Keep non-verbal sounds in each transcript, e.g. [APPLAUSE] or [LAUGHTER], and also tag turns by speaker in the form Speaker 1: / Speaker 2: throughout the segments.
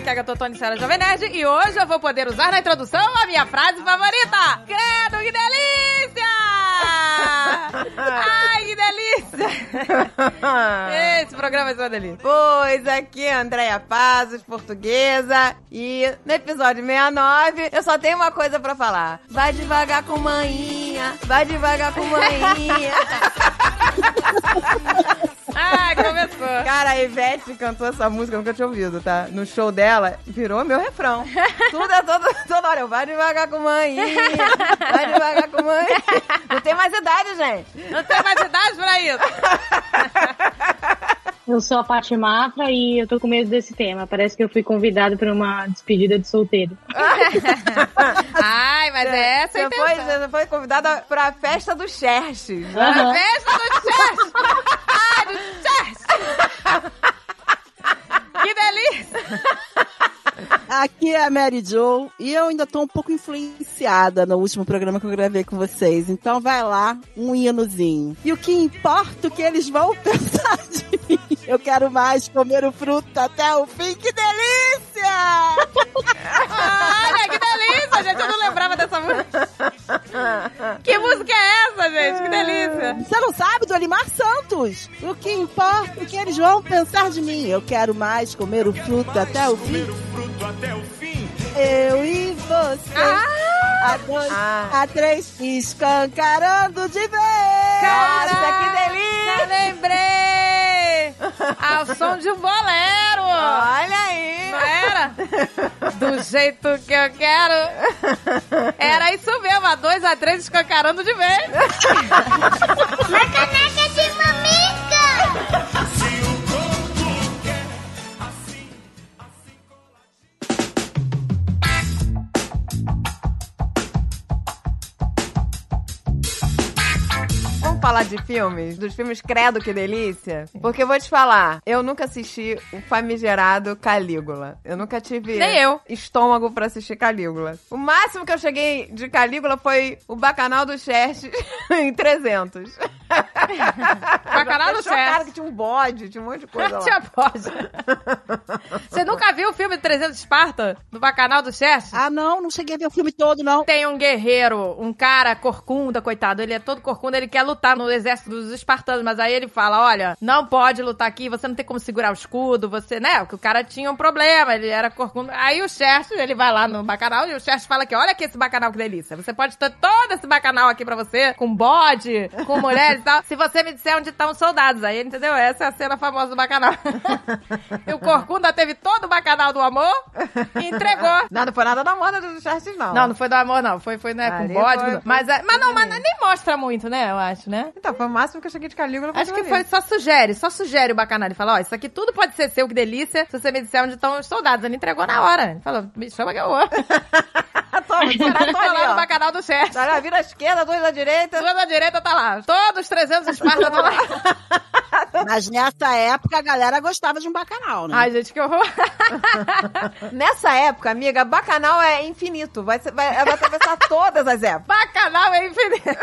Speaker 1: colega Totone Sara Jovem Nerd e hoje eu vou poder usar na introdução a minha frase favorita. Credo, que delícia! Ai, que delícia! Esse programa é só uma delícia.
Speaker 2: [LAUGHS] Pois aqui é Andréia Pazos, portuguesa. E no episódio 69, eu só tenho uma coisa pra falar. Vai devagar com maninha, vai devagar com maninha.
Speaker 1: Ai, começou.
Speaker 2: Cara, a Ivete cantou essa música, eu nunca tinha ouvido, tá? No show dela, virou meu refrão. Tudo é todo, [LAUGHS] toda hora. eu, Vai devagar com maninha, vai devagar com maninha. Não tem mais idade, gente.
Speaker 1: Não tem mais idade pra isso.
Speaker 3: Eu sou a Paty Mafra e eu tô com medo desse tema. Parece que eu fui convidada pra uma despedida de solteiro.
Speaker 1: Ai, mas é essa a
Speaker 2: Você foi,
Speaker 1: intenção.
Speaker 2: você foi convidada pra festa do Xerxes. né?
Speaker 1: A
Speaker 3: Aham.
Speaker 1: festa do Chess! Ai, do Chess! Que delícia!
Speaker 4: Aqui é a Mary Jo e eu ainda tô um pouco influenciada no último programa que eu gravei com vocês. Então vai lá, um hinozinho. E o que importa é que eles vão [LAUGHS] pensar de mim. Eu quero mais comer o fruto até o fim. Que delícia!
Speaker 1: Olha, que delícia, gente. Eu não lembrava dessa música. Que música é essa, gente? Que delícia.
Speaker 4: Você não sabe do Olimar Santos? O que importa é que eles vão pensar de mim. Eu quero mais comer o fruto até o fim. Eu e você. A dois,
Speaker 2: Ah.
Speaker 4: a três, escancarando de vez.
Speaker 2: Nossa, que
Speaker 1: Eu
Speaker 2: delícia!
Speaker 1: lembrei! Ao som de um bolero!
Speaker 2: Olha aí!
Speaker 1: Não era? Do jeito que eu quero. Era isso mesmo, a 2 a 3 escancarando de vez.
Speaker 2: Vamos falar de filmes? Dos filmes Credo Que Delícia? Porque eu vou te falar, eu nunca assisti o famigerado Calígula. Eu nunca tive
Speaker 1: Nem eu.
Speaker 2: estômago pra assistir Calígula. O máximo que eu cheguei de Calígula foi o Bacanal do Xerxes [LAUGHS] em 300.
Speaker 1: Bacanal do
Speaker 2: Eu fiquei chocada
Speaker 1: Chess.
Speaker 2: que tinha um bode, tinha um monte de
Speaker 1: [LAUGHS]
Speaker 2: coisa lá.
Speaker 1: Tia Borges. Você nunca viu o filme 300 Esparta? Do Bacanal do Chess?
Speaker 4: Ah, não, não cheguei a ver o filme todo, não.
Speaker 1: Tem um guerreiro, um cara corcunda, coitado. Ele é todo corcunda, ele quer lutar no exército dos espartanos, mas aí ele fala: olha, não pode lutar aqui, você não tem como segurar o escudo, você, né? Porque o cara tinha um problema, ele era corcunda. Aí o Xerxes, ele vai lá no bacanal e o Xerxes fala que olha aqui esse bacanal que delícia. Você pode ter todo esse bacanal aqui pra você, com bode, com mulheres e tal, se você me disser onde estão os soldados. Aí, entendeu? Essa é a cena famosa do bacanal. [LAUGHS] e o corcunda teve todo o bacanal do amor e entregou.
Speaker 2: Não, não foi nada da moda do Xerxes, não.
Speaker 1: Não, não foi do amor, não. Foi, foi né, com
Speaker 2: Ali
Speaker 1: bode.
Speaker 2: foi- Uhum.
Speaker 1: com- mas, é- mas não, mas
Speaker 2: Sim.
Speaker 1: nem mostra muito, né? Eu acho, né?
Speaker 2: Então, foi o máximo que eu cheguei de Calígula.
Speaker 1: Acho que
Speaker 2: aquilo
Speaker 1: foi,
Speaker 2: ali.
Speaker 1: só sugere, só sugere o bacanal. Ele fala, ó, isso aqui tudo pode ser seu, que delícia. Se você me disser onde estão os soldados. Ele entregou na hora. Ele falou, me chama que eu
Speaker 2: [LAUGHS]
Speaker 1: vou.
Speaker 2: Ah, [LAUGHS] toma,
Speaker 1: Caralho,
Speaker 2: tô
Speaker 1: [LAUGHS] foi lá no
Speaker 2: ali, ó.
Speaker 1: bacanal do chefe.
Speaker 2: Tá lá, vira à esquerda, dois à direita.
Speaker 1: Duas da direita tá lá. Todos os 300 espartas estão
Speaker 2: [LAUGHS]
Speaker 1: lá.
Speaker 4: Mas nessa época a galera gostava de um bacanal, né?
Speaker 1: Ai, gente, que horror.
Speaker 2: Nessa época, amiga, bacanal é infinito. Vai, ser- vai, vai atravessar [LAUGHS] todas as épocas.
Speaker 1: Bacanal é infinito.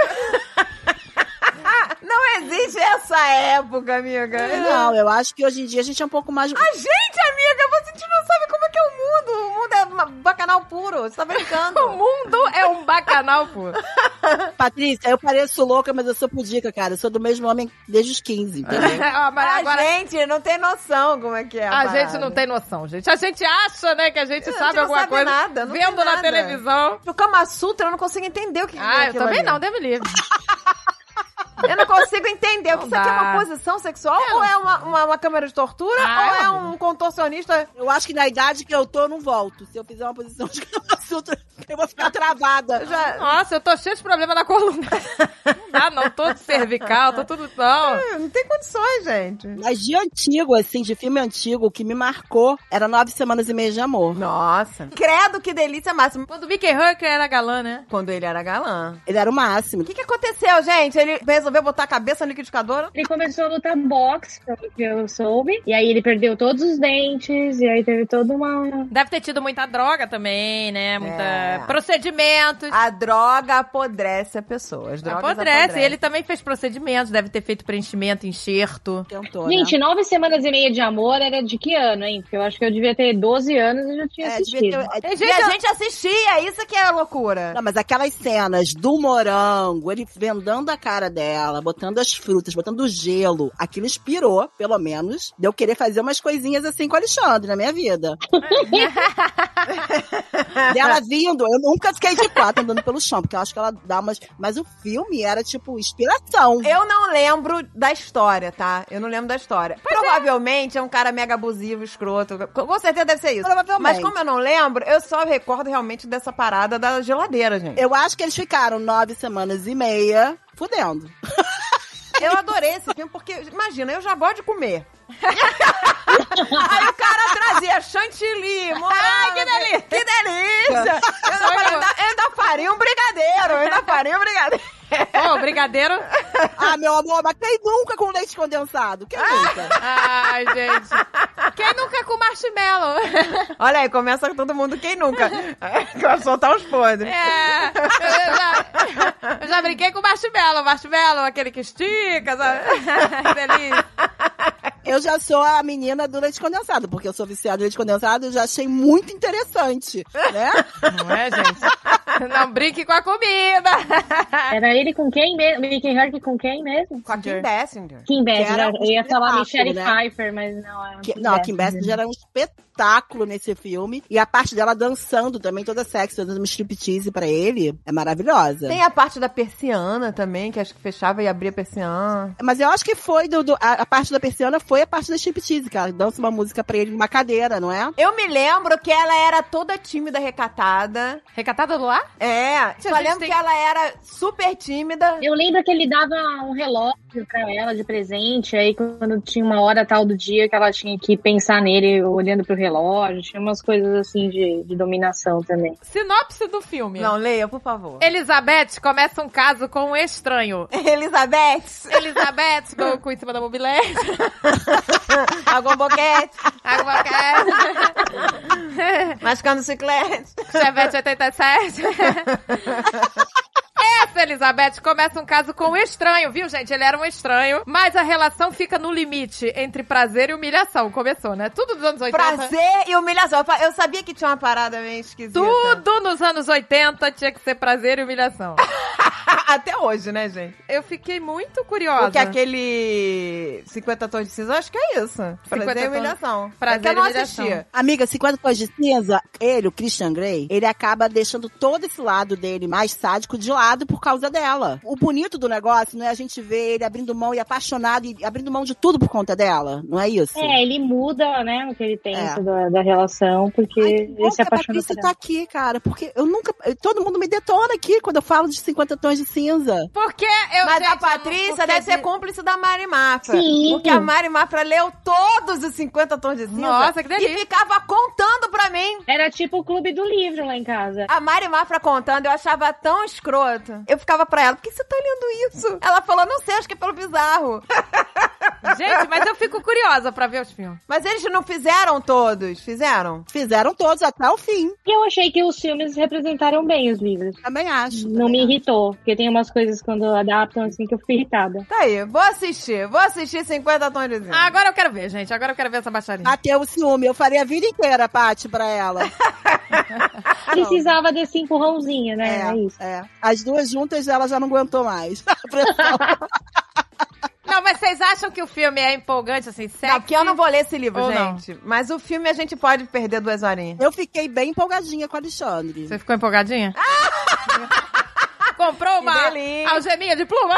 Speaker 2: Não existe essa época, amiga.
Speaker 1: É.
Speaker 4: Não, eu acho que hoje em dia a gente é um pouco mais.
Speaker 2: A gente, amiga, você não sabe como é que é o mundo. O mundo é ma- bacanal puro. Você
Speaker 1: [LAUGHS]
Speaker 2: tá
Speaker 1: O
Speaker 2: brincando.
Speaker 1: mundo é um bacanal,
Speaker 2: Uhum.
Speaker 1: pô.
Speaker 4: Patrícia, eu pareço louca, mas eu sou pudica, cara. Eu sou do mesmo homem desde os 15, entendeu?
Speaker 1: [LAUGHS] Ó, mas
Speaker 2: A
Speaker 1: agora...
Speaker 2: gente não tem noção como é que é.
Speaker 1: A gente não tem noção, gente. A gente acha, né, que a gente
Speaker 2: A gente
Speaker 1: sabe
Speaker 2: não
Speaker 1: alguma
Speaker 2: sabe
Speaker 1: coisa.
Speaker 2: nada, não tem
Speaker 1: vendo na
Speaker 2: nada.
Speaker 1: televisão.
Speaker 2: O Kama Sutra, Tipo, eu não consigo entender o que que é
Speaker 1: Ah, eu
Speaker 2: aquilo
Speaker 1: também
Speaker 2: ali.
Speaker 1: não, deve livre.
Speaker 2: Eu não consigo
Speaker 1: [LAUGHS]
Speaker 2: entender.
Speaker 1: Não
Speaker 2: Isso aqui é uma
Speaker 1: dá.
Speaker 2: posição sexual?
Speaker 1: É,
Speaker 2: ou
Speaker 1: não-
Speaker 2: é uma, uma, uma câmera de tortura?
Speaker 1: Ah,
Speaker 2: ou é
Speaker 1: é
Speaker 2: um contorcionista?
Speaker 4: Eu acho que na idade que eu tô, eu não volto. Se eu fizer uma posição de assunto, eu vou ficar travada.
Speaker 2: Eu já...
Speaker 1: Nossa, eu tô cheio de problema na coluna. [LAUGHS] Não dá, não. Tô de cervical, tô tudo. Não.
Speaker 2: Não tem condições, gente.
Speaker 4: Mas de antigo, assim, de filme antigo, o que me marcou era Nove Semanas e Meia de Amor.
Speaker 2: Nossa. Credo que delícia máxima.
Speaker 1: Quando o Mickey Hucker era galã, né?
Speaker 2: Quando ele era galã.
Speaker 4: Ele era o
Speaker 2: O
Speaker 4: máximo.
Speaker 2: que, que aconteceu, gente? Ele resolveu botar a cabeça no liquidificador?
Speaker 3: Ele começou a lutar boxe, pelo que eu soube. E aí ele perdeu todos os dentes, e aí teve toda uma.
Speaker 1: Deve ter tido muita droga também, né? muita
Speaker 2: É.
Speaker 1: procedimentos.
Speaker 2: A droga apodrece a pessoa. As drogas
Speaker 1: Apodrece. Ele também fez procedimentos, deve ter feito preenchimento, enxerto.
Speaker 4: Tentou, né?
Speaker 3: Gente, nove semanas e meia de amor era de que ano, hein? Porque eu acho que eu devia ter 12 anos e já tinha
Speaker 4: É, devia
Speaker 3: assistido.
Speaker 4: ter- é,
Speaker 2: E a gente assistia, isso que é loucura.
Speaker 4: Não, mas aquelas cenas do morango, ele vendando a cara dela, botando as frutas, botando o gelo, aquilo inspirou, pelo menos, de eu querer fazer umas coisinhas assim com o Alexandre na minha vida. Dela vindo, eu nunca fiquei de quatro andando pelo chão, porque eu acho que ela dá umas. Mas o filme era tipo inspiração.
Speaker 2: Eu não lembro da história, tá? Eu não lembro da história. Provavelmente é. um cara mega abusivo, escroto. Com com certeza deve ser isso.
Speaker 4: Provavelmente.
Speaker 2: Mas como eu não lembro, eu só recordo realmente dessa parada da geladeira, gente.
Speaker 4: Eu acho que eles ficaram nove semanas e meia fudendo.
Speaker 2: Eu adorei esse filme porque, imagina, eu já gosto de comer. Aí o cara trazia chantilly, morango. Ai, que delícia! Que delícia! Eu ainda falei, ainda, ainda faria um brigadeiro, ainda faria um brigadeiro.
Speaker 1: Ô, brigadeiro.
Speaker 4: Ah, meu amor, mas quem nunca com leite condensado? Quem nunca?
Speaker 1: Ai, gente. Quem nunca com marshmallow? [LAUGHS]
Speaker 2: Olha aí, começa todo mundo, quem nunca? [LAUGHS] Vai soltar os podres.
Speaker 1: É. Eu já, eu já brinquei com marshmallow. Marshmallow, aquele que estica, sabe? Que delícia.
Speaker 4: Eu já sou a menina do leite condensado, porque eu sou viciada em leite condensado, eu já achei muito interessante,
Speaker 2: [LAUGHS]
Speaker 4: né?
Speaker 1: Não é, gente? Não brinque com a comida.
Speaker 4: um-
Speaker 3: Era ele com quem mesmo? Mickey Herc com quem mesmo?
Speaker 2: Com a Kim Basinger.
Speaker 3: Kim
Speaker 4: Que
Speaker 3: Basinger.
Speaker 4: era
Speaker 3: né? Eu ia falar
Speaker 4: um
Speaker 3: Michelle
Speaker 4: espetáculo, né?
Speaker 3: Pfeiffer, mas não. é Era
Speaker 4: Que- não, a Kim Basinger era um espetáculo nesse filme. E a parte dela dançando também, toda sexy, dando um striptease pra ele, é maravilhosa.
Speaker 2: Tem a parte da persiana também, que acho que fechava e abria a persiana.
Speaker 4: Mas eu acho que foi do, do- a, a parte da persiana foi a parte da striptease, que ela dança uma música pra ele numa cadeira, não é?
Speaker 2: Eu me lembro que ela era toda tímida, recatada.
Speaker 1: Recatada do ar?
Speaker 2: É,
Speaker 1: Se a
Speaker 2: só
Speaker 1: gente
Speaker 2: lembro
Speaker 1: tem-
Speaker 2: que ela era super tímida.
Speaker 3: Eu lembro que ele dava um relógio pra ela de presente, aí quando tinha uma hora tal do dia que ela tinha que pensar nele olhando pro relógio, tinha umas coisas assim de, de dominação também.
Speaker 1: Sinopse do filme.
Speaker 2: Não, leia, por favor.
Speaker 1: Elizabeth começa um caso com um estranho.
Speaker 2: [LAUGHS] Elizabeth, [LAUGHS]
Speaker 1: Elizabeth, com, com em cima da mobilete. [LAUGHS]
Speaker 2: algum boquete,
Speaker 1: Água quente.
Speaker 2: mascando chiclete.
Speaker 1: Chevette 87. [LAUGHS] Essa Elizabeth começa um caso com um estranho, viu, gente? Ele era um estranho, mas a relação fica no limite entre prazer e humilhação. Começou, né? Tudo dos anos 80.
Speaker 2: Prazer e humilhação. Eu fa- Eu sabia que tinha uma parada meio esquisita.
Speaker 1: Tudo [LAUGHS] nos anos 80 tinha que ser prazer e humilhação.
Speaker 2: Até hoje, né, gente?
Speaker 1: Eu fiquei muito curiosa.
Speaker 2: Porque aquele 50 tons de cinza, eu acho que é isso.
Speaker 1: 50
Speaker 2: Prazer e
Speaker 1: tons-
Speaker 2: humilhação.
Speaker 1: Prazer
Speaker 2: é que eu
Speaker 1: e
Speaker 2: não
Speaker 1: humilhação.
Speaker 2: assistia.
Speaker 4: Amiga, 50 tons de cinza, ele, o Christian Grey, ele acaba deixando todo esse lado dele mais sádico de lado por causa dela. O bonito do negócio não é a gente ver ele abrindo mão e apaixonado e abrindo mão de tudo por conta dela. Não é isso?
Speaker 3: É, ele muda, né, o que ele pensa
Speaker 4: É.
Speaker 3: da, da relação, porque
Speaker 4: Ai, que bom
Speaker 3: ele se
Speaker 4: que a
Speaker 3: apaixona
Speaker 4: Patrícia
Speaker 3: por
Speaker 4: tá
Speaker 3: ela.
Speaker 4: aqui, cara, porque eu nunca. eu- Todo mundo me detona aqui quando eu falo de 50 tons de cinza.
Speaker 1: Porque eu.
Speaker 2: Mas
Speaker 1: gente,
Speaker 2: a
Speaker 1: eu-
Speaker 2: Patrícia
Speaker 1: porque
Speaker 2: deve ser
Speaker 1: de-
Speaker 2: cúmplice da Mari Mafra.
Speaker 3: Sim.
Speaker 2: Porque a Mari Mafra leu todos os 50 tons de cinza.
Speaker 1: Nossa, que delícia.
Speaker 2: E ficava contando pra mim.
Speaker 3: Era tipo o clube do livro lá em casa.
Speaker 2: A Mari Mafra contando, eu achava tão escroto. Eu ficava pra ela, por que você tá lendo isso? Ela falou, não sei, acho que é pelo bizarro.
Speaker 1: Gente, mas eu fico curiosa pra ver os filmes.
Speaker 2: Mas eles não fizeram todos, fizeram?
Speaker 4: Fizeram todos até o fim.
Speaker 3: E eu achei que os filmes representaram bem os livros.
Speaker 4: Também acho.
Speaker 3: Não me irritou, porque tem umas coisas quando adaptam assim que eu fico irritada.
Speaker 2: Tá aí, vou assistir, vou assistir 50 tons de cinza.
Speaker 1: Ah, agora eu quero ver, gente. Agora eu quero ver essa baixaria.
Speaker 4: Até o ciúme. Eu faria a vida inteira, Paty, pra ela.
Speaker 3: Precisava desse empurrãozinho, né? [LAUGHS] É, isso.
Speaker 4: Ah, é. As duas juntas, ela já não aguentou mais. [LAUGHS]
Speaker 1: Não, mas vocês acham que o filme é empolgante, assim, sexy?
Speaker 2: Aqui Tá, eu não vou ler esse livro,
Speaker 1: Ou não.
Speaker 2: gente. Mas o filme a gente pode perder duas horinhas.
Speaker 4: Eu fiquei bem empolgadinha com o Alexandre.
Speaker 1: Você ficou [LAUGHS] empolgadinha? Comprou uma
Speaker 2: Que delícia.
Speaker 1: algeminha de pluma?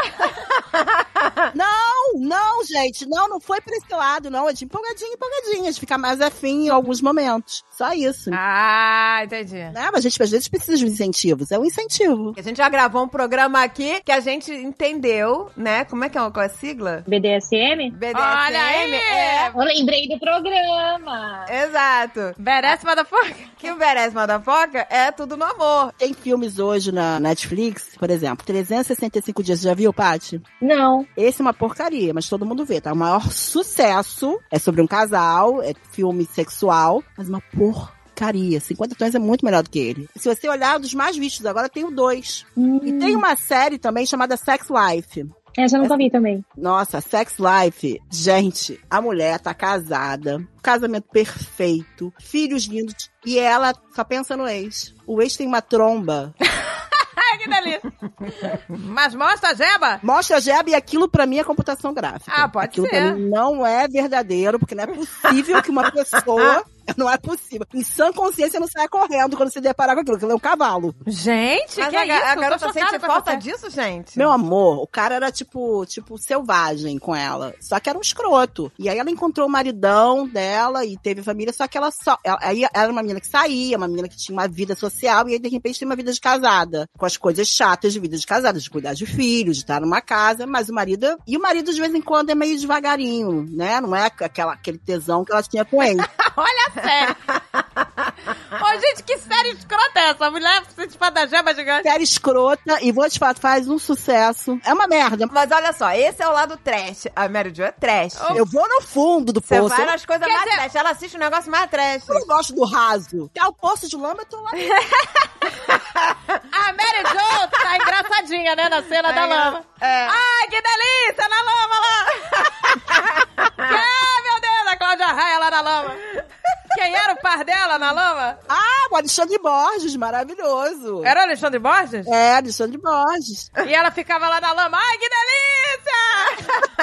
Speaker 4: Não, não, gente. Não, não foi pra esse lado, não. É de empolgadinha, empolgadinha. De ficar mais afim em alguns momentos. Só isso.
Speaker 1: Ah, entendi.
Speaker 4: Né? Mas a gente, às vezes, precisa de incentivos. É um incentivo.
Speaker 2: A gente já gravou um programa aqui que a gente entendeu, né? Como é que é qual é a sigla?
Speaker 3: BDSM?
Speaker 2: BDSM?
Speaker 1: Olha aí!
Speaker 2: É.
Speaker 3: Eu lembrei do programa.
Speaker 2: Exato.
Speaker 1: Merece, motherfucker?
Speaker 2: Que o Beres Motherfucker é tudo no amor.
Speaker 4: Tem filmes hoje na Netflix, por exemplo, 365 dias. Já viu, Paty?
Speaker 3: Não.
Speaker 4: Esse é uma porcaria, mas todo mundo vê, tá? O maior sucesso é sobre um casal, é filme sexual, mas uma porcaria. porcaria. 50 tons é muito melhor do que ele. Se você olhar dos mais vistos agora, tem o dois. E tem uma série também chamada Sex Life.
Speaker 3: Essa eu nunca vi também.
Speaker 4: Nossa, Sex Life. Gente, a mulher tá casada, casamento perfeito, filhos lindos, e ela só pensa no ex. O ex tem uma tromba.
Speaker 1: Ai, [LAUGHS] que delícia. Mas mostra a Jeba.
Speaker 4: Mostra a Jeb e aquilo pra mim é computação gráfica.
Speaker 1: Ah, pode
Speaker 4: aquilo
Speaker 1: ser.
Speaker 4: pra mim não é verdadeiro, porque não é possível que uma pessoa. [LAUGHS] Não é possível. Em sã consciência não saia correndo quando se deparar com aquilo, aquilo é um cavalo.
Speaker 1: Gente,
Speaker 2: Mas
Speaker 1: que
Speaker 2: a,
Speaker 1: é
Speaker 2: ga-
Speaker 1: isso?
Speaker 2: a
Speaker 1: Eu
Speaker 2: garota
Speaker 1: tô chocada
Speaker 2: sente
Speaker 1: com
Speaker 2: falta
Speaker 1: você.
Speaker 2: disso, gente?
Speaker 4: Meu amor, o cara era tipo, tipo, selvagem com ela. Só que era um escroto. E aí ela encontrou o maridão dela e teve família, só que ela só. ela- aí era uma menina que saía, uma menina que tinha uma vida social, e aí de repente tem uma vida de casada. Com as coisas chatas de vida de casada, de cuidar de filho, de estar numa casa, mas o marido. E o marido de vez em quando é meio devagarinho, né? Não é aquela, aquele tesão que ela tinha com ele.
Speaker 1: Olha a [LAUGHS] série. Ô, gente, que série escrota é essa? A mulher se tipo da Jeba gigante.
Speaker 4: Série escrota, e vou te falar, faz um sucesso. É uma merda.
Speaker 2: Mas olha só, esse é o lado trash. A Mary Jo é trash.
Speaker 4: Eu vou no fundo do
Speaker 2: Você
Speaker 4: poço.
Speaker 2: vai
Speaker 4: eu
Speaker 2: nas coisas
Speaker 1: Quer
Speaker 2: mais
Speaker 1: dizer-
Speaker 2: trash. Ela assiste um negócio mais trash.
Speaker 4: Eu não gosto do raso. É o poço de lama, eu tô lá.
Speaker 1: A Mary Jo tá engraçadinha, né, na cena da lama.
Speaker 2: É.
Speaker 1: Ai, que delícia, na lama lá. Ai, meu Deus, a Cláudia Raia lá na lama. Quem era o par dela na lama?
Speaker 4: Ah, o Alexandre Borges, maravilhoso.
Speaker 1: Era o Alexandre Borges?
Speaker 4: É, Alexandre Borges.
Speaker 1: E ela ficava lá na lama. Ai, que delícia!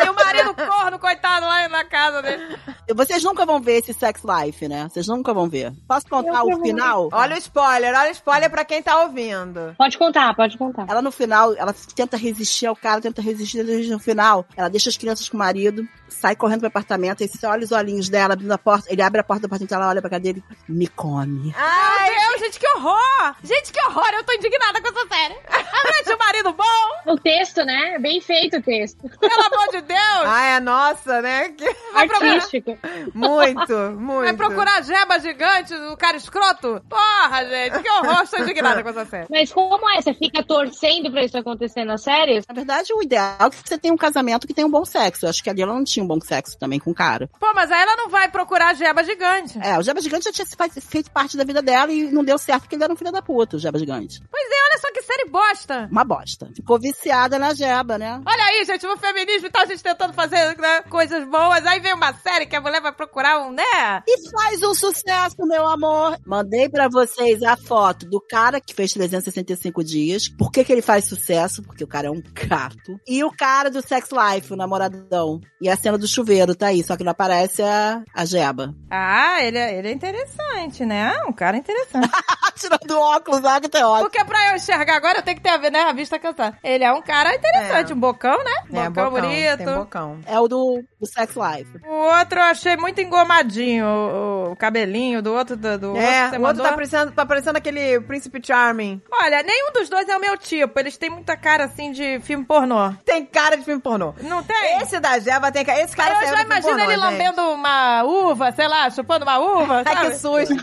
Speaker 1: E o marido corno, coitado, lá na casa dele.
Speaker 4: Vocês nunca vão ver esse Sex Life, né? Vocês nunca vão ver. Posso contar
Speaker 3: Eu
Speaker 4: o
Speaker 3: vou.
Speaker 4: final?
Speaker 2: Olha o spoiler, olha o spoiler pra quem tá ouvindo.
Speaker 3: Pode contar, pode contar.
Speaker 4: Ela no final, ela tenta resistir ao cara, tenta resistir, tenta resistir. no final. Ela deixa as crianças com o marido, sai correndo pro apartamento, aí você olha os olhinhos dela abrindo a porta, ele abre a porta do apartamento, ela olha pra cara dele, me come.
Speaker 1: Ai, meu Deus, gente, que horror! Gente, que horror! Eu tô indignada com essa série. A mãe tinha um marido bom,
Speaker 3: O texto, né? Bem feito o [LAUGHS] texto.
Speaker 1: pelo amor de Deus.
Speaker 2: Ai, é nossa, né? Que-
Speaker 1: Vai procurar-
Speaker 3: Artístico.
Speaker 1: [LAUGHS]
Speaker 2: Muito, muito.
Speaker 1: Vai É procurar a jeba gigante, o cara escroto? Porra, gente, que horror, estou indignada com essa série.
Speaker 3: Mas como é? Você fica torcendo pra isso acontecer na série?
Speaker 4: Na verdade, o ideal é que você tenha um casamento que tenha um bom sexo. Eu acho que ali ela não tinha um bom sexo também com o cara.
Speaker 1: Pô, mas aí ela não vai procurar a jeba gigante.
Speaker 4: É, o Jeba Gigante já tinha se faz- feito parte da vida dela e não deu certo porque ele era um filho da puta, o Jeba Gigante.
Speaker 1: Pois é, olha só que série bosta.
Speaker 4: Uma bosta. Ficou viciada na Jeba, né?
Speaker 1: Olha aí, gente, o feminismo e tal, a gente tentando fazer né, coisas boas. Aí vem uma série que a mulher vai procurar um, né?
Speaker 4: E faz um sucesso, meu amor! Mandei pra vocês a foto do cara que fez 365 dias. Por que que ele faz sucesso? Porque o cara é um gato. E o cara do Sex Life, o namoradão. E a cena do chuveiro tá aí, só que não aparece a, a Jeba.
Speaker 1: Ah, ele é, ele é interessante, né? Um cara interessante.
Speaker 4: Ah, [LAUGHS] tirando o óculos, ah, que tá ótimo.
Speaker 1: Porque pra eu enxergar agora, eu tenho que ter a, vi- né, a vista cansada. Ele é um cara interessante, um bocão, né?
Speaker 2: É,
Speaker 1: bocão,
Speaker 2: Tem
Speaker 1: bonito.
Speaker 2: bocão.
Speaker 4: É o do, do Sex Life.
Speaker 1: O outro eu achei muito engomadinho, o, o cabelinho do outro do, do outro que
Speaker 2: É,
Speaker 1: você
Speaker 2: o outro
Speaker 1: mandou.
Speaker 2: tá parecendo, tá parecendo aquele Príncipe Charming.
Speaker 1: Olha, nenhum dos dois é o meu tipo. Eles têm muita cara assim de filme pornô.
Speaker 2: Tem cara de filme pornô.
Speaker 1: Não tem?
Speaker 2: Esse da Jeva tem cara. Esse cara
Speaker 1: eu
Speaker 2: saiu
Speaker 1: já
Speaker 2: do filme
Speaker 1: imagino
Speaker 2: pornô,
Speaker 1: ele
Speaker 2: gente.
Speaker 1: lambendo uma uva, sei lá, chupando uma uva,
Speaker 2: Ai, que
Speaker 1: sabe?
Speaker 2: susto.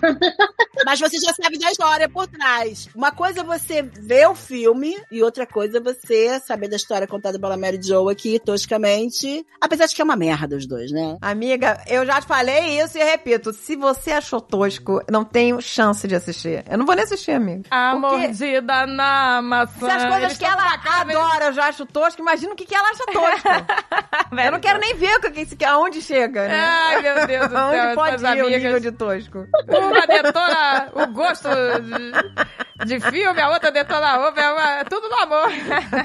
Speaker 4: Mas você já sabe da história por trás. Uma coisa é você ver o filme e outra coisa é você saber da história contada pela Mary Jo aqui, toscamente. Apesar de que é uma merda os dois, né?
Speaker 2: Amiga, eu já te falei isso e repito. Se você achou tosco, não tenho chance de assistir. Eu não vou nem assistir, amiga.
Speaker 1: [LAUGHS] A
Speaker 2: Porque
Speaker 1: mordida na maçã.
Speaker 2: Se as coisas
Speaker 1: Ah, Eles
Speaker 2: que
Speaker 1: tão
Speaker 2: ela
Speaker 1: com a cara meio-
Speaker 2: adora eu já acho tosco, imagina o que, que ela acha tosco.
Speaker 1: [LAUGHS]
Speaker 2: eu não quero nem ver o que, que, aonde chega, né?
Speaker 1: Ai, meu [LAUGHS] Deus do céu,
Speaker 2: Aonde
Speaker 1: essas
Speaker 2: pode ir o
Speaker 1: então, amigas.
Speaker 2: nível de tosco?
Speaker 1: [LAUGHS] Uma detona o gosto de, de filme, a outra detona a outra, é, uma- é tudo no amor.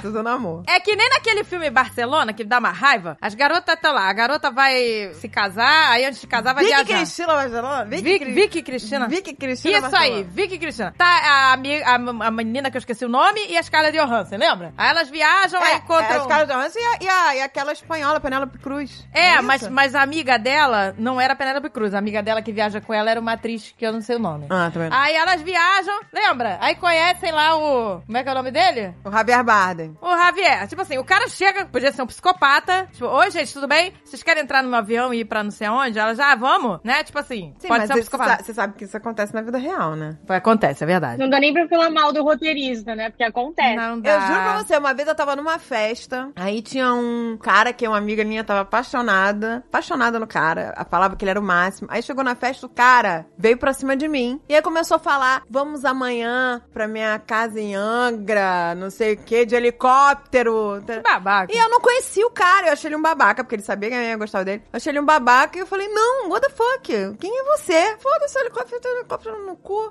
Speaker 2: Tudo no Tá amor.
Speaker 1: É que nem naquele filme Barcelona, que dá uma raiva, as garotas estão lá, a garota vai se casar, aí antes de casar vai
Speaker 2: Vicky
Speaker 1: viajar.
Speaker 2: Cristina Barcelona?
Speaker 1: Vic-
Speaker 2: Cri-
Speaker 1: Vicky Cristina.
Speaker 2: Vicky Cristina
Speaker 1: Isso aí, Vicky e Cristina. Tá a, ami- a, a menina que eu esqueci o nome e a Scarlett Johansson, lembra? Aí elas viajam, aí
Speaker 2: É, é,
Speaker 1: encontram...
Speaker 2: as caras da Hanson e, a- e, a- e aquela espanhola, Penélope Cruz.
Speaker 1: É,
Speaker 2: Não isso?
Speaker 1: mas, mas a amiga dela não era a Penélope Cruz. A amiga dela que viaja com ela era uma atriz que eu não sei o nome.
Speaker 2: Ah, tá vendo?
Speaker 1: Aí elas viajam, lembra? Aí conhecem lá o. Como é que é o nome dele?
Speaker 2: O Javier Bardem.
Speaker 1: O Javier, tipo assim, o cara chega, podia ser um psicopata. Tipo, oi, gente, tudo bem? Vocês querem entrar no avião e ir pra não sei aonde? Ela já, ah, vamos, né? Tipo assim,
Speaker 2: Sim,
Speaker 1: pode
Speaker 2: mas
Speaker 1: ser um
Speaker 2: isso
Speaker 1: psicopata.
Speaker 2: sa- Você sabe que isso acontece na vida real, né?
Speaker 1: Acontece, é verdade.
Speaker 3: Não dá nem pra falar mal do roteirista, né? Porque acontece.
Speaker 1: Não dá.
Speaker 2: Eu juro pra você, uma vez eu tava numa festa, aí tinha um cara que uma amiga minha tava apaixonada, apaixonada no cara, a palavra que ele era o máximo. Aí chegou na festa, o cara veio pra cima de mim, e aí começou a falar, vamos amanhã pra minha casa em Angra, não sei o que, de helicóptero. tá?"
Speaker 1: Que É babaca.
Speaker 2: E eu não conhecia o cara, eu achei ele um babaca, porque ele sabia que a minha ia gostar dele. Eu achei ele um babaca e eu falei, não, what the fuck? Quem é você? Foda-se, o helicóptero, tem um helicóptero no
Speaker 1: [LAUGHS]
Speaker 2: cu.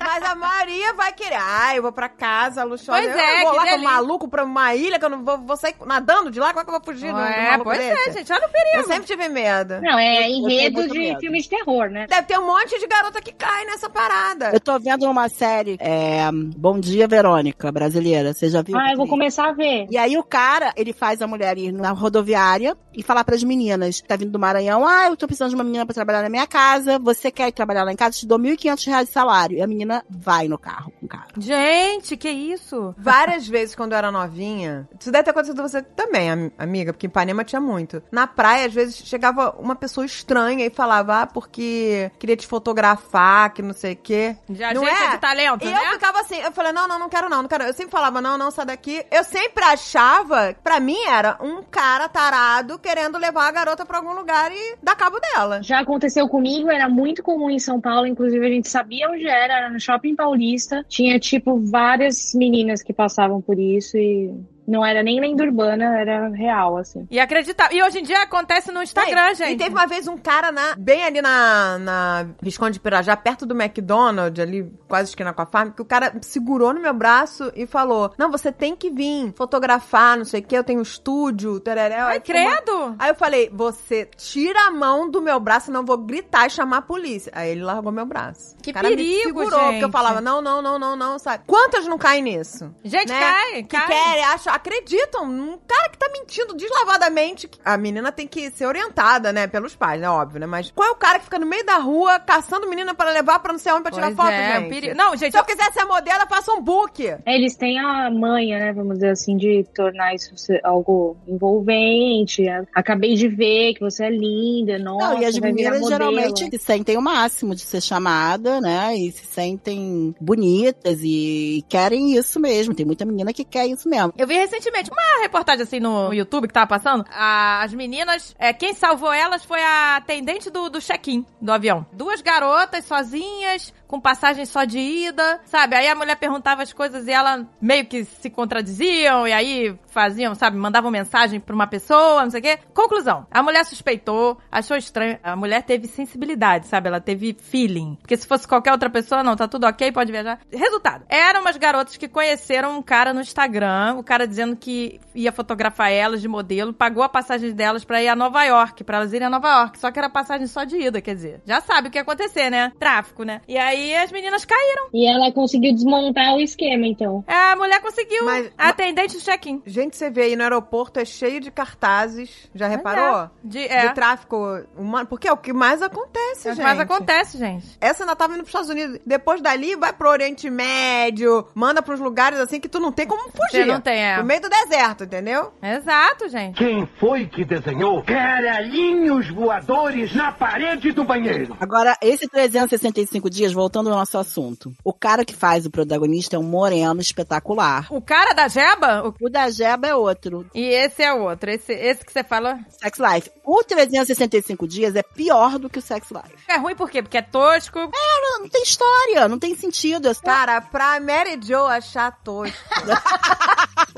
Speaker 2: Mas a Maria vai querer. Ah, eu vou pra casa, luxuosa.
Speaker 1: Pois
Speaker 2: eu
Speaker 1: é,
Speaker 2: vou
Speaker 1: que
Speaker 2: lá com um
Speaker 1: delícia.
Speaker 2: maluco pra uma ilha que eu não vou, vou sair nadando de lá? Como é que eu vou fugir de um
Speaker 1: é,
Speaker 2: maluco
Speaker 1: pois
Speaker 2: desse?
Speaker 1: é, gente, olha o perigo.
Speaker 2: Eu sempre tive medo.
Speaker 3: Não, é
Speaker 4: Eu- eu
Speaker 3: enredo
Speaker 4: tenho muito
Speaker 3: de
Speaker 4: medo.
Speaker 3: filme de terror, né?
Speaker 2: Deve ter um monte de garota que cai nessa parada.
Speaker 3: É.
Speaker 4: Eu tô vendo uma série, é, Bom Dia Verônica, brasileira. Você já viu?
Speaker 3: Ah, eu vou começar a ver.
Speaker 4: E aí o cara, ele faz a mulher ir na rodoviária e falar pras meninas, tá vindo do Maranhão, ah, eu tô precisando de uma menina pra trabalhar na minha casa, você quer ir trabalhar lá em casa, te dou 1.500 reais de salário. E a menina vai no carro com o cara.
Speaker 1: Gente, que isso?
Speaker 2: Várias vezes, quando eu era novinha, isso deve ter acontecido com você também, am- amiga, porque em Ipanema tinha muito. Na praia, às vezes, chegava uma pessoa estranha e falava, ah, porque queria te fotografar, que não sei o quê.
Speaker 1: De agência
Speaker 2: não é?
Speaker 1: de talento,
Speaker 2: E
Speaker 1: né?
Speaker 2: eu ficava assim, eu falei, não, não, não quero não, não quero. Eu sempre falava, não, não, sai daqui. Eu sempre achava, pra mim era um cara tarado querendo levar a garota pra algum lugar e dar cabo dela.
Speaker 3: Já aconteceu comigo, era muito comum em São Paulo, inclusive a gente sabia onde era, era no Shopping Paulista. Tinha, tipo, várias meninas que passavam por isso e não era nem lenda urbana, era real, assim.
Speaker 1: E acreditar. E hoje em dia acontece no Instagram,
Speaker 2: Tem.
Speaker 1: gente.
Speaker 2: É, E teve uma vez um cara na, bem ali na, na Visconde de Pirajá, perto do McDonald's, ali quase esquina com a farm, que o cara segurou no meu braço e falou: Não, você tem que vir fotografar, não sei o que, eu tenho um estúdio, tereréu.
Speaker 1: Ai,
Speaker 2: Aí ficou uma-
Speaker 1: credo!
Speaker 2: Aí eu falei, você tira a mão do meu braço, senão eu vou gritar e chamar a polícia. Aí ele largou meu braço.
Speaker 1: Que
Speaker 2: O cara me
Speaker 1: perigo,
Speaker 2: segurou, porque eu
Speaker 1: gente.
Speaker 2: falava, não, não, não, não, não, sabe? Quantas não caem nisso?
Speaker 1: Gente,
Speaker 2: né?
Speaker 1: cai,
Speaker 2: que
Speaker 1: cai.
Speaker 2: querem, acham, acreditam num cara que tá mentindo deslavadamente. A menina tem que ser orientada, né? Pelos pais, né? Óbvio, né? Mas qual é o cara que fica no meio da rua caçando menina pra levar pra não sei onde pra tirar
Speaker 1: Pois
Speaker 2: foto,
Speaker 1: é,
Speaker 2: gente?
Speaker 1: peri- Não, gente,
Speaker 2: Se eu quiser ser modelo, eu faço um book.
Speaker 3: É, Eles têm a manha, né, vamos dizer assim, de tornar isso ser algo envolvente. Acabei de ver que você é linda, nossa,
Speaker 4: Não, e as
Speaker 3: vai virar
Speaker 4: meninas
Speaker 3: modelo.
Speaker 4: geralmente se sentem o máximo de ser chamada, né? E se sentem bonitas e, e querem isso mesmo. Tem muita menina que quer isso mesmo.
Speaker 1: Eu vi recentemente uma reportagem assim no no YouTube que tava passando. A- as meninas, é, quem salvou elas foi a atendente do, do check-in do avião. Duas garotas sozinhas, com passagem só de ida, sabe? Aí a mulher perguntava as coisas e ela meio que se contradiziam e aí faziam, sabe? Mandavam mensagem pra uma pessoa, não sei o quê. Conclusão: a mulher suspeitou, achou estranho. A mulher teve sensibilidade, sabe? Ela teve feeling. Porque se fosse qualquer outra pessoa, não, tá tudo ok, pode viajar. Resultado: eram umas garotas que conheceram um cara no Instagram, o cara dizendo que ia fotografar elas de modelo, pagou a passagem delas pra ir a Nova York, pra elas irem a Nova York. Só que era passagem só de ida, quer dizer. Já sabe o que ia acontecer, né? Tráfico, né? E aí as meninas caíram. É,
Speaker 3: E ela conseguiu desmontar o esquema, então.
Speaker 1: A mulher conseguiu.
Speaker 2: Mas-
Speaker 1: a atendente do check-in.
Speaker 2: Gente, você vê aí no aeroporto, é cheio de cartazes. Já reparou?
Speaker 1: é. De, é.
Speaker 2: De tráfico humano. Porque é o que mais acontece,
Speaker 1: é o que
Speaker 2: gente.
Speaker 1: mais acontece, gente.
Speaker 2: Essa ainda tava indo pros Estados Unidos. Depois dali, vai pro Oriente Médio, manda pros lugares assim que tu não tem como
Speaker 1: Você
Speaker 2: fugir.
Speaker 1: não tem, é.
Speaker 2: No meio do deserto, entendeu?
Speaker 1: Exato, gente.
Speaker 5: Quem foi que desenhou caralhinhos voadores na parede do banheiro?
Speaker 4: Agora, esse 365 dias, voltando ao nosso assunto. O cara que faz o protagonista é um moreno espetacular.
Speaker 1: O cara da Jeba? o-
Speaker 4: O da Jeba é outro,
Speaker 1: E esse é o outro. Esse, esse que você falou.
Speaker 4: Sex Life. O 365 dias é pior do que o Sex Life.
Speaker 1: É ruim por quê? Porque é tosco.
Speaker 4: Não, não tem história, não tem sentido. É só-
Speaker 2: Cara, pra Mary Jo achar tosco. [LAUGHS]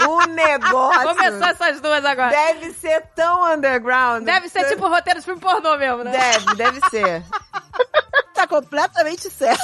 Speaker 2: o negócio
Speaker 1: Começou essas duas agora.
Speaker 2: deve ser tão underground.
Speaker 1: Deve ser tipo roteiro de filme pornô mesmo, né?
Speaker 2: Deve, deve ser.
Speaker 4: tá completamente [LAUGHS] certo.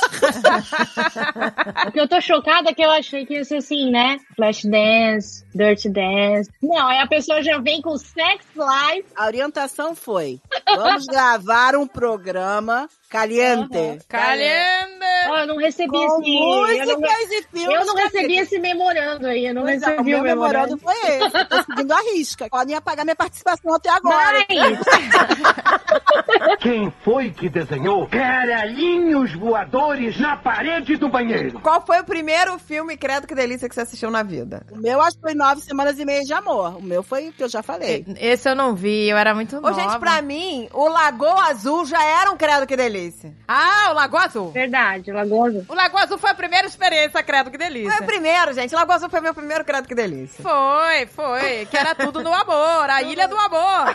Speaker 3: O que eu tô chocada é que eu achei que ia ser assim, né? Flash dance, dirty dance. Não, aí a pessoa já vem com sex life.
Speaker 4: A orientação foi: vamos gravar um programa caliente.
Speaker 1: Calenda!
Speaker 3: Ó, eu não recebi
Speaker 4: Com
Speaker 3: esse. assim, Eu não,
Speaker 4: músicas e filmes.
Speaker 3: eu não recebi
Speaker 4: calientes.
Speaker 3: esse memorando aí. Eu não
Speaker 4: Pois é,
Speaker 3: recebi
Speaker 4: o meu memorando
Speaker 3: memorando. [LAUGHS]
Speaker 4: foi esse. Eu Tô seguindo a risca. Podem apagar minha participação até agora.
Speaker 3: Mas
Speaker 5: Quem foi que desenhou caralhinhos voadores na parede do
Speaker 2: [LAUGHS]
Speaker 5: banheiro?
Speaker 2: Qual foi o primeiro filme, credo que delícia, que você assistiu na vida?
Speaker 4: O meu acho que foi nove semanas e meia de amor. O meu foi o que eu já falei.
Speaker 1: Esse eu não vi, eu era muito
Speaker 2: Ô,
Speaker 1: nova.
Speaker 2: gente, pra mim, o Lagoa Azul já era um credo que delícia.
Speaker 1: Ah, o Lagoa Azul.
Speaker 3: Verdade, Lagosa.
Speaker 1: O Lagoa Azul foi a primeira experiência, credo, que delícia.
Speaker 2: Foi o primeiro, gente. Lagoa Azul foi meu primeiro credo que delícia.
Speaker 1: Foi, foi. Que era tudo no amor, a ilha do amor.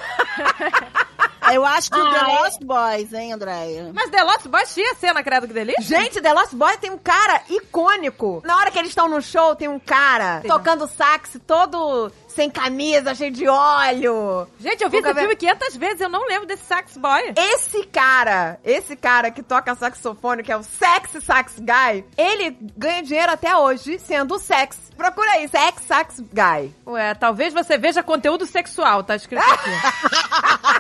Speaker 4: Eu acho que o The
Speaker 3: Ah, é?
Speaker 4: Lost Boys, hein, Andréia?
Speaker 1: Mas The Lost Boys tinha cena, credo, que delícia.
Speaker 2: Gente, The Lost Boys tem um cara icônico. Na hora que eles estão no show, tem um cara tocando sax todo sem camisa, cheio de óleo.
Speaker 1: Gente, eu vi
Speaker 2: Nunca
Speaker 1: esse
Speaker 2: vi.
Speaker 1: filme 500 vezes, eu não lembro desse sax boy.
Speaker 2: Esse cara, esse cara que toca saxofone, que é o Sex Sax Guy, ele ganha dinheiro até hoje sendo o Sex. Procura aí, Sex Sax Guy.
Speaker 1: Ué, talvez você veja conteúdo sexual, tá escrito
Speaker 2: [LAUGHS]
Speaker 1: aqui.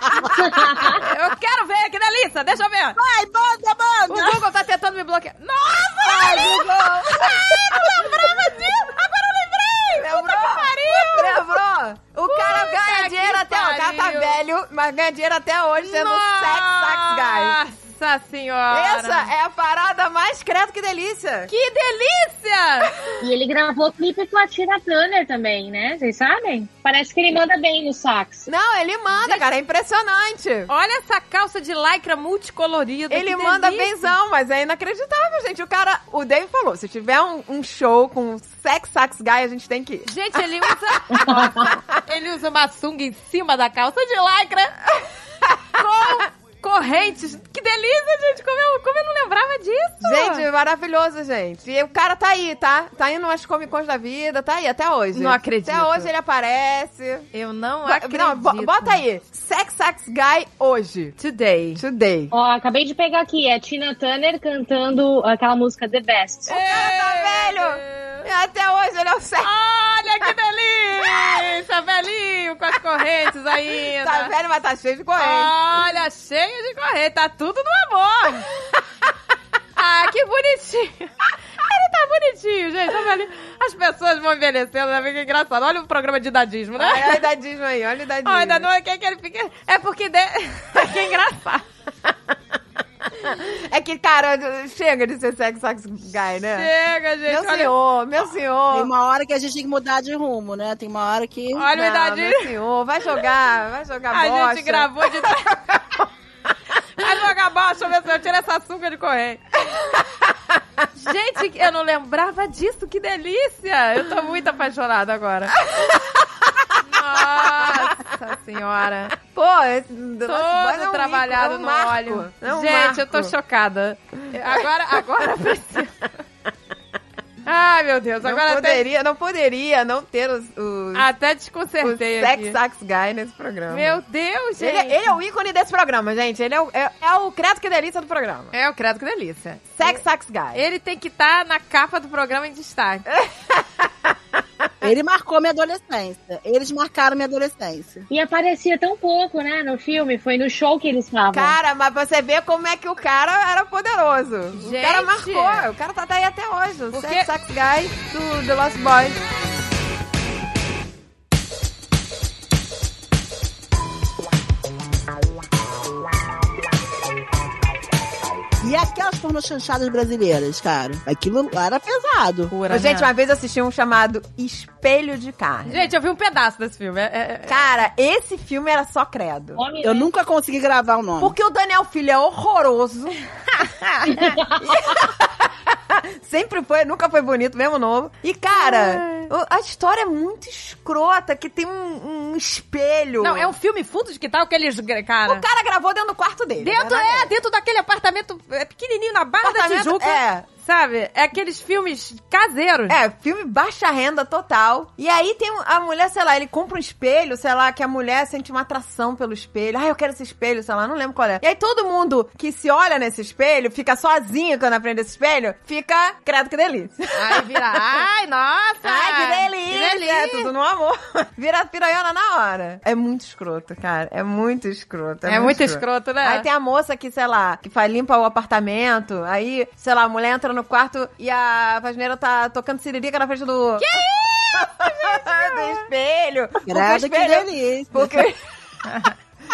Speaker 1: eu quero ver, que delícia, deixa eu ver.
Speaker 4: Vai, banda,
Speaker 1: O
Speaker 4: banda!
Speaker 1: Google tá tentando me bloquear. Nossa,
Speaker 2: Ai, Google!
Speaker 1: [LAUGHS] Ah, eu não lembrava disso, agora eu lembrei.
Speaker 2: Lembrou? Lembrou? O cara
Speaker 1: Puta
Speaker 2: ganha
Speaker 1: que
Speaker 2: dinheiro até hoje. O cara tá
Speaker 1: pariu.
Speaker 2: velho, mas ganha dinheiro até hoje sendo Sex Sax Guy.
Speaker 1: Guy. Nossa senhora.
Speaker 2: Essa é a parada mais credo que delícia.
Speaker 1: Que delícia!
Speaker 3: E ele gravou clipe com a Tina Turner também, né? Vocês sabem? Parece que ele manda bem no sax.
Speaker 2: Não, ele manda, cara, é impressionante.
Speaker 1: Olha essa calça de lycra multicolorida. que
Speaker 2: Ele manda
Speaker 1: delícia.
Speaker 2: benzão, mas é inacreditável, gente. O cara, o Dave falou, se tiver um, um show com sex sax guy, a gente tem que ir.
Speaker 1: Gente,
Speaker 2: [LAUGHS]
Speaker 1: ele usa. Nossa, ele usa uma sunga em cima da calça de lycra. Com correntes. Que delícia, gente. Como eu, como eu não lembrava disso?
Speaker 2: Gente, maravilhoso, gente. E o cara tá aí, tá? Tá indo nas Comic Cons da vida, tá aí até hoje.
Speaker 1: Não acredito.
Speaker 2: Até hoje ele aparece.
Speaker 1: eu não
Speaker 2: Bo-
Speaker 1: acredito.
Speaker 2: Não, bo- bota aí. Sex Sax Guy hoje.
Speaker 1: Today.
Speaker 2: Today.
Speaker 3: Ó, acabei de pegar aqui, é Tina Turner cantando aquela música The Best.
Speaker 2: O cara tá velho. E até hoje ele é o sex.
Speaker 1: Olha
Speaker 2: [LAUGHS]
Speaker 1: que delícia! Velhinho com as
Speaker 2: [LAUGHS]
Speaker 1: correntes ainda.
Speaker 2: Tá velho, mas tá cheio de corrente.
Speaker 1: Olha, cheio de correr, tá tudo no amor.
Speaker 2: [LAUGHS]
Speaker 1: ah, que bonitinho. Ele tá bonitinho, gente. Tá velhinho. As pessoas vão envelhecendo, né? Fica engraçado. Olha o programa de idadismo, né?
Speaker 2: Olha a idadismo aí, olha a idadismo.
Speaker 1: Olha, ainda não quer que ele fique... É porque... De... [LAUGHS] que é engraçado.
Speaker 2: [LAUGHS] É que, cara, chega de ser sex sax guy, né?
Speaker 1: Chega, gente.
Speaker 2: Meu
Speaker 1: olha
Speaker 2: senhor, meu
Speaker 4: Tem
Speaker 2: senhor.
Speaker 4: uma hora que a gente tem que mudar de rumo, né? Tem uma hora que.
Speaker 1: olha o
Speaker 2: Não,
Speaker 1: idadismo.
Speaker 2: Meu senhor, vai jogar, vai jogar
Speaker 1: A
Speaker 2: bosta.
Speaker 1: gente gravou de... Vai jogar bola, deixa eu ver se eu tiro essa açúcar de correr. Gente, eu não lembrava disso, que delícia! Eu tô muito apaixonada agora. Nossa senhora.
Speaker 2: [LAUGHS] Pô, esse Todo
Speaker 1: Todo
Speaker 2: é um
Speaker 1: trabalhado no óleo. Gente, eu tô chocada. Agora, agora eu preciso. Ai, meu Deus,
Speaker 2: Não
Speaker 1: agora até,
Speaker 2: poderia, não poderia não ter os, os,
Speaker 1: até
Speaker 2: os
Speaker 1: desconcertei
Speaker 2: sex
Speaker 1: aqui.
Speaker 2: sax guy nesse programa.
Speaker 1: Meu Deus, gente.
Speaker 2: ele, ele é o ícone desse programa, gente. Ele é o, é, é o credo que delícia do programa.
Speaker 1: É, eu credo que delícia.
Speaker 2: Sex sax guy.
Speaker 1: Ele tem que estar na capa do programa em destaque.
Speaker 4: Ele marcou minha adolescência. Eles marcaram minha adolescência.
Speaker 3: E aparecia tão pouco, né, no filme. Foi no show que eles estavam.
Speaker 2: Cara, mas você vê como é que o cara era poderoso. O
Speaker 1: Gente.
Speaker 2: cara marcou. O cara tá daí até hoje. O
Speaker 1: Porque-
Speaker 2: Sex Sax Guy do The Lost Boys.
Speaker 4: E aquelas pornochanchadas brasileiras, cara. Aquilo lá era pesado.
Speaker 1: Pura,
Speaker 2: gente,
Speaker 1: né?
Speaker 2: uma vez eu assisti um chamado Espelho de Carne.
Speaker 1: Gente, eu vi um pedaço desse filme. É, é- é-
Speaker 2: Cara, esse filme era só credo.
Speaker 3: Homem,
Speaker 4: Eu
Speaker 3: né?
Speaker 4: nunca consegui gravar o nome.
Speaker 2: Porque o Daniel Filho é horroroso. [LAUGHS] Sempre foi, nunca foi bonito, mesmo novo. E, cara, o- a história é muito escrota, que tem um, um espelho.
Speaker 1: Não, é um filme fundo de que tal que eles. gra- Cara.
Speaker 2: O cara é gravou dentro do quarto dele.
Speaker 1: Dentro,
Speaker 2: né?
Speaker 1: é, dentro daquele apartamento é, pequenininho na Barra da
Speaker 2: Apartamento-
Speaker 1: Tijuca.
Speaker 2: é.
Speaker 1: Sabe? É aqueles filmes caseiros.
Speaker 2: É, filme baixa renda total. E aí tem um- a mulher, sei lá, ele compra um espelho, sei lá, que a mulher sente uma atração pelo espelho. Ah, eu quero esse espelho, sei lá, não lembro qual é. E aí todo mundo que se olha nesse espelho, fica sozinho quando aprende esse espelho, fica, credo que delícia.
Speaker 1: Aí vira. Ai, nossa!
Speaker 2: Ai, que delícia! É tudo no amor. [LAUGHS] Vira piranhona na hora. É muito escroto, cara. É muito escroto.
Speaker 1: É, muito escroto, né?
Speaker 2: Aí tem a moça que, sei lá, que faz, limpa o apartamento. Aí, sei lá, a mulher entra no quarto e a faxineira tá tocando siririca na frente do. Que [LAUGHS] isso, Do espelho. Porque o
Speaker 4: Grada que
Speaker 2: espelho-
Speaker 4: delícia.
Speaker 2: Porque. [LAUGHS]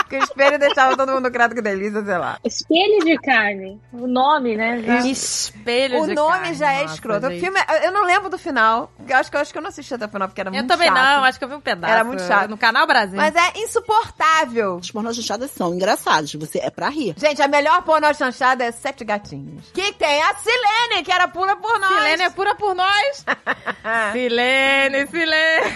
Speaker 2: Que o espelho deixava todo mundo grato que delícia, sei lá.
Speaker 3: Espelho de carne. O nome, né? já-
Speaker 1: Espelho
Speaker 2: O
Speaker 1: de
Speaker 2: nome
Speaker 1: carne.
Speaker 2: já é
Speaker 1: Nossa,
Speaker 2: escroto. O
Speaker 1: gente.
Speaker 2: filme, eu não lembro do final. Eu acho que eu acho que eu não assisti até o final porque era
Speaker 1: Eu
Speaker 2: muito
Speaker 1: também
Speaker 2: chato.
Speaker 1: não, acho que eu vi um pedaço.
Speaker 2: Era muito chato.
Speaker 1: No canal Brasil.
Speaker 2: Mas é insuportável.
Speaker 4: Os pornôs chanchadas são engraçados. Você é pra rir.
Speaker 2: Gente, a melhor pornô chanchada é Sete Gatinhos. Que tem a Silene, que era pura por nós.
Speaker 1: Silene é
Speaker 2: [LAUGHS]
Speaker 1: pura por nós.
Speaker 2: É.
Speaker 1: Silene,
Speaker 2: [LAUGHS]
Speaker 1: Silene.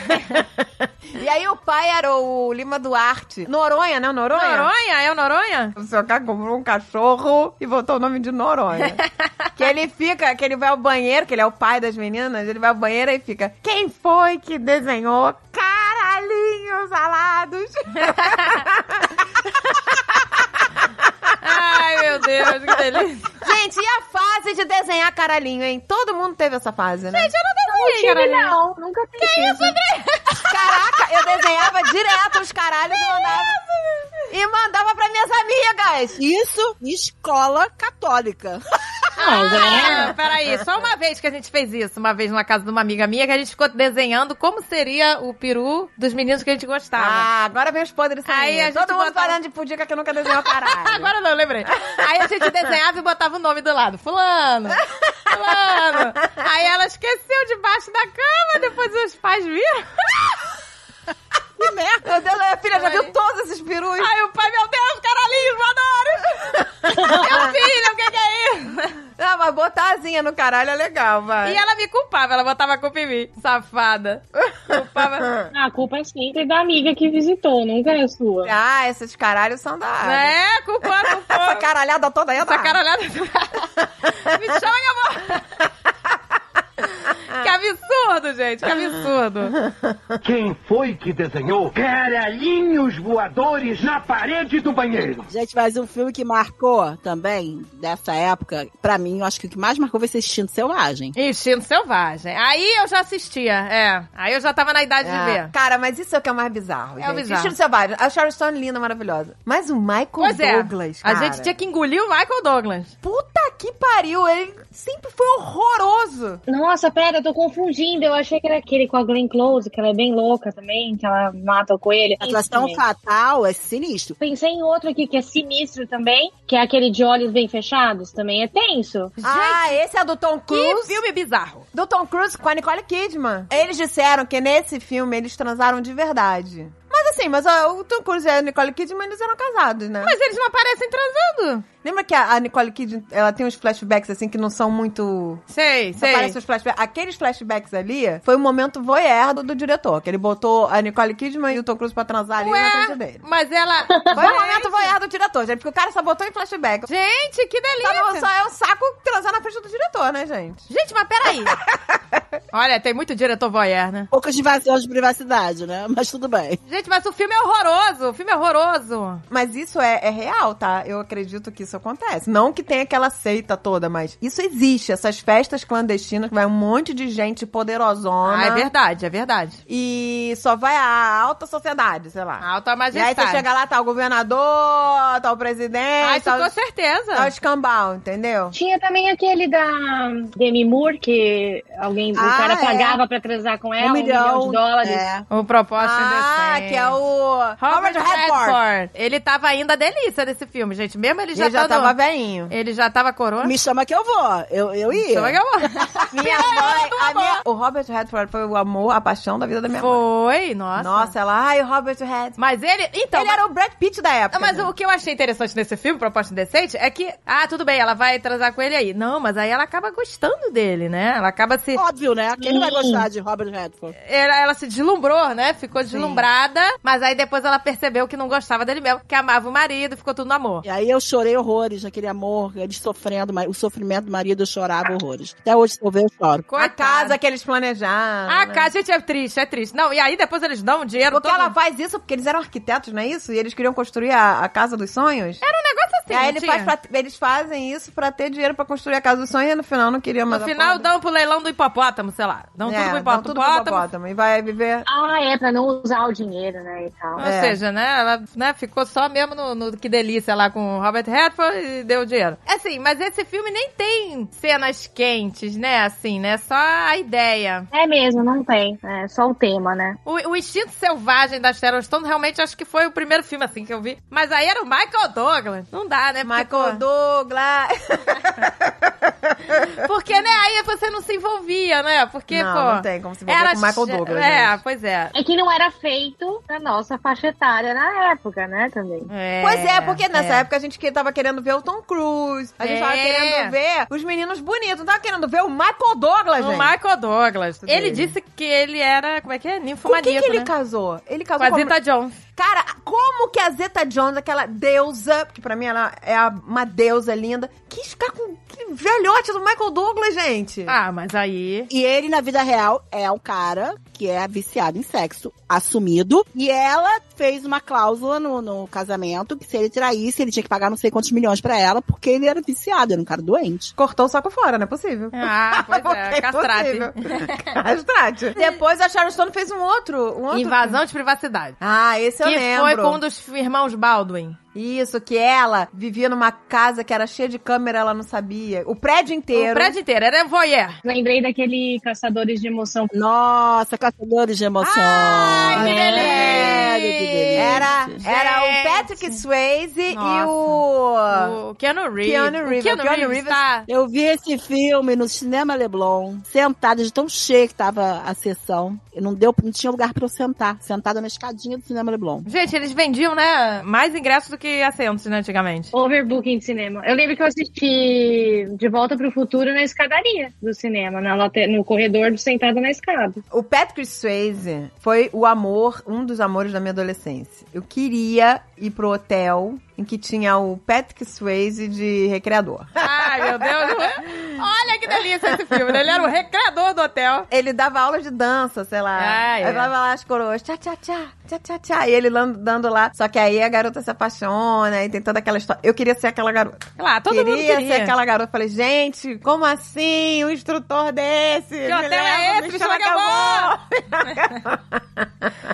Speaker 2: E aí o pai era o Lima Duarte. Noronha, né? Noronha?
Speaker 1: Noronha? É o Noronha?
Speaker 2: O seu cara comprou um cachorro e botou o nome
Speaker 1: [LAUGHS]
Speaker 2: de Noronha. que ele fica, que ele vai ao banheiro, que ele é o pai das meninas, ele vai ao banheiro e fica. Quem foi que desenhou caralhinhos alados?
Speaker 1: Ai, meu Deus, que delícia.
Speaker 2: [LAUGHS] Gente, e a fase de desenhar caralhinho, hein? Todo mundo teve essa fase, né?
Speaker 1: Eu não
Speaker 3: Tive,
Speaker 1: desenho, caralho.
Speaker 3: não, nunca assim. fiz. isso,
Speaker 2: Caraca, eu desenhava direto os caralhos e mandava. E mandava pra minhas amigas.
Speaker 4: Isso em escola católica. [LAUGHS]
Speaker 1: Ah, peraí, só uma vez que a gente fez isso, uma vez na casa de uma amiga minha, que a gente ficou desenhando como seria o peru dos meninos que a gente gostava.
Speaker 2: Ah, agora vem os podres
Speaker 1: Aí a gente
Speaker 2: saindo. Todo mundo
Speaker 1: botava-
Speaker 2: falando de pudica que nunca desenhou caralho.
Speaker 1: [LAUGHS] Agora não, lembrei. Aí a gente desenhava e botava o nome do lado. Fulano, fulano. Aí ela esqueceu debaixo da cama, depois os pais viram.
Speaker 4: Que merda!
Speaker 2: Meu Deus, minha filha já
Speaker 1: Ai.
Speaker 2: viu todos esses perus.
Speaker 1: Aí o pai, meu Deus, caralhinho, eu adoro. Meu filho, o que que é isso?
Speaker 2: Ah, mas botar asinha no caralho é legal, vai.
Speaker 1: E ela me culpava, ela botava a culpa em mim. Safada. Culpava.
Speaker 3: A culpa é sempre da amiga que visitou, nunca é sua.
Speaker 2: Ah, esses caralhos são da área.
Speaker 1: É, culpou, culpou.
Speaker 2: [LAUGHS] Essa caralhada toda aí é da
Speaker 1: Essa
Speaker 2: área.
Speaker 1: caralhada.
Speaker 2: [LAUGHS]
Speaker 1: Me chama que eu vou. Que absurdo, gente, que absurdo.
Speaker 5: Quem foi que desenhou caralhinhos voadores na parede do banheiro?
Speaker 4: Gente, mas um filme que marcou também, dessa época, pra mim, eu acho que o que mais marcou vai ser Instinto Selvagem.
Speaker 1: Instinto selvagem. Aí eu já assistia, é. Aí eu já tava na idade de
Speaker 2: É.
Speaker 1: ver.
Speaker 2: Cara, mas isso é o que é o mais bizarro,
Speaker 1: É
Speaker 2: gente.
Speaker 1: o bizarro.
Speaker 2: Estilo selvagem. A Sharon Stone linda, maravilhosa. Mas o Michael
Speaker 1: Pois é,
Speaker 2: Douglas,
Speaker 1: a
Speaker 2: cara.
Speaker 1: gente tinha que engolir o Michael Douglas.
Speaker 2: Puta que pariu, ele sempre foi horroroso.
Speaker 3: Nossa, pera, eu tô confundindo. Eu achei que era aquele com a Glenn Close, que ela é bem louca também, que ela mata o coelho.
Speaker 4: Atração
Speaker 3: Esse mesmo.
Speaker 4: Fatal é sinistro.
Speaker 3: Pensei em outro aqui que é sinistro também, que é aquele de olhos bem fechados, também é tenso.
Speaker 2: ah, esse é do Tom
Speaker 1: Que
Speaker 2: Cruise.
Speaker 1: filme bizarro.
Speaker 2: Do Tom Cruise com a Nicole Kidman. Eles disseram que nesse filme eles transaram de verdade. Mas assim, mas ó, o Tom Cruise e a Nicole Kidman, eles eram casados, né?
Speaker 1: Mas eles não aparecem transando.
Speaker 2: Lembra que a, a Nicole Kidman, ela tem uns flashbacks assim que não são muito...
Speaker 1: Sei,
Speaker 2: Só
Speaker 1: sei.
Speaker 2: aparecem os flashbacks. Aqueles flashbacks ali foi o momento voyeur do, do diretor, que ele botou a Nicole Kidman e o Tom Cruise pra transar ali na frente
Speaker 1: Ué,
Speaker 2: dele.
Speaker 1: mas
Speaker 2: [LAUGHS]
Speaker 1: ela...
Speaker 2: Foi o momento voyeur do diretor, gente, porque o cara só botou em flashback.
Speaker 1: Gente, que
Speaker 2: Só,
Speaker 1: delícia.
Speaker 2: só é um saco transar na frente do diretor, né, gente?
Speaker 1: Gente, mas
Speaker 2: [LAUGHS]
Speaker 1: peraí. Olha, tem muito diretor voyeur, né?
Speaker 4: Poucas invasões Um de privacidade, né? [LAUGHS] Mas tudo bem.
Speaker 1: Gente, mas o filme é horroroso. O filme é horroroso.
Speaker 2: Mas isso é, é real, tá? Eu acredito que isso acontece. Não que tenha aquela seita toda, mas isso existe. Essas festas clandestinas que vai um monte de gente poderosona.
Speaker 1: Ah, é verdade, é verdade.
Speaker 2: E só vai a alta sociedade, sei lá.
Speaker 1: Alta
Speaker 2: e aí
Speaker 1: majestade.
Speaker 2: você chega lá, tá o governador, tá o
Speaker 1: Ah,
Speaker 2: presidente,
Speaker 1: isso
Speaker 2: tá,
Speaker 1: com
Speaker 2: o,
Speaker 1: certeza.
Speaker 2: tá o escambau, entendeu?
Speaker 3: Tinha também aquele da Demi Moore, que alguém, o
Speaker 4: Ah,
Speaker 3: cara
Speaker 4: é.
Speaker 3: pagava pra transar com ela,
Speaker 4: um milhão,
Speaker 3: É, de dólares.
Speaker 4: É.
Speaker 1: O propósito
Speaker 2: Ah,
Speaker 1: indecente.
Speaker 2: que é o Robert
Speaker 1: Robert
Speaker 2: Redford.
Speaker 1: Redford. Ele tava ainda a delícia desse filme, gente. Mesmo ele
Speaker 2: Ele
Speaker 1: já, tá
Speaker 2: já,
Speaker 1: tava...
Speaker 2: tava velhinho.
Speaker 1: Ele já tava coroa.
Speaker 4: Me chama que eu vou. Eu, eu ia.
Speaker 1: Então vai que eu vou.
Speaker 2: [LAUGHS] Minha mãe, a minha- o Robert Redford foi o amor, a paixão da vida da minha mãe.
Speaker 1: Foi, nossa.
Speaker 2: Nossa, ela, ai, o Robert Redford.
Speaker 1: Mas ele... Então,
Speaker 2: Ele era o Brad Pitt da época.
Speaker 1: Ah, Mas
Speaker 2: né?
Speaker 1: o que eu achei interessante nesse filme, Proposta Indecente, é que, ah, tudo bem, ela vai transar com ele aí. Não, mas aí ela acaba gostando dele, né? Ela acaba se.
Speaker 4: Óbvio, né? Quem não vai
Speaker 3: Sim.
Speaker 4: gostar de Robert Redford?
Speaker 1: Ela, ela se deslumbrou, né? Ficou deslumbrada, mas aí depois ela percebeu que não gostava dele mesmo, que amava o marido, ficou tudo no amor.
Speaker 4: E aí eu chorei horrores naquele amor, ele sofrendo, o sofrimento do marido, eu chorava horrores. Até hoje, se eu ver, eu choro.
Speaker 2: A
Speaker 1: Coitada.
Speaker 2: casa que eles planejaram.
Speaker 1: Ah,
Speaker 2: né?
Speaker 1: cara, gente, é triste, é triste. Não, e aí depois eles dão o dinheiro
Speaker 2: Porque
Speaker 1: todo.
Speaker 2: ela faz isso porque eles eram arquitetos, não é isso? E eles queriam construir a, a casa dos sonhos.
Speaker 1: Era um negócio tem.
Speaker 2: Aí
Speaker 1: não
Speaker 2: ele
Speaker 1: tinha?
Speaker 2: faz pra- eles fazem isso pra ter dinheiro pra construir a casa do sonho e no final não queria mais
Speaker 1: No
Speaker 2: a
Speaker 1: final
Speaker 2: porra.
Speaker 1: dão pro leilão do hipopótamo, sei lá. Dão
Speaker 2: É,
Speaker 1: tudo pro
Speaker 2: dão
Speaker 1: hipopótamo.
Speaker 2: tudo pro hipopótamo. E vai viver...
Speaker 3: Ah, é, pra não usar o dinheiro, né, e tal.
Speaker 1: Ou
Speaker 2: É.
Speaker 1: seja, né, ela né, ficou só mesmo no, no Que Delícia lá com o Robert Redford e deu o dinheiro. Assim, mas esse filme nem tem cenas quentes, né, assim, né, só a ideia.
Speaker 3: É mesmo, não tem. É só o tema, né?
Speaker 1: O, o Instinto Selvagem da Sharon Stone realmente acho que foi o primeiro filme, assim, que eu vi. Mas aí era o Michael Douglas. Não dá, né, porque, pô,
Speaker 2: Michael Douglas...
Speaker 1: Porque, né, aí você não se envolvia, né, porque,
Speaker 2: não,
Speaker 1: pô...
Speaker 2: não tem como se envolver com Michael
Speaker 1: che-
Speaker 2: Douglas. né?
Speaker 1: É,
Speaker 2: gente.
Speaker 1: pois é.
Speaker 3: É que não era feito pra nossa faixa etária na época, né, também.
Speaker 2: Pois é, porque nessa época a gente que- tava querendo ver o Tom Cruise, a gente
Speaker 1: É.
Speaker 2: tava querendo ver os meninos bonitos, não tava querendo ver o Michael Douglas,
Speaker 1: O
Speaker 2: gente.
Speaker 1: Michael Douglas.
Speaker 2: Tudo
Speaker 1: Ele
Speaker 2: bem.
Speaker 1: disse que ele era, como é que é?
Speaker 2: Com quem que
Speaker 1: Ninfomaníaco,
Speaker 2: ele
Speaker 1: né?
Speaker 2: casou? Ele
Speaker 1: Com
Speaker 2: casou
Speaker 1: a
Speaker 2: com a
Speaker 1: Zita Jones.
Speaker 2: Cara, como que a Zeta Jones, aquela deusa, que pra mim ela é a- uma deusa linda, quis ficar com o velhote do Michael Douglas, gente?
Speaker 1: Ah, mas aí.
Speaker 4: E ele, na vida real, é um cara que é viciado em sexo, assumido. E ela fez uma cláusula no, no casamento que se ele traísse, ele tinha que pagar não sei quantos milhões pra ela, porque ele era viciado, era um cara doente.
Speaker 2: Cortou o saco fora, não é possível. [LAUGHS]
Speaker 1: Ah, pois
Speaker 2: É
Speaker 1: é, castrate. [LAUGHS]
Speaker 2: impossível. castrate. Depois a Sharon Stone fez um outro, um outro...
Speaker 1: Invasão de privacidade.
Speaker 2: Ah, esse eu
Speaker 1: que
Speaker 2: lembro.
Speaker 1: foi com um dos irmãos Baldwin.
Speaker 2: Isso, que ela vivia numa casa que era cheia de câmera, ela não sabia. O prédio inteiro.
Speaker 1: O prédio inteiro, era voyeur.
Speaker 3: Lembrei daquele Caçadores de Emoção.
Speaker 4: Nossa, caçadores de emoções.
Speaker 1: Ai, que
Speaker 4: Sério, que delícia.
Speaker 2: Era,
Speaker 1: Gente.
Speaker 2: era o Patrick Swayze
Speaker 1: Nossa.
Speaker 2: e o...
Speaker 1: O Keanu Reeves.
Speaker 2: Keanu Reeves.
Speaker 1: O Keanu,
Speaker 2: Keanu
Speaker 1: Reeves,
Speaker 2: Reeves.
Speaker 1: tá...
Speaker 4: Eu vi esse filme no cinema Leblon, sentada de tão cheia que tava a sessão. E Não deu, não tinha lugar pra eu sentar, sentada na escadinha do cinema Leblon.
Speaker 1: Gente, eles vendiam, né? Mais ingressos do que assentos, né, antigamente.
Speaker 3: Overbooking de cinema. Eu lembro que eu assisti De Volta pro Futuro na escadaria do cinema, na late- no corredor do sentado na escada.
Speaker 2: O Patrick Swayze foi o amor, um dos amores da minha adolescência. Eu queria ir pro hotel em que tinha o Patrick Swayze de recreador.
Speaker 1: Ai, meu Deus. Olha que delícia esse filme. né? Ele era o recreador do hotel.
Speaker 2: Ele dava aula de dança, sei lá.
Speaker 1: Ah, é.
Speaker 2: Aí dava lá as coroas, tchá, tchá, tchá, tchá, tchá, tchá. E ele lan- dando lá. Só que aí a garota se apaixona e tem toda aquela história. Eu queria ser aquela garota.
Speaker 1: Lá, todo
Speaker 2: queria
Speaker 1: mundo queria.
Speaker 2: ser aquela garota. Falei, gente, como assim? Um instrutor desse? Que
Speaker 1: hotel é esse? Me chama que eu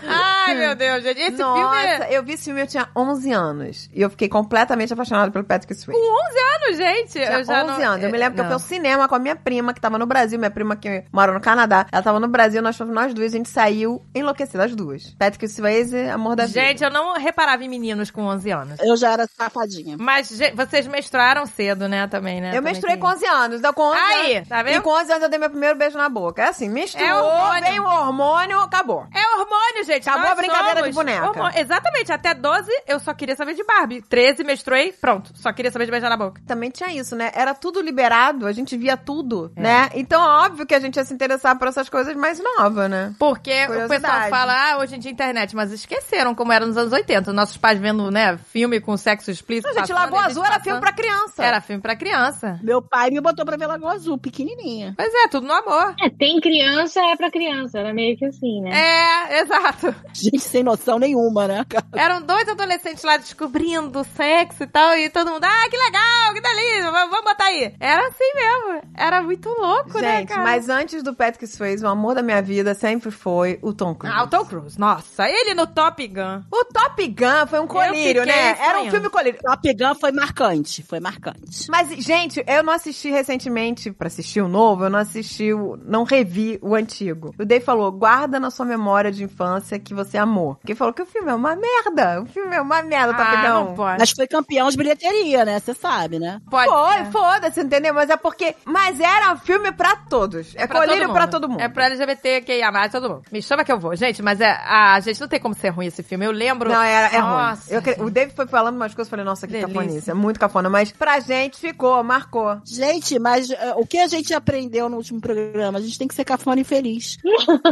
Speaker 1: Ai, meu Deus, gente. Esse filme é...
Speaker 2: Nossa, eu vi esse filme, eu tinha 11 anos. E eu fiquei completamente apaixonada pelo Patrick Swayze.
Speaker 1: Com 11 anos, gente.
Speaker 2: Tinha
Speaker 1: eu já
Speaker 2: 11
Speaker 1: não...
Speaker 2: anos. Eu me lembro que eu fui
Speaker 1: Não.
Speaker 2: ao cinema com a minha prima, que tava no Brasil. Minha prima que mora no Canadá. Ela tava no Brasil, nós fomos nós duas. A gente saiu enlouquecidas as duas. Patrick Swayze, amor da vida.
Speaker 1: Gente, eu não reparava em meninos com 11 anos.
Speaker 4: Eu já era safadinha.
Speaker 1: Mas gente, vocês menstruaram cedo, né, também, né?
Speaker 2: Eu
Speaker 1: Também
Speaker 2: menstruei
Speaker 1: tem
Speaker 2: com 11 anos. Então, com 11
Speaker 1: Aí,
Speaker 2: anos,
Speaker 1: tá vendo?
Speaker 2: E com 11 anos eu dei meu primeiro beijo na boca. É assim, menstruou,
Speaker 1: É hormônio.
Speaker 2: veio o hormônio, acabou.
Speaker 1: É hormônio, gente.
Speaker 2: Acabou
Speaker 1: Nós
Speaker 2: a brincadeira
Speaker 1: somos
Speaker 2: de boneca.
Speaker 1: hormônio. Exatamente. Até 12, eu só queria saber de Barbie. 13, menstruei, pronto. Só queria saber de beijar na boca.
Speaker 2: Também tinha isso, né? Era tudo liberado, a gente via tudo,
Speaker 1: É.
Speaker 2: né? Então, óbvio que a gente ia se interessar por essas coisas mais novas, né?
Speaker 1: Porque o
Speaker 2: Curiosidade.
Speaker 1: pessoal fala, ah, hoje em dia internet, mas esqueceram como era nos anos 80. Nossos pais vendo, né, filme com sexo explícito.
Speaker 2: Não, gente,
Speaker 1: passando,
Speaker 2: Lagoa
Speaker 1: a
Speaker 2: Azul era
Speaker 1: passando.
Speaker 2: filme pra criança.
Speaker 1: né? Era filme pra criança.
Speaker 4: Meu pai me botou pra ver Lagoa Azul, pequenininha.
Speaker 1: Pois é, tudo no amor.
Speaker 3: É, tem criança, é pra criança. Era meio que assim, né?
Speaker 1: É, exato.
Speaker 4: Gente sem noção nenhuma, né?
Speaker 1: Eram dois adolescentes lá descobrindo sexo e tal, e todo mundo, ah, que legal, que delícia, v- vamos botar aí. Era assim mesmo, era muito louco, né,
Speaker 2: Gente,
Speaker 1: cara?
Speaker 2: mas antes do Patrick Swayze, o amor da minha vida sempre foi o Tom Cruise.
Speaker 1: Ah, o Tom Cruise, nossa, ele no Top Gun.
Speaker 2: O Top Gun foi um colírio,
Speaker 1: fiquei
Speaker 2: né? Era um
Speaker 1: estranhando.
Speaker 2: filme colírio.
Speaker 4: Top Gun foi marcante, foi marcante.
Speaker 2: Mas, gente, eu não assisti recentemente, pra assistir o novo, eu não assisti, o, não revi o antigo. O Dave falou, guarda na sua memória de infância que você amou. Porque falou que o filme é uma merda, o filme é uma merda, Top
Speaker 1: ah,
Speaker 2: Gun.
Speaker 1: não pode.
Speaker 4: Mas foi campeão de bilheteria, né? Você sabe, né?
Speaker 1: pode
Speaker 2: Foi,
Speaker 1: né?
Speaker 2: foda-se, entendeu? Mas é porque. Mas era um filme pra todos. É,
Speaker 1: pra
Speaker 2: colírio
Speaker 1: mundo.
Speaker 2: pra todo mundo.
Speaker 1: É pra LGBT, que ia mais todo mundo. Me chama que eu vou. Gente, mas é, a gente não tem como ser ruim esse filme. Eu lembro.
Speaker 2: Não, era, é
Speaker 1: Nossa,
Speaker 2: ruim. Eu cre- o David foi falando umas coisas, eu falei, nossa, que
Speaker 1: Delícia.
Speaker 2: cafonice. É muito cafona. Mas pra gente ficou, marcou.
Speaker 4: Gente, mas eh, o que a gente aprendeu no último programa? A gente tem que ser cafona e feliz.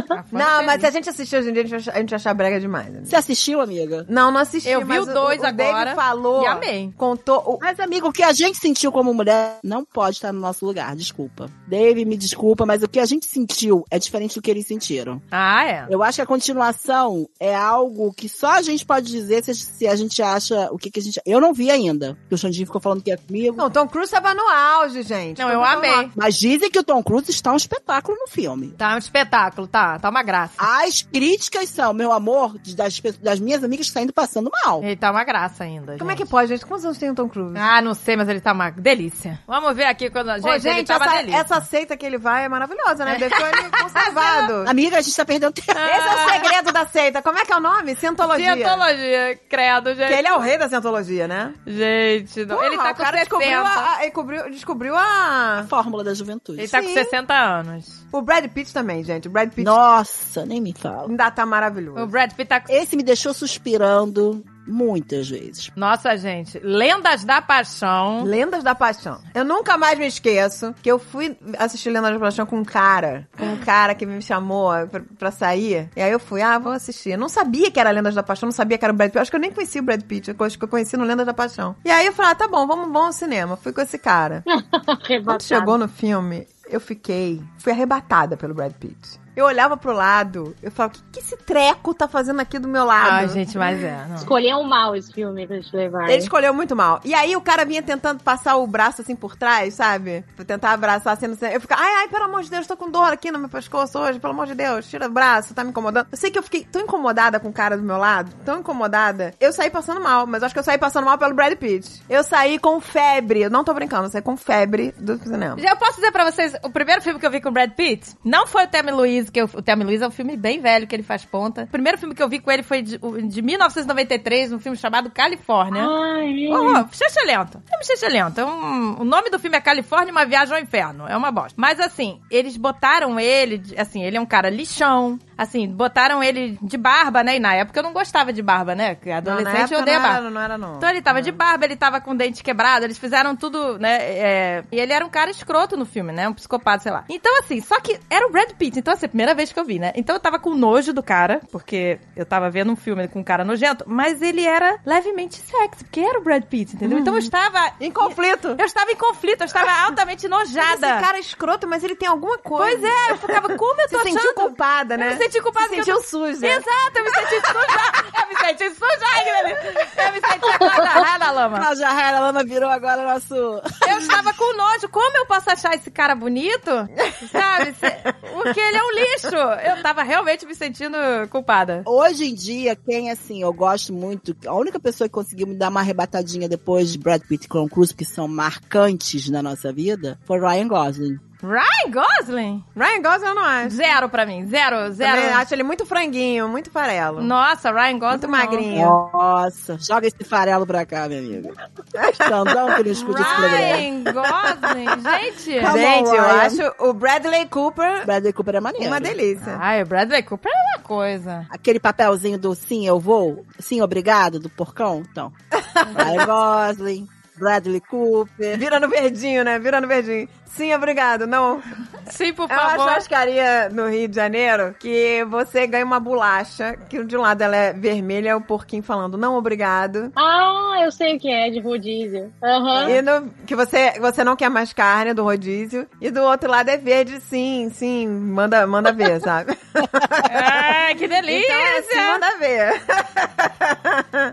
Speaker 1: Cafona
Speaker 2: [LAUGHS] Não, mas é-
Speaker 1: feliz.
Speaker 2: se a gente assistir hoje em dia, a gente vai a gente achar brega demais. amiga.
Speaker 4: Você assistiu, amiga?
Speaker 2: Não, não assisti.
Speaker 1: Eu vi
Speaker 2: mas
Speaker 1: o dois
Speaker 2: o, o David
Speaker 1: agora
Speaker 2: falou.
Speaker 1: e amei.
Speaker 2: Contou. o-
Speaker 4: Mas, amigo, o que a gente sentiu como mulher não pode estar no nosso lugar, desculpa. Dave, me desculpa, mas o que a gente sentiu é diferente do que eles sentiram.
Speaker 1: Ah, é.
Speaker 4: Eu acho que a continuação é algo que só a gente pode dizer se, se a gente acha o que, que a gente. Eu não vi ainda. porque O Xandinho ficou falando que é comigo.
Speaker 2: Não, Tom Cruise tava no auge, gente.
Speaker 1: Não,
Speaker 2: Tom
Speaker 1: eu
Speaker 2: Cruise tava no
Speaker 1: amei.
Speaker 2: auge.
Speaker 4: Mas dizem que o Tom Cruise está um espetáculo no filme.
Speaker 1: Tá um espetáculo, tá. Tá uma
Speaker 2: Ah.
Speaker 1: graça.
Speaker 4: As críticas são, meu amor, de- das, pe- das minhas amigas que está indo passando mal.
Speaker 1: Ele tá uma graça ainda.
Speaker 2: Como é
Speaker 1: gente.
Speaker 2: que pode, gente? Quantos anos tem o Tom Cruise?
Speaker 1: Ah, não sei, mas ele tá uma delícia. Vamos ver aqui quando a gente,
Speaker 2: Ô,
Speaker 1: ele tá uma
Speaker 2: essa,
Speaker 1: delícia.
Speaker 2: essa seita que ele vai é maravilhosa, né?
Speaker 1: [LAUGHS]
Speaker 2: Deixou ele conservado.
Speaker 1: Ah.
Speaker 4: Amiga, a gente está perdendo tempo.
Speaker 2: Esse é o segredo da seita. Como é que é o nome? Cientologia.
Speaker 1: Cientologia, credo,
Speaker 2: Que
Speaker 1: gente.
Speaker 2: ele é o rei da cientologia, né?
Speaker 1: Gente, não.
Speaker 2: Porra,
Speaker 1: ele tá
Speaker 2: o
Speaker 1: com
Speaker 2: cara
Speaker 1: 60.
Speaker 2: descobriu a, a- ele cobriu- descobriu
Speaker 4: A
Speaker 2: a...
Speaker 4: fórmula da juventude.
Speaker 1: Ele tá com
Speaker 2: Sim.
Speaker 1: 60 anos.
Speaker 2: O Brad Pitt também, gente. O Brad Pitt
Speaker 4: Nossa, nem me fala.
Speaker 2: ainda tá
Speaker 1: O
Speaker 2: maravilhoso.
Speaker 1: Brad Pitt tá com...
Speaker 4: Esse me deixou suspirando muitas vezes.
Speaker 1: Nossa, gente. Lendas da Paixão.
Speaker 2: Lendas da Paixão. Eu nunca mais me esqueço que eu fui assistir Lendas da Paixão com um cara. Com um cara que me chamou pra, pra sair. E aí eu fui, ah, vou assistir. Eu não sabia que era Lendas da Paixão, não sabia que era o Brad Pitt. Eu Acho que eu nem conhecia o Brad Pitt. Eu acho que eu conheci no Lendas da Paixão. E aí eu falei, ah, tá bom, vamos, vamos ao cinema. Fui com esse cara.
Speaker 4: É.
Speaker 3: [LAUGHS]
Speaker 2: Quando
Speaker 3: Arrebatado.
Speaker 2: chegou no filme, eu fiquei. Fui arrebatada pelo Brad Pitt. Eu olhava pro lado, eu falava, o que, que esse treco tá fazendo aqui do meu lado?
Speaker 1: Ai, gente, mas é. não.
Speaker 3: Escolheu um mal esse filme pra te levar.
Speaker 2: Ele escolheu muito mal. E aí o cara vinha tentando passar o braço assim por trás, sabe? Pra tentar abraçar assim, não sei. Eu ficava, ai, ai, pelo amor de Deus, tô com dor aqui no meu pescoço hoje, pelo amor de Deus, tira o braço, tá me incomodando. Eu sei que eu fiquei tão incomodada com o cara do meu lado, tão incomodada. Eu saí passando mal, mas acho que eu saí passando mal pelo Brad Pitt. Eu saí com febre, eu não tô brincando, eu saí com febre do cinema.
Speaker 1: Eu posso dizer pra vocês, o primeiro filme que eu vi com o Brad Pitt não foi o Thelma e Louise, que eu- o Thelma e Louise é um filme bem velho que ele faz ponta. O primeiro filme que eu vi com ele foi de, o- de 1993, um filme chamado Califórnia. Oh,
Speaker 3: Ai, é.
Speaker 1: Ô, Xixi Lento. Filme Xixi Lento. É um- o nome do filme é Califórnia, uma viagem ao inferno. É uma bosta. Mas assim, eles botaram ele, de- assim, ele é um cara lixão. Assim, botaram ele de barba, né? E na época eu não gostava de barba, né? Porque
Speaker 2: na
Speaker 1: Adolescente
Speaker 2: época
Speaker 1: eu odeia
Speaker 2: não
Speaker 1: barba.
Speaker 2: era, não era, não.
Speaker 1: Então ele
Speaker 2: Ah.
Speaker 1: tava de barba, ele tava com o dente quebrado, eles fizeram tudo, né? é, E ele era um cara escroto no filme, né? Um psicopata, sei lá. Então, assim, só que era o Brad Pitt, então assim, a primeira vez que eu vi, né? Então eu tava com nojo do cara, porque eu tava vendo um filme com um cara nojento, mas ele era levemente sexy, porque era o Brad Pitt, entendeu? Então eu estava.
Speaker 2: Uhum. Em conflito.
Speaker 1: Eu estava em conflito, eu
Speaker 2: [LAUGHS]
Speaker 1: estava altamente nojada.
Speaker 2: Esse cara é escroto, mas ele tem alguma coisa.
Speaker 1: Pois é, eu ficava, como eu tô
Speaker 2: Se
Speaker 1: achando...
Speaker 2: sentiu culpada, né?
Speaker 1: Eu me senti culpada.
Speaker 2: Se
Speaker 1: porque
Speaker 2: sentiu suja.
Speaker 1: Exato, eu me senti suja. eu me senti suja, Guilherme. Eu me senti acordarada
Speaker 2: [LAUGHS]
Speaker 1: na lama.
Speaker 4: Cláudia Raia Lama virou agora nosso.
Speaker 1: Eu estava com nojo. Como eu posso achar esse cara bonito? Sabe? Se- Porque ele é um lixo. Eu tava realmente me sentindo culpada.
Speaker 4: Hoje em dia, quem assim, eu gosto muito, a única pessoa que conseguiu me dar uma arrebatadinha depois de Brad Pitt e Tom Cruise, que são marcantes na nossa vida, foi Ryan Gosling.
Speaker 1: Ryan Gosling?
Speaker 2: Ryan Gosling eu não acho.
Speaker 1: Zero pra mim. Zero, zero.
Speaker 2: Também acho ele muito franguinho, muito farelo.
Speaker 1: Nossa, Ryan Gosling.
Speaker 2: Muito
Speaker 1: não.
Speaker 2: magrinho.
Speaker 4: Nossa, joga esse farelo pra cá, minha amiga. Estandão que não escuta esse programa.
Speaker 1: Ryan Gosling, gente.
Speaker 4: Tá bom,
Speaker 2: Gente, eu
Speaker 4: Ryan.
Speaker 2: acho o Bradley Cooper
Speaker 4: Bradley Cooper é maneiro.
Speaker 2: uma delícia.
Speaker 1: Ai, o Bradley Cooper é uma coisa.
Speaker 4: Aquele papelzinho do sim, eu vou, sim, obrigado, do porcão, então.
Speaker 2: [LAUGHS]
Speaker 4: Ryan Gosling, Bradley Cooper.
Speaker 2: Ah. Vira no verdinho, né? Vira no verdinho. Sim, obrigado. Não,
Speaker 1: Sim, por
Speaker 2: é uma
Speaker 1: favor.
Speaker 2: churrascaria no Rio de Janeiro que você ganha uma bolacha, que de um lado ela é vermelha, é o porquinho falando não obrigado.
Speaker 3: Ah, eu sei o que é, de rodízio. Aham.
Speaker 4: É.
Speaker 2: E no- que você, você não quer mais carne do rodízio. E do outro lado é verde, sim, sim, manda, manda ver, sabe?
Speaker 1: Ai, que [LAUGHS] delícia.
Speaker 2: Então é assim, manda ver. [LAUGHS]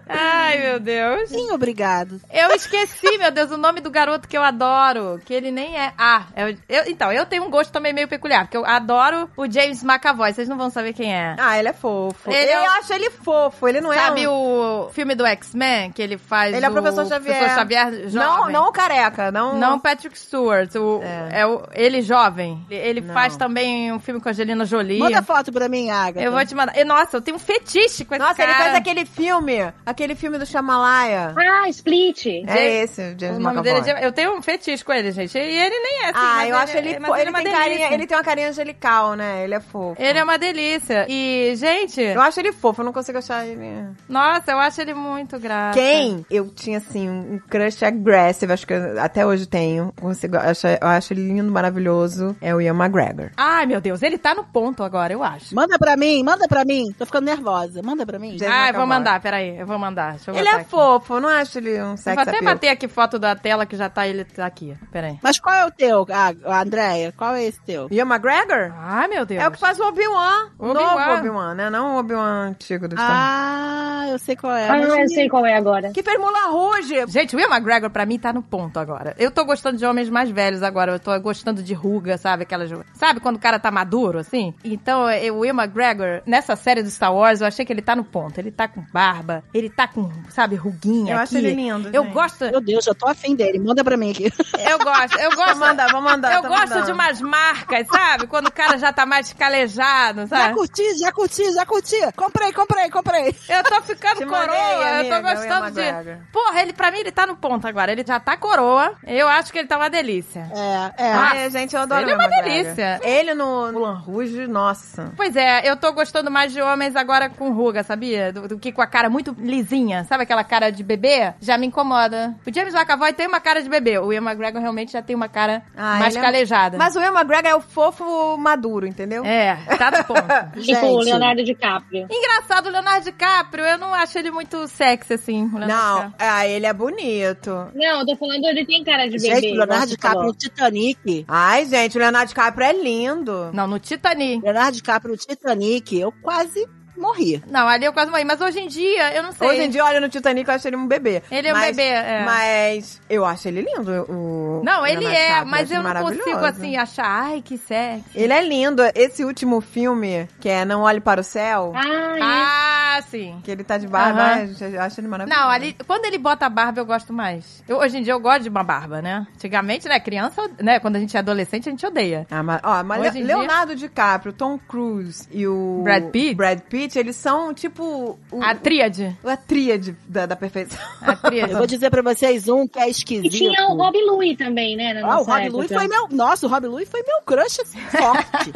Speaker 1: Ai, meu Deus.
Speaker 4: Sim, obrigado.
Speaker 1: Eu esqueci, meu Deus, o nome do garoto que eu adoro. Que ele nem é. Ah, é o- eu- então, eu tenho um gosto também meio peculiar, porque eu adoro o James McAvoy. Vocês não vão saber quem é.
Speaker 2: Ah, ele é fofo.
Speaker 1: Ele é
Speaker 2: eu
Speaker 1: um-
Speaker 2: acho ele fofo, ele não
Speaker 1: Sabe
Speaker 2: é. um-
Speaker 1: o filme do X-Men que ele faz?
Speaker 2: Ele é o professor Xavier.
Speaker 1: Professor Xavier
Speaker 2: Não,
Speaker 1: jovem.
Speaker 2: não o careca, não.
Speaker 1: Não o Patrick Stewart, o, é. o, ele jovem. Ele, ele
Speaker 2: Não.
Speaker 1: faz também um filme com a Angelina Jolie.
Speaker 4: Manda foto pra mim, Agatha.
Speaker 1: eu vou te mandar. E, nossa, eu tenho um fetiche com esse
Speaker 2: Nossa,
Speaker 1: cara.
Speaker 2: ele faz aquele filme, aquele filme do Jamalaia.
Speaker 3: Ah, Split.
Speaker 2: É esse, o James
Speaker 1: o nome dele é
Speaker 2: McAvoy.
Speaker 1: Jam- Eu tenho um fetiche com ele, gente. E ele nem é assim.
Speaker 2: Ah,
Speaker 1: mas
Speaker 2: eu acho ele,
Speaker 1: mas
Speaker 2: ele,
Speaker 1: é uma
Speaker 2: tem
Speaker 1: delícia.
Speaker 2: carinha, ele tem uma carinha angelical, né? Ele é fofo.
Speaker 1: Ele é uma delícia. E, gente,
Speaker 2: Eu acho ele fofo, eu não consigo achar ele.
Speaker 1: nossa, eu acho ele muito grato.
Speaker 2: Quem eu tinha, assim, um crush aggressive, acho que eu- até hoje tenho. Consigo, acho, eu acho ele lindo, maravilhoso. É o Ian McGregor.
Speaker 1: Ai, meu Deus, ele tá no ponto agora, eu acho.
Speaker 4: Manda pra mim, manda pra mim. Tô ficando nervosa. Manda pra mim.
Speaker 2: Gente,
Speaker 1: Ah, eu
Speaker 2: Acabou.
Speaker 1: vou mandar, peraí, eu vou mandar. Deixa eu
Speaker 2: Ele
Speaker 1: botar
Speaker 2: é
Speaker 1: aqui.
Speaker 2: fofo, eu não acho ele um
Speaker 1: Vou
Speaker 2: sex
Speaker 1: até
Speaker 2: appeal.
Speaker 1: bater aqui foto da tela que já tá ele tá aqui. Peraí.
Speaker 4: Mas qual é o teu, ah, Andréia? Qual é esse teu?
Speaker 2: Ian McGregor?
Speaker 1: Ah, meu Deus.
Speaker 2: É o que faz o Obi-Wan.
Speaker 1: Obi-Wan.
Speaker 2: Novo Obi-Wan, né? Não o Obi-Wan antigo do Star Wars.
Speaker 4: Ah, eu sei qual é.
Speaker 3: Ah,
Speaker 4: mas-
Speaker 3: eu sei qual é agora.
Speaker 2: Que fez Mulan Rouge.
Speaker 1: Gente, o Will McGregor pra mim tá no ponto agora. Eu tô gostando de homens mais velhos agora. Eu tô gostando de ruga, sabe? Aquelas. Sabe quando o cara tá maduro, assim? Então, eh, o Will McGregor, nessa série do Star Wars, eu achei que ele tá no ponto. Ele tá com barba, ele tá com, sabe, ruguinha.
Speaker 2: Eu
Speaker 1: aqui.
Speaker 2: acho ele lindo,
Speaker 1: Eu
Speaker 2: gente.
Speaker 1: gosto.
Speaker 4: Meu Deus, eu tô afim dele. Manda
Speaker 3: [LAUGHS]
Speaker 4: pra mim aqui.
Speaker 1: Eu gosto, eu gosto.
Speaker 2: Vou mandar, vou mandar.
Speaker 1: eu
Speaker 2: tô
Speaker 1: gosto
Speaker 2: mandando.
Speaker 1: de umas marcas, sabe? Quando o cara já tá mais calejado,
Speaker 2: é
Speaker 4: Já
Speaker 1: sabe?
Speaker 4: curti, já curti, já curti. Comprei, comprei, comprei.
Speaker 1: Eu tô ficando
Speaker 2: Te mandei,
Speaker 1: coroa, eu
Speaker 2: amiga,
Speaker 1: tô
Speaker 2: o
Speaker 1: gostando
Speaker 2: Ian
Speaker 1: de.
Speaker 2: McGregor.
Speaker 1: Porra, ele pra mim ele tá no ponto agora. Ele já tá coroa. Eu acho que ele tá uma delícia.
Speaker 4: É, é.
Speaker 1: Ah,
Speaker 2: É, gente, eu adoro
Speaker 1: ele é
Speaker 2: o Ian
Speaker 1: uma
Speaker 2: McGregor.
Speaker 1: delícia.
Speaker 2: Ele no no Mulan Rouge, nossa.
Speaker 1: Pois é, eu tô gostando mais de homens agora com ruga, sabia? Do, do que com a cara muito lisinha. Sabe aquela cara de bebê? Já me incomoda. O James McAvoy tem uma cara de bebê. O Ian McGregor realmente já tem uma cara
Speaker 2: Ah,
Speaker 1: mais
Speaker 2: ele é-
Speaker 1: calejada.
Speaker 2: Mas o Ian McGregor é o fofo maduro, entendeu?
Speaker 1: É, tá no
Speaker 2: [LAUGHS]
Speaker 1: ponto.
Speaker 4: Gente.
Speaker 3: Tipo o Leonardo DiCaprio.
Speaker 1: Engraçado, o Leonardo DiCaprio, eu não acho ele muito sexy, assim. o Leonardo
Speaker 2: Não,
Speaker 1: DiCaprio.
Speaker 2: ah, ele é bonito.
Speaker 3: Não, eu tô falando, ele tem cara de bebê.
Speaker 4: Gente, Leonardo
Speaker 3: igual você falou.
Speaker 4: DiCaprio no Titanic.
Speaker 2: Ai, gente, o Leonardo DiCaprio é lindo.
Speaker 1: Não, no Titanic.
Speaker 4: Leonardo DiCaprio no Titanic, eu quase morri.
Speaker 1: Não, ali eu quase morri. Mas hoje em dia, eu não sei.
Speaker 2: Hoje em dia, olha, no Titanic eu acho ele um bebê.
Speaker 1: Ele é um
Speaker 2: Mas-
Speaker 1: bebê, é.
Speaker 2: Mas eu acho ele lindo, o
Speaker 1: Não, ele
Speaker 2: Leonardo
Speaker 1: é,
Speaker 2: DiCaprio,
Speaker 1: mas
Speaker 2: acho
Speaker 1: eu não
Speaker 2: maravilhoso.
Speaker 1: consigo, assim, achar. Ai, que sexy.
Speaker 2: Ele é lindo. Esse último filme, que é Não Olhe Para o Céu,
Speaker 3: Ah,
Speaker 1: Ah, sim.
Speaker 2: que ele tá de barba,
Speaker 1: Aham.
Speaker 2: ai, gente, eu acho ele maravilhoso.
Speaker 1: Não, ali, quando ele bota a barba, eu gosto mais. Eu- hoje em dia eu gosto de uma barba, né? Antigamente, né, criança, né, quando a gente é adolescente, a gente odeia.
Speaker 2: Ah, mas, ó, mas
Speaker 1: Hoje em
Speaker 2: Leonardo DiCaprio, Tom Cruise e o
Speaker 1: Brad Pitt?
Speaker 2: Brad Pitt, eles são tipo o,
Speaker 1: A tríade.
Speaker 2: a tríade da, da perfeição.
Speaker 1: A
Speaker 4: Eu vou
Speaker 1: tríade.
Speaker 4: dizer pra vocês um que é
Speaker 3: E
Speaker 4: esquisito.
Speaker 3: tinha o Rob Louie também, né? Na
Speaker 4: Ah, o
Speaker 3: nossa
Speaker 4: Rob
Speaker 3: época.
Speaker 4: Louis foi meu. Nossa, o Rob Louis foi meu crush assim,
Speaker 3: [LAUGHS]
Speaker 4: forte.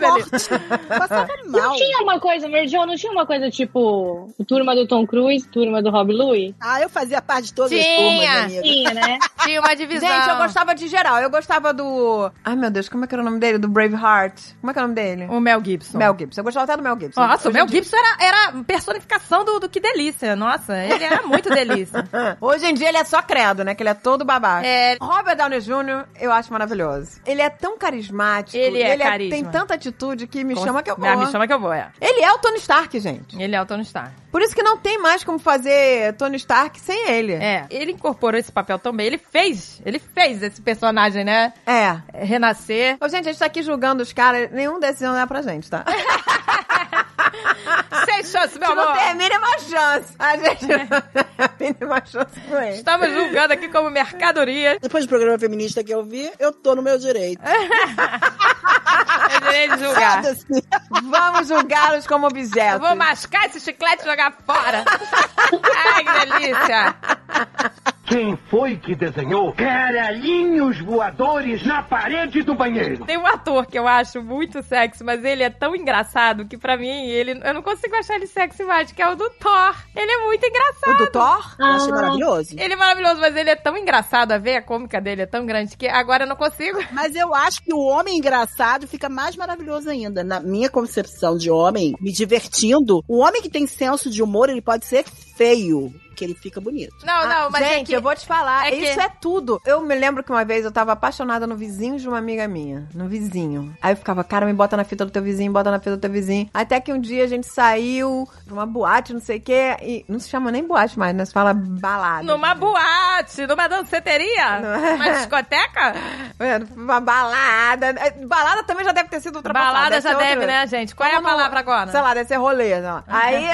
Speaker 4: forte. Passava
Speaker 3: Não
Speaker 4: mal.
Speaker 3: tinha uma coisa, Merdion, não tinha uma coisa tipo turma do Tom Cruise, turma do Rob Louie?
Speaker 4: Ah, eu fazia parte de todas
Speaker 1: Tinha.
Speaker 4: as turmas, amiga.
Speaker 3: Tinha, né?
Speaker 1: Tinha uma divisão.
Speaker 2: Gente, eu gostava de geral. Eu gostava do. Ai, meu Deus, como é que era o nome dele? Do Braveheart. Como é que era o nome dele?
Speaker 1: O Mel Gibson.
Speaker 2: Mel Gibson. Eu gostava até do Mel Gibson.
Speaker 1: Nossa, o
Speaker 2: Hoje
Speaker 1: Mel
Speaker 2: em dia-
Speaker 1: Gibson era, era personificação do, do que delícia. Nossa, ele era muito delícia.
Speaker 2: Ah, Hoje em dia ele é só credo, né? Que ele é todo babaca.
Speaker 1: É.
Speaker 2: Robert Downey Jr., eu acho maravilhoso. Ele é tão carismático.
Speaker 1: Ele é carisma.
Speaker 2: tem tanta atitude que me
Speaker 1: Com-
Speaker 2: chama que eu
Speaker 1: Ah,
Speaker 2: vou.
Speaker 1: Me chama que eu vou, é.
Speaker 2: Ele é o Tony Stark, gente.
Speaker 1: Ele é o Tony Stark.
Speaker 2: Por isso que não tem mais como fazer Tony Stark sem ele.
Speaker 1: É, ele incorporou esse papel também. Ele fez, ele fez esse personagem, né?
Speaker 2: É.
Speaker 1: Renascer.
Speaker 2: Ô, gente, a gente tá aqui julgando os caras, nenhum desses não é pra gente, tá?
Speaker 1: Sem chance, meu
Speaker 2: Se Ah, não
Speaker 1: amor.
Speaker 2: Tipo,
Speaker 1: É.
Speaker 2: tem a mínima chance. A gente não [LAUGHS] tem a mínima chance com ele.
Speaker 1: Estamos julgando aqui como mercadoria.
Speaker 4: Depois do programa feminista que eu vi, eu tô no meu direito. [LAUGHS]
Speaker 1: É direito de julgar.
Speaker 4: Foda-se.
Speaker 2: Vamos julgá-los como objetos.
Speaker 1: Eu vou mascar esse chiclete e jogar fora. Ai, que delícia.
Speaker 5: Quem foi que desenhou caralhinhos voadores na parede do banheiro?
Speaker 1: Tem um ator que eu acho muito sexy, mas ele é tão engraçado que pra mim ele, eu não consigo achar ele sexy mais, que é o do Thor. Ele é muito engraçado.
Speaker 2: O do Thor?
Speaker 4: Eu achei maravilhoso.
Speaker 1: Ele é maravilhoso, mas ele é tão engraçado, a veia cômica dele é tão grande que agora eu não consigo.
Speaker 4: Mas eu acho que o homem engraçado fica mais maravilhoso ainda. Na minha concepção de homem, me divertindo, o homem que tem senso de humor, ele pode ser feio, que ele fica bonito.
Speaker 1: Não, não,
Speaker 2: Ah,
Speaker 1: mas
Speaker 2: gente,
Speaker 1: é que...
Speaker 2: eu vou te falar,
Speaker 1: é que-
Speaker 2: isso é tudo. Eu me lembro que uma vez eu tava apaixonada no vizinho de uma amiga minha, no vizinho. Aí eu ficava, cara, me bota na fita do teu vizinho, bota na fita do teu vizinho. Até que um dia a gente saiu pra uma boate, não sei o quê, e não se chama nem boate mais, né? Se fala balada.
Speaker 1: Numa boate, numa danceteria,
Speaker 2: Não.
Speaker 1: numa discoteca.
Speaker 2: É, Uma balada. É, Balada também já deve ter sido ultrapassada.
Speaker 1: Balada
Speaker 2: deve
Speaker 1: já
Speaker 2: ser outra-
Speaker 1: deve, né, gente? Qual é a
Speaker 2: Vamos no-
Speaker 1: palavra agora?
Speaker 2: [LAUGHS] Sei lá, deve ser rolê. sei lá. Aí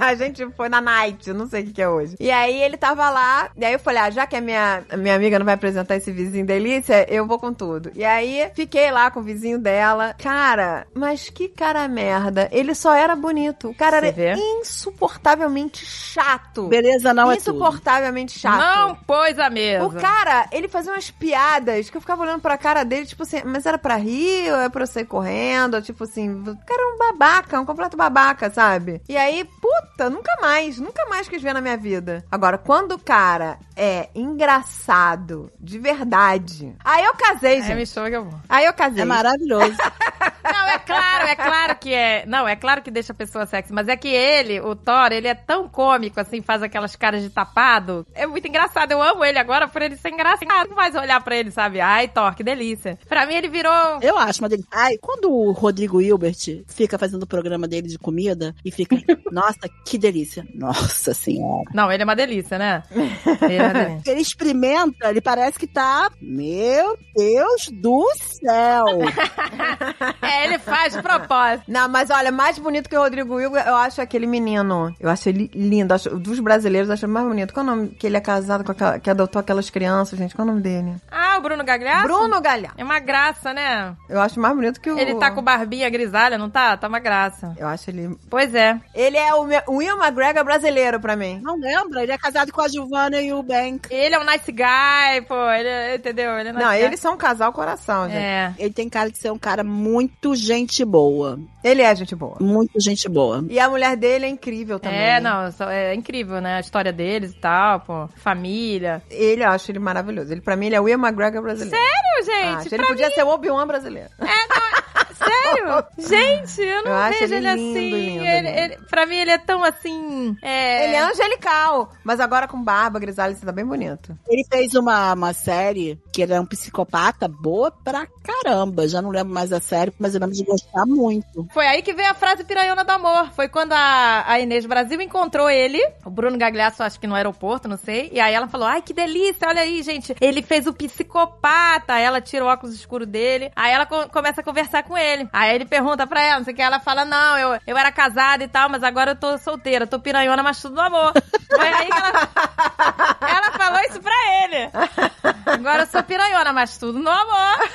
Speaker 2: a gente foi na night, não sei o que, que é é hoje. E aí ele tava lá, e aí eu falei, ah, já que a minha, a minha amiga não vai apresentar esse vizinho delícia, eu vou com tudo. E aí fiquei lá com o vizinho dela. Cara, mas que cara merda. Ele só era bonito. O cara
Speaker 1: Você
Speaker 2: era
Speaker 1: vê?
Speaker 2: insuportavelmente chato.
Speaker 4: Beleza não é tudo.
Speaker 2: insuportavelmente chato.
Speaker 1: Não pôs a mesa.
Speaker 2: O cara, ele fazia umas piadas que eu ficava olhando pra cara dele, tipo assim, mas era pra rir ou é pra eu sair correndo? Ou, Tipo assim, o cara é um babaca, um completo babaca, sabe? E aí, puta, nunca mais, nunca mais quis ver na minha vida. Agora, quando o cara é engraçado, de verdade. Aí eu casei,
Speaker 1: É, me
Speaker 2: gente.
Speaker 1: chama que eu vou.
Speaker 2: Aí eu casei.
Speaker 4: É maravilhoso.
Speaker 1: Não, é claro, é claro que é. Não, é claro que deixa a pessoa sexy, mas é que ele, o Thor, ele é tão cômico, assim, faz aquelas caras de tapado. É muito engraçado, eu amo ele agora por ele ser engraçado. Ah, Não faz olhar pra ele, sabe? Ai, Thor, que delícia. Pra mim, ele virou.
Speaker 4: Eu acho, mas ele... Ai, quando o Rodrigo Hilbert fica fazendo o programa dele de comida e fica, nossa, que delícia. Nossa senhora.
Speaker 1: Não, ele é uma delícia, né? Ele é uma
Speaker 2: [LAUGHS]
Speaker 1: delícia.
Speaker 4: Ele experimenta, ele parece que tá. Meu Deus do céu!
Speaker 1: É, ele faz de propósito.
Speaker 2: Não, mas olha, mais bonito que o Rodrigo Hugo, eu acho aquele menino. Eu acho ele lindo. Acho, dos brasileiros, eu acho ele mais bonito. Qual é o nome? Que ele é casado com aquela. Que adotou aquelas crianças, gente. Qual é o nome dele?
Speaker 1: Ah, o Bruno Gagliasso?
Speaker 2: Bruno Galhardo.
Speaker 1: É uma graça, né?
Speaker 2: Eu acho mais bonito que o.
Speaker 1: Ele tá com barbinha grisalha, não tá? Tá uma graça.
Speaker 2: Eu acho ele.
Speaker 1: Pois é.
Speaker 2: Ele é o, meu, o Will McGregor brasileiro pra mim.
Speaker 4: Não lembra? Ele é casado com a Giovanna e o Bank.
Speaker 1: Ele é um nice guy, pô. Ele, é- entendeu? Ele é nice
Speaker 2: Não,
Speaker 1: guy.
Speaker 2: eles são um casal coração, gente.
Speaker 1: É.
Speaker 4: Ele tem cara de ser um cara muito gente boa.
Speaker 2: Ele é gente boa.
Speaker 4: Muito gente boa.
Speaker 2: E a mulher dele é incrível também.
Speaker 1: É, não, só- é incrível, né? A história deles e tal, pô. Família.
Speaker 2: Ele, eu acho ele maravilhoso. Ele, pra mim, ele é o Will McGregor brasileiro.
Speaker 1: Sério,
Speaker 2: Ah,
Speaker 1: gente?
Speaker 2: acho ele podia ser o Obi-Wan brasileiro.
Speaker 1: Sério? gente, eu não
Speaker 2: Eu acho
Speaker 1: vejo ele,
Speaker 2: ele lindo,
Speaker 1: assim.
Speaker 2: lindo,
Speaker 1: ele,
Speaker 2: lindo.
Speaker 1: ele- pra mim, ele é tão assim. É...
Speaker 2: Ele é angelical, mas agora com barba, grisalha, ele tá bem bonito.
Speaker 4: Ele fez uma, uma série que ele é um psicopata boa pra caramba. Já não lembro mais a série, mas eu lembro de gostar muito.
Speaker 1: Foi aí que veio a frase piranhona do amor. Foi quando a, a Inês Brasil encontrou ele, o Bruno Gagliasso, acho que no aeroporto, não sei. E aí ela falou: Ai, que delícia, olha aí, gente. Ele fez o psicopata. Aí Ela tira o óculos escuro dele. Aí ela co- começa a conversar com ele. Aí ele pergunta pra ela, não sei o que. Ela fala: Não, eu, eu era casada e tal, mas agora eu tô solteira, tô piranhona, mas tudo no amor. Foi aí que ela. Ela falou isso pra ele. Agora eu sou piranhona, mas tudo no amor.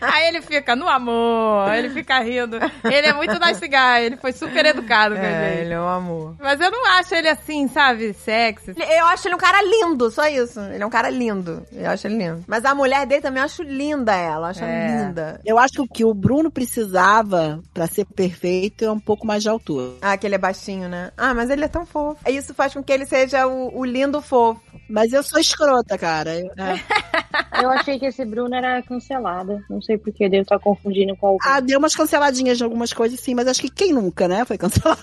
Speaker 1: Aí ele fica no amor, ele fica rindo. Ele é muito nice guy, ele foi super educado com a gente.
Speaker 2: ele é um amor.
Speaker 1: Mas eu não acho ele assim, sabe, sexy.
Speaker 2: Ele- Eu acho ele um cara lindo, só isso. Ele é um cara lindo. Eu acho ele lindo. Mas a mulher dele também eu acho linda ela. Eu acho
Speaker 1: É.
Speaker 2: ela linda.
Speaker 4: Eu acho que o que o Bruno precisava pra ser perfeito é um pouco mais de altura.
Speaker 2: Ah, que ele é baixinho, né? Ah, mas ele é tão fofo. Isso faz com que ele seja o, o lindo fofo.
Speaker 4: Mas eu sou escrota, cara. Eu- é.
Speaker 3: Eu achei que esse Bruno era cancelado. Não sei porquê, devo estar confundindo com algum.
Speaker 4: Ah, deu umas canceladinhas de algumas coisas, sim, mas acho que quem nunca, né?
Speaker 3: [LAUGHS]
Speaker 4: Foi cancelado.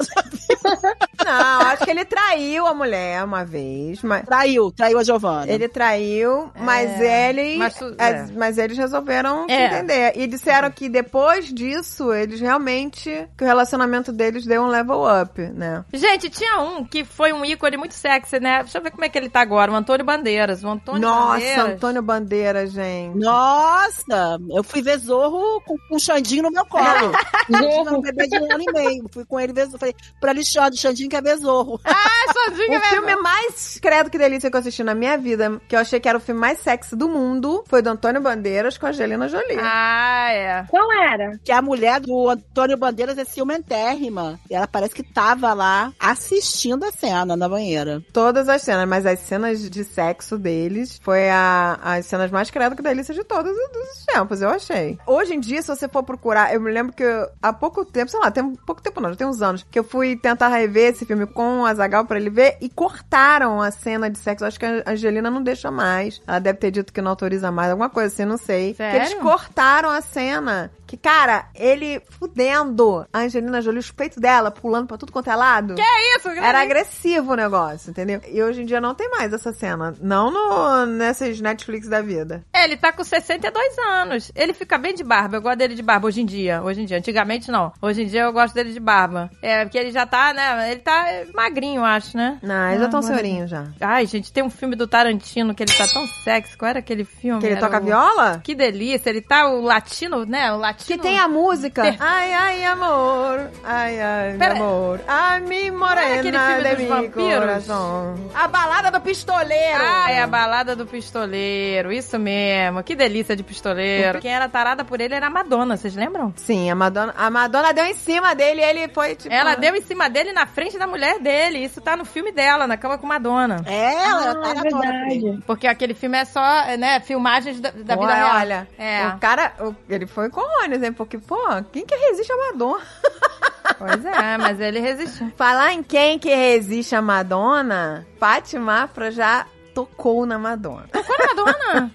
Speaker 2: Não,
Speaker 1: [LAUGHS]
Speaker 2: acho que ele traiu a mulher uma vez, mas.
Speaker 4: Traiu, traiu a Giovana.
Speaker 2: Ele traiu, mas eles.
Speaker 1: Ah, É, Mas tu-
Speaker 2: as-
Speaker 1: é.
Speaker 2: mas eles resolveram se
Speaker 1: É.
Speaker 2: entender. E disseram que depois disso, eles realmente. Que o relacionamento deles deu um level up, né?
Speaker 1: Gente, tinha um que foi um ícone muito sexy, né? Deixa eu ver como é que ele tá agora, o Antônio Bandeiras. O Antônio
Speaker 2: Nossa, [LAUGHS]
Speaker 1: Bandeiras.
Speaker 2: Antônio Bandeira, gente.
Speaker 4: Nossa, eu fui ver Zorro com, com o Xandinho no
Speaker 3: [LAUGHS]
Speaker 4: meu colo.
Speaker 3: Ah,
Speaker 4: Xandinho era um bebê de um ano e meio. Fui com ele ver Zorro. Falei, pra Alexandre, Xandinho quer ver Zorro.
Speaker 1: Ah, sozinho,
Speaker 2: O
Speaker 1: velho.
Speaker 2: filme é- mais credo que delícia que eu assisti na minha vida, que eu achei que era o filme mais sexy do mundo, foi do Antônio Bandeiras com a Angelina Jolie.
Speaker 1: Ah, é.
Speaker 3: Qual era?
Speaker 4: Que a mulher do Antônio Bandeiras é ciumentérrima. E ela parece que tava lá assistindo a cena na banheira.
Speaker 2: Todas as cenas, mas as cenas de sexo deles foi a- as cenas mais credo que delícia de todos os- dos tempos, eu achei. Hoje em dia, se você for procurar, eu me lembro que eu- há pouco tempo, sei lá, tem um pouco tempo não, já tem uns anos, que eu fui tentar rever esse filme com o Azagal pra ele ver e cortaram a cena de sexo. Eu Acho que a Angelina não deixa mais. Ela deve ter dito que não autoriza mais, alguma coisa assim, não sei.
Speaker 1: Sério?
Speaker 2: Que eles cortaram a cena. Que, cara, ele fudendo a Angelina Jolie, os peitos dela pulando pra tudo quanto é lado.
Speaker 1: Isso,
Speaker 2: Era agressivo o negócio, entendeu? E hoje em dia não tem mais essa cena. Não no, nessas Netflix da vida.
Speaker 1: É, ele tá com 62 anos. Ele fica bem de barba. Eu gosto dele de barba hoje em dia. Hoje em dia. Antigamente, não. Hoje em dia, eu gosto dele de barba. É, porque ele já tá lá, né? Ele tá magrinho, eu acho, né?
Speaker 2: Ah, Não, eles já estão senhorinhos já.
Speaker 1: Ai, gente, tem um filme do Tarantino que ele tá tão sexy. Qual era aquele filme?
Speaker 2: Que ele
Speaker 1: Era
Speaker 2: toca
Speaker 1: o-
Speaker 2: viola?
Speaker 1: Que delícia. Ele tá o latino, né? O
Speaker 2: Que
Speaker 1: latino.
Speaker 2: tem a música.
Speaker 1: Ter-
Speaker 2: [LAUGHS] Ai, ai, amor. Ai, ai,
Speaker 1: Pera-
Speaker 2: meu amor. Ai, mi
Speaker 1: Não é aquele
Speaker 2: morena
Speaker 1: filme
Speaker 2: de
Speaker 1: dos
Speaker 2: mi
Speaker 1: vampiros?
Speaker 2: coração. A balada do pistoleiro.
Speaker 1: Ah, é a balada do pistoleiro. Isso mesmo. Que delícia de pistoleiro. Quem era tarada por ele era a Madonna, vocês lembram?
Speaker 2: Sim, a Madonna, a Madonna deu em cima dele e ele foi tipo...
Speaker 1: Ela deu em cima dele na frente da mulher dele. Isso tá no filme dela, na cama com Madonna.
Speaker 4: É, ela tá
Speaker 3: Ah,
Speaker 4: na
Speaker 3: verdade.
Speaker 1: Porque aquele filme é só, né, filmagens da, da vida
Speaker 2: Ué,
Speaker 1: real.
Speaker 2: Olha,
Speaker 1: É.
Speaker 2: o cara, o- ele foi com ônibus, hein? Porque, pô, quem que resiste a Madonna? [LAUGHS]
Speaker 1: Pois é, mas ele resistiu.
Speaker 2: Falar em quem que resiste a Madonna, Paty Mafra já tocou na Madonna.
Speaker 1: Tocou na Madonna?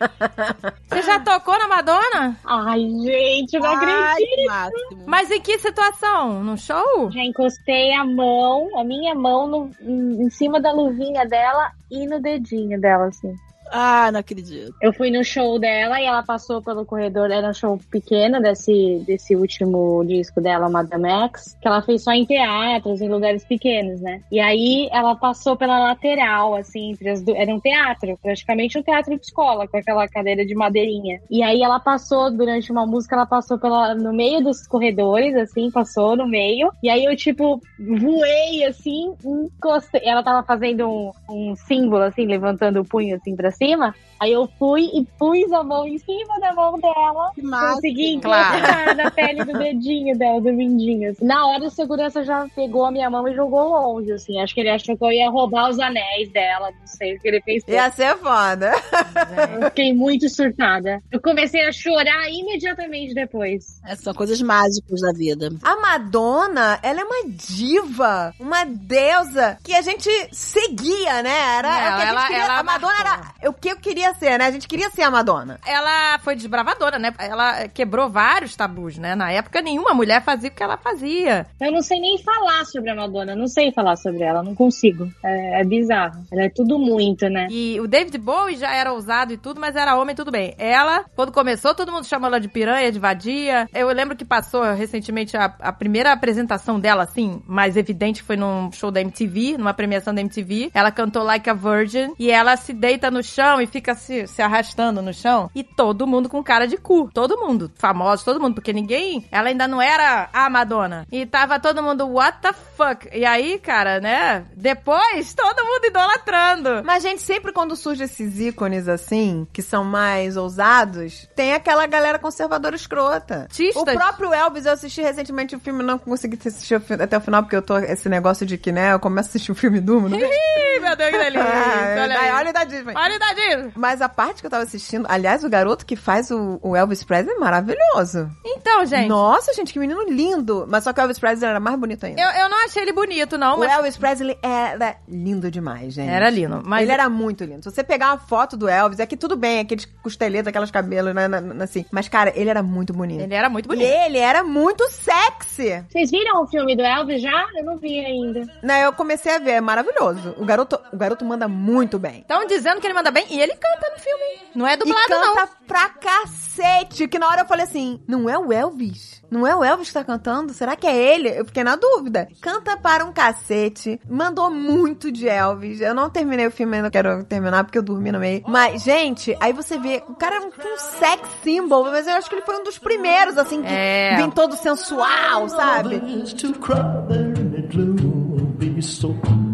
Speaker 1: Você já tocou na Madonna?
Speaker 3: Ai, gente, eu não
Speaker 4: Ai,
Speaker 3: acredito.
Speaker 4: máximo.
Speaker 1: Mas em que situação? Num show?
Speaker 3: Já encostei a mão, a minha mão no- em em cima da luvinha dela e no dedinho dela, assim.
Speaker 4: Ah, não acredito.
Speaker 3: Eu fui no show dela e ela passou pelo corredor, era um show pequeno desse, desse último disco dela, Madame X, que ela fez só em teatros, em lugares pequenos, né? E aí ela passou pela lateral, assim, entre as du... era um teatro, praticamente um teatro de escola, com aquela cadeira de madeirinha. E aí ela passou, durante uma música, ela passou pela, no meio dos corredores, assim, passou no meio, e aí eu, tipo, voei, assim, encostei. Ela tava fazendo um, um símbolo, assim, levantando o punho, assim, pra cima, Aí eu fui e pus a mão em cima da mão dela.
Speaker 4: Que máximo.
Speaker 3: consegui
Speaker 1: claro.
Speaker 3: encostar na pele do dedinho dela, do mindinho. assim. Na hora, o segurança já pegou a minha mão e jogou longe, assim. Acho que ele achou que eu ia roubar os anéis dela. Não sei o que ele pensou.
Speaker 2: Ia ser foda.
Speaker 1: Gente,
Speaker 3: Eu fiquei muito surtada. Eu comecei a chorar imediatamente depois.
Speaker 4: É, são coisas mágicas da vida.
Speaker 2: A Madonna, ela é uma diva, uma deusa que a gente seguia, né? Era
Speaker 1: Não,
Speaker 2: o que a, gente
Speaker 1: ela-
Speaker 2: queria-
Speaker 1: ela
Speaker 2: a Madonna
Speaker 1: marcou.
Speaker 2: era o que eu queria ser, né? A gente queria ser a Madonna.
Speaker 1: Ela foi desbravadora, né? Ela quebrou vários tabus, né? Na época, nenhuma mulher fazia o que ela fazia.
Speaker 3: Eu não sei nem falar sobre a Madonna. Não sei falar sobre ela. Não consigo. É, é bizarro. Ela é tudo muito, né?
Speaker 1: E o David Bowie já era ousado e tudo, mas era homem, tudo bem. Ela, quando começou, todo mundo chamou ela de piranha, de vadia. Eu lembro que passou recentemente a, a primeira apresentação dela, assim, mais evidente, foi num show da MTV, numa premiação da MTV. Ela cantou Like a Virgin e ela se deita no chão e fica se, se arrastando no chão. E todo mundo com cara de cu. Todo mundo. Famoso, todo mundo. Porque ninguém. Ela ainda não era a Madonna. E tava todo mundo, what the fuck? E aí, cara, né? Depois, todo mundo idolatrando.
Speaker 2: Mas, gente, sempre quando surgem esses ícones assim, que são mais ousados, tem aquela galera conservadora escrota.
Speaker 1: Artistas.
Speaker 2: O próprio Elvis, eu assisti recentemente o filme, não consegui assistir o fi- até o final, porque eu tô esse negócio de que, né, eu começo a assistir o filme e durmo. Não vejo.
Speaker 1: [LAUGHS] Ih, meu
Speaker 2: [LAUGHS]
Speaker 1: Deus, que delícia.
Speaker 2: Ah,
Speaker 1: Olha aí.
Speaker 2: olha, a idade, gente.
Speaker 1: Olha a idade.
Speaker 2: Mas a parte que eu tava assistindo, aliás, o garoto que faz o, o Elvis Presley é maravilhoso.
Speaker 1: Então, gente,
Speaker 2: Nossa, gente, que menino lindo. Mas só que o Elvis Presley era mais bonito ainda.
Speaker 1: eu, eu não achei ele bonito, não,
Speaker 2: O
Speaker 1: mas...
Speaker 2: Elvis Presley era lindo demais, gente.
Speaker 1: Era lindo, mas...
Speaker 2: Ele era muito lindo. Se você pegar uma foto do Elvis, é que tudo bem, aqueles costeletas, aquelas cabelos, né, na- na- assim. Mas, cara, ele era muito bonito.
Speaker 1: Ele era muito
Speaker 2: E
Speaker 1: bonito.
Speaker 2: ele é era muito sexy.
Speaker 3: Vocês viram o filme do Elvis já? Eu não vi ainda.
Speaker 2: Né, eu comecei a ver, é maravilhoso. O garoto, o garoto manda muito bem.
Speaker 1: Estão dizendo que ele manda bem e ele canta no filme, hein? Não é dublado,
Speaker 2: e canta
Speaker 1: não.
Speaker 2: pra cacete. Que na hora eu falei assim: não é o Elvis? Não é o Elvis que tá cantando? Será que é ele? Eu fiquei na dúvida. Canta para um cacete. Mandou muito de Elvis. Eu não terminei o filme ainda, quero terminar porque eu dormi no meio. Mas, gente, aí você vê: o cara é um, um sex symbol, mas eu acho que ele foi um dos primeiros, assim, que
Speaker 1: É. Uhum.
Speaker 2: vem todo sensual, sabe?
Speaker 6: There's to cry there in the gloom. Be so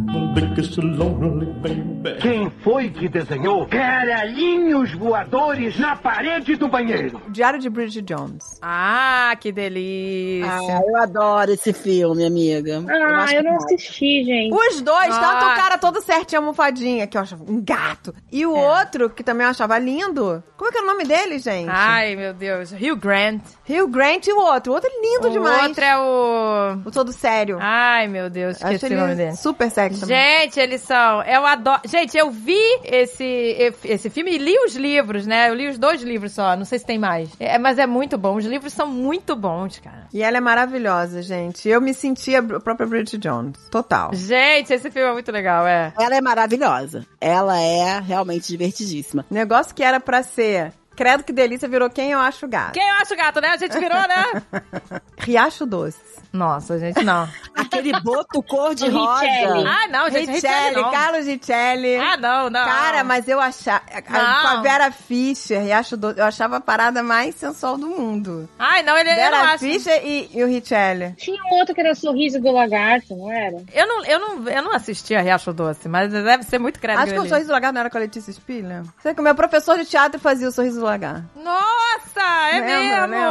Speaker 6: lonely, be so lonely, baby.
Speaker 5: Quem foi que desenhou caralhinhos voadores na parede do banheiro?
Speaker 2: O Diário de Bridget Jones.
Speaker 1: Ah, que delícia.
Speaker 4: Ah, eu adoro esse filme, amiga.
Speaker 3: Ah,
Speaker 4: acho
Speaker 3: eu não
Speaker 4: que-
Speaker 3: assisti, gente.
Speaker 2: Os dois, tanto
Speaker 1: Nossa.
Speaker 2: o cara todo certinho, almofadinha, que eu achava um gato. E o
Speaker 1: É.
Speaker 2: outro, que também eu achava lindo. Como é que é o nome dele, gente?
Speaker 1: Ai, meu Deus. Hugh Grant.
Speaker 2: Rio Grant e o outro. O outro é lindo
Speaker 1: o
Speaker 2: demais.
Speaker 1: outro é o...
Speaker 2: O todo sério.
Speaker 1: Ai, meu Deus,
Speaker 2: Acho
Speaker 1: esqueci
Speaker 2: ele
Speaker 1: o nome dele.
Speaker 2: super sexy também.
Speaker 1: Gente, eles são. Eu adoro. Gente, eu vi esse, esse filme e li os livros, né? Eu li os dois livros só, não sei se tem mais. É, mas é muito bom. Os livros são muito bons, cara.
Speaker 2: E ela é maravilhosa, gente. Eu me senti a br- própria Bridget Jones. Total.
Speaker 1: Gente, esse filme é muito legal, é.
Speaker 4: Ela é maravilhosa. Ela é realmente divertidíssima.
Speaker 2: Negócio que era pra ser... Credo que delícia virou quem eu acho gato.
Speaker 1: Quem eu acho gato, né? A gente virou, né?
Speaker 2: Riacho Doce.
Speaker 1: [LAUGHS] Nossa, gente, não.
Speaker 4: [LAUGHS] Aquele boto cor-de-rosa.
Speaker 3: Richelle.
Speaker 1: Ah, não, gente, Richelle,
Speaker 2: Richelle,
Speaker 1: não.
Speaker 2: Carlos Richelle.
Speaker 1: Ah, não, não.
Speaker 2: Cara, mas eu achava. Com a
Speaker 1: Não.
Speaker 2: Vera Fischer, e acho do- eu achava a parada mais sensual do mundo.
Speaker 1: Ai, não, ele eu não
Speaker 2: Vera
Speaker 1: acho.
Speaker 2: Fischer e, e o Richelle.
Speaker 3: Tinha um outro que era Sorriso do Lagarto, não era?
Speaker 1: Eu não, eu não, eu não assisti a Riacho Doce, mas deve ser muito credo.
Speaker 2: Acho que o Sorriso do Lagar não era com a Letícia Spiller. Sei que o meu professor de teatro fazia o Sorriso do Lagar.
Speaker 1: Nossa, é
Speaker 2: Lembra,
Speaker 1: mesmo!
Speaker 2: lembra?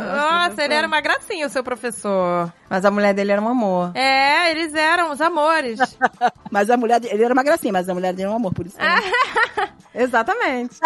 Speaker 2: Nossa,
Speaker 1: Nossa,
Speaker 2: professor.
Speaker 1: ele era uma gracinha, o seu professor.
Speaker 2: Mas a mulher dele era um amor.
Speaker 1: É, eles eram os
Speaker 2: [LAUGHS]
Speaker 1: amores.
Speaker 4: Mas a mulher dele, ele era uma gracinha, mas a mulher dele é um amor, por isso. que ela-
Speaker 1: É. [LAUGHS]
Speaker 2: Exatamente.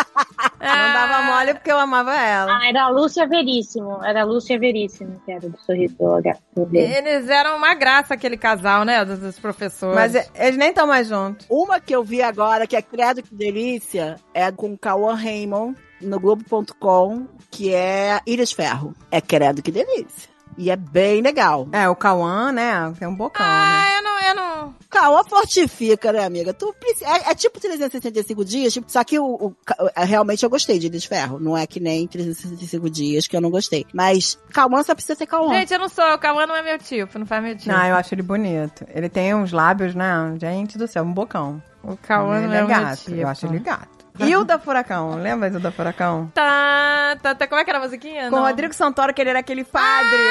Speaker 1: Ah.
Speaker 2: Não dava mole porque eu amava ela.
Speaker 3: Ah, era a Lúcia Veríssimo. Era a Lúcia Veríssimo que era do Sorriso do Lagarto. dele.
Speaker 1: Eles eram uma graça, aquele casal, né? Dos, dos professores.
Speaker 2: Mas é- e- eles nem estão mais juntos.
Speaker 4: Uma que eu vi agora, que é Credo que Delícia, é com o Cauã Raymond no Globo.com, que é Ilhas Ferro. É Credo que Delícia. E é bem legal.
Speaker 2: É, o Cauã, né? Tem um bocão, né?
Speaker 1: Ah, eu não, eu não.
Speaker 4: Cauã fortifica, né, amiga? Tu, preci- é, é tipo 365 dias, tipo, só que o, o Ca- é, realmente eu gostei de Ilhas Ferro. Não é que nem 365 dias que eu não gostei. Mas Cauã só precisa ser Cauã.
Speaker 1: Gente, eu não sou, o Cauã não é meu tipo, não faz meu tipo.
Speaker 2: Não, eu acho ele bonito. Ele tem uns lábios, né? Gente do céu, um bocão.
Speaker 1: o Cauã não
Speaker 2: ele
Speaker 1: é,
Speaker 2: é
Speaker 1: o meu
Speaker 2: gato.
Speaker 1: tipo.
Speaker 2: Eu acho ele gato. E o da Furacão? Lembra do da Furacão?
Speaker 1: Tá, tá, tá, como é que era a musiquinha?
Speaker 2: Com o
Speaker 1: Não.
Speaker 2: Rodrigo Santoro, que ele era aquele padre.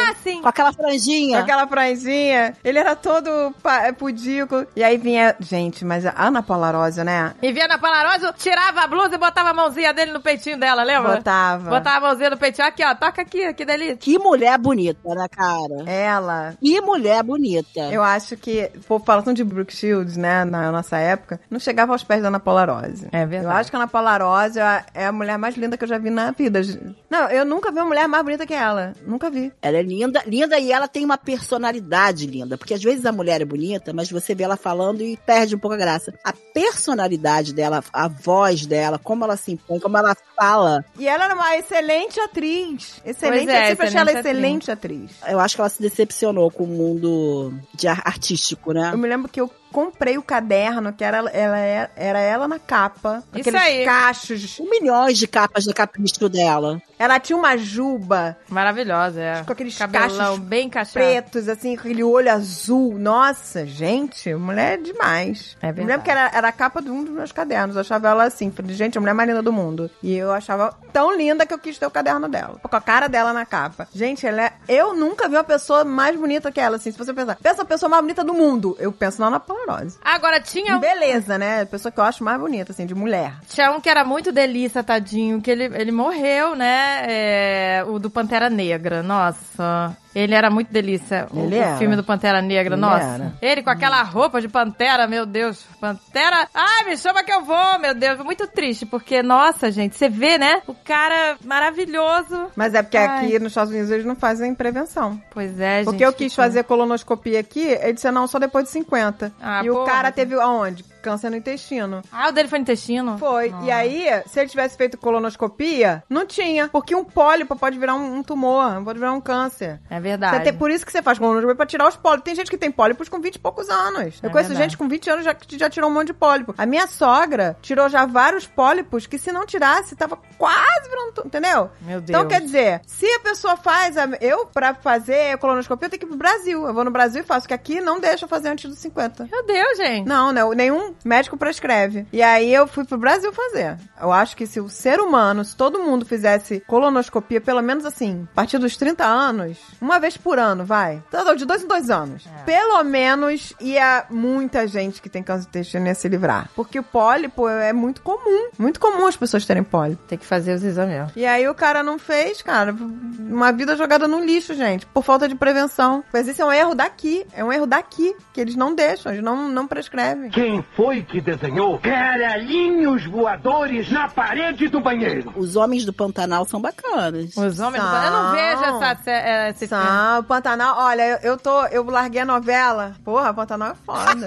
Speaker 1: Ah, sim.
Speaker 4: Com aquela
Speaker 2: com
Speaker 4: franjinha.
Speaker 2: Aquela franjinha, ele era todo pa- eh, pudico. E aí vinha. Gente, mas a Ana Polarosa, né?
Speaker 1: E via na Palaroso, tirava a blusa e botava a mãozinha dele no peitinho dela, lembra?
Speaker 2: Botava.
Speaker 1: Botava a mãozinha no peitinho. Aqui, ó, toca aqui, que delícia.
Speaker 4: Que mulher bonita, né, cara?
Speaker 2: Ela
Speaker 4: Que mulher bonita.
Speaker 2: É. Eu acho que, o povo fala tanto de Brooke Shields, né, na nossa época, não chegava aos pés da Ana Paula Rose.
Speaker 1: É verdade.
Speaker 2: Eu acho que a Ana Paula Rose é a- é a mulher mais linda que eu já vi na vida. Não, eu nunca vi uma mulher mais bonita que ela. Nunca vi.
Speaker 4: Ela é linda, linda e ela tem uma personalidade linda. Porque às vezes a mulher é bonita, mas você vê ela falando e perde um pouco a graça. A personalidade dela, a voz dela, como ela se impõe, como ela fala,
Speaker 2: E ela era uma excelente atriz. Excelente.
Speaker 1: é,
Speaker 2: eu sempre achei ela
Speaker 1: excelente
Speaker 2: excelente atriz.
Speaker 4: eu acho que ela se decepcionou com o mundo de ar- artístico, né?
Speaker 2: Eu me lembro que eu comprei o caderno, que era ela, era, era ela na capa. com
Speaker 1: Isso
Speaker 2: aqueles
Speaker 1: aí.
Speaker 2: cachos.
Speaker 4: Milhões Um de capas no capricho dela.
Speaker 2: Ela tinha uma juba
Speaker 1: Maravilhosa, é.
Speaker 2: Com aqueles
Speaker 1: Cabelão
Speaker 2: cachos
Speaker 1: bem cachado.
Speaker 2: pretos, assim, com aquele olho azul. Nossa, gente, mulher é demais.
Speaker 1: É verdade.
Speaker 2: Eu lembro que era, era a capa de um dos meus cadernos. Eu achava ela assim, falei, gente, a mulher mais linda do mundo. E eu achava tão linda que eu quis ter o caderno dela. Com a cara dela na capa. Gente, ela é... eu nunca vi uma pessoa mais bonita que ela, assim. Se você pensar, pensa a pessoa mais bonita do mundo. Eu penso na Ana Paula Rose.
Speaker 1: Agora, tinha um,
Speaker 2: Beleza, né? A pessoa que eu acho mais bonita, assim, de mulher.
Speaker 1: tinha um que era muito delícia, tadinho, que ele, ele morreu, né? É, o do Pantera Negra, nossa. Ele era muito delícia. O,
Speaker 2: Ele
Speaker 1: o
Speaker 2: era.
Speaker 1: filme do Pantera Negra,
Speaker 2: Ele
Speaker 1: nossa.
Speaker 2: era.
Speaker 1: Ele com aquela roupa de pantera, meu Deus. Pantera. Ai, me chama que eu vou, meu Deus. Muito triste, porque, nossa, gente, você vê, né? O cara maravilhoso.
Speaker 2: Mas é porque
Speaker 1: Ai.
Speaker 2: aqui nos Estados Unidos eles não fazem prevenção.
Speaker 1: Pois é, gente.
Speaker 2: Porque eu quis
Speaker 1: que-
Speaker 2: fazer colonoscopia aqui, ele disse, não, só depois de 50.
Speaker 1: Ah,
Speaker 2: e o
Speaker 1: porra.
Speaker 2: cara teve aonde? Câncer no intestino.
Speaker 1: Ah, o dele foi no intestino?
Speaker 2: Foi. E aí, se ele tivesse feito colonoscopia, não tinha. Porque um pólipo pode virar um, um tumor, pode virar um câncer.
Speaker 1: É
Speaker 2: Você
Speaker 1: verdade.
Speaker 2: tem- por isso que você faz colonoscopia pra tirar os pólipos. Tem gente que tem pólipos com 20 e poucos anos.
Speaker 1: É
Speaker 2: Eu conheço
Speaker 1: verdade.
Speaker 2: gente com 20 anos já, que já tirou um monte de pólipo. A minha sogra tirou já vários pólipos que se não tirasse, tava quase virando... tu- Entendeu?
Speaker 1: Meu Deus.
Speaker 2: Então, quer dizer, se a pessoa faz. a- eu, pra fazer colonoscopia, eu tenho que ir pro Brasil. Eu vou no Brasil e faço, que aqui não deixa eu fazer antes dos 50.
Speaker 1: Meu Deus, gente.
Speaker 2: Não, não, nenhum médico prescreve. E aí eu fui pro Brasil fazer. Eu acho que se o ser humano, se todo mundo fizesse colonoscopia, pelo menos assim, a partir dos 30 anos, uma vez por ano, vai. Então, de dois em dois anos. Pelo menos ia muita gente que tem câncer de intestino ia se livrar. Porque o pólipo é muito comum. Muito comum as pessoas terem pólipo.
Speaker 1: Tem que fazer os exames. ó.
Speaker 2: E aí o cara não fez, cara. Uma vida jogada no lixo, gente. Por falta de prevenção. Mas isso é um erro daqui. É um erro daqui. Que eles não deixam, eles não, não prescrevem.
Speaker 5: Quem foi que desenhou caralhinhos voadores na parede do banheiro?
Speaker 4: Os homens do Pantanal são bacanas.
Speaker 1: Os homens do
Speaker 2: São.
Speaker 1: Pantanal. Eu não vejo essa, sé- eh, esse filme.
Speaker 2: Ah, o Pantanal, olha, eu, eu tô. Eu larguei a novela. Porra, Pantanal é foda.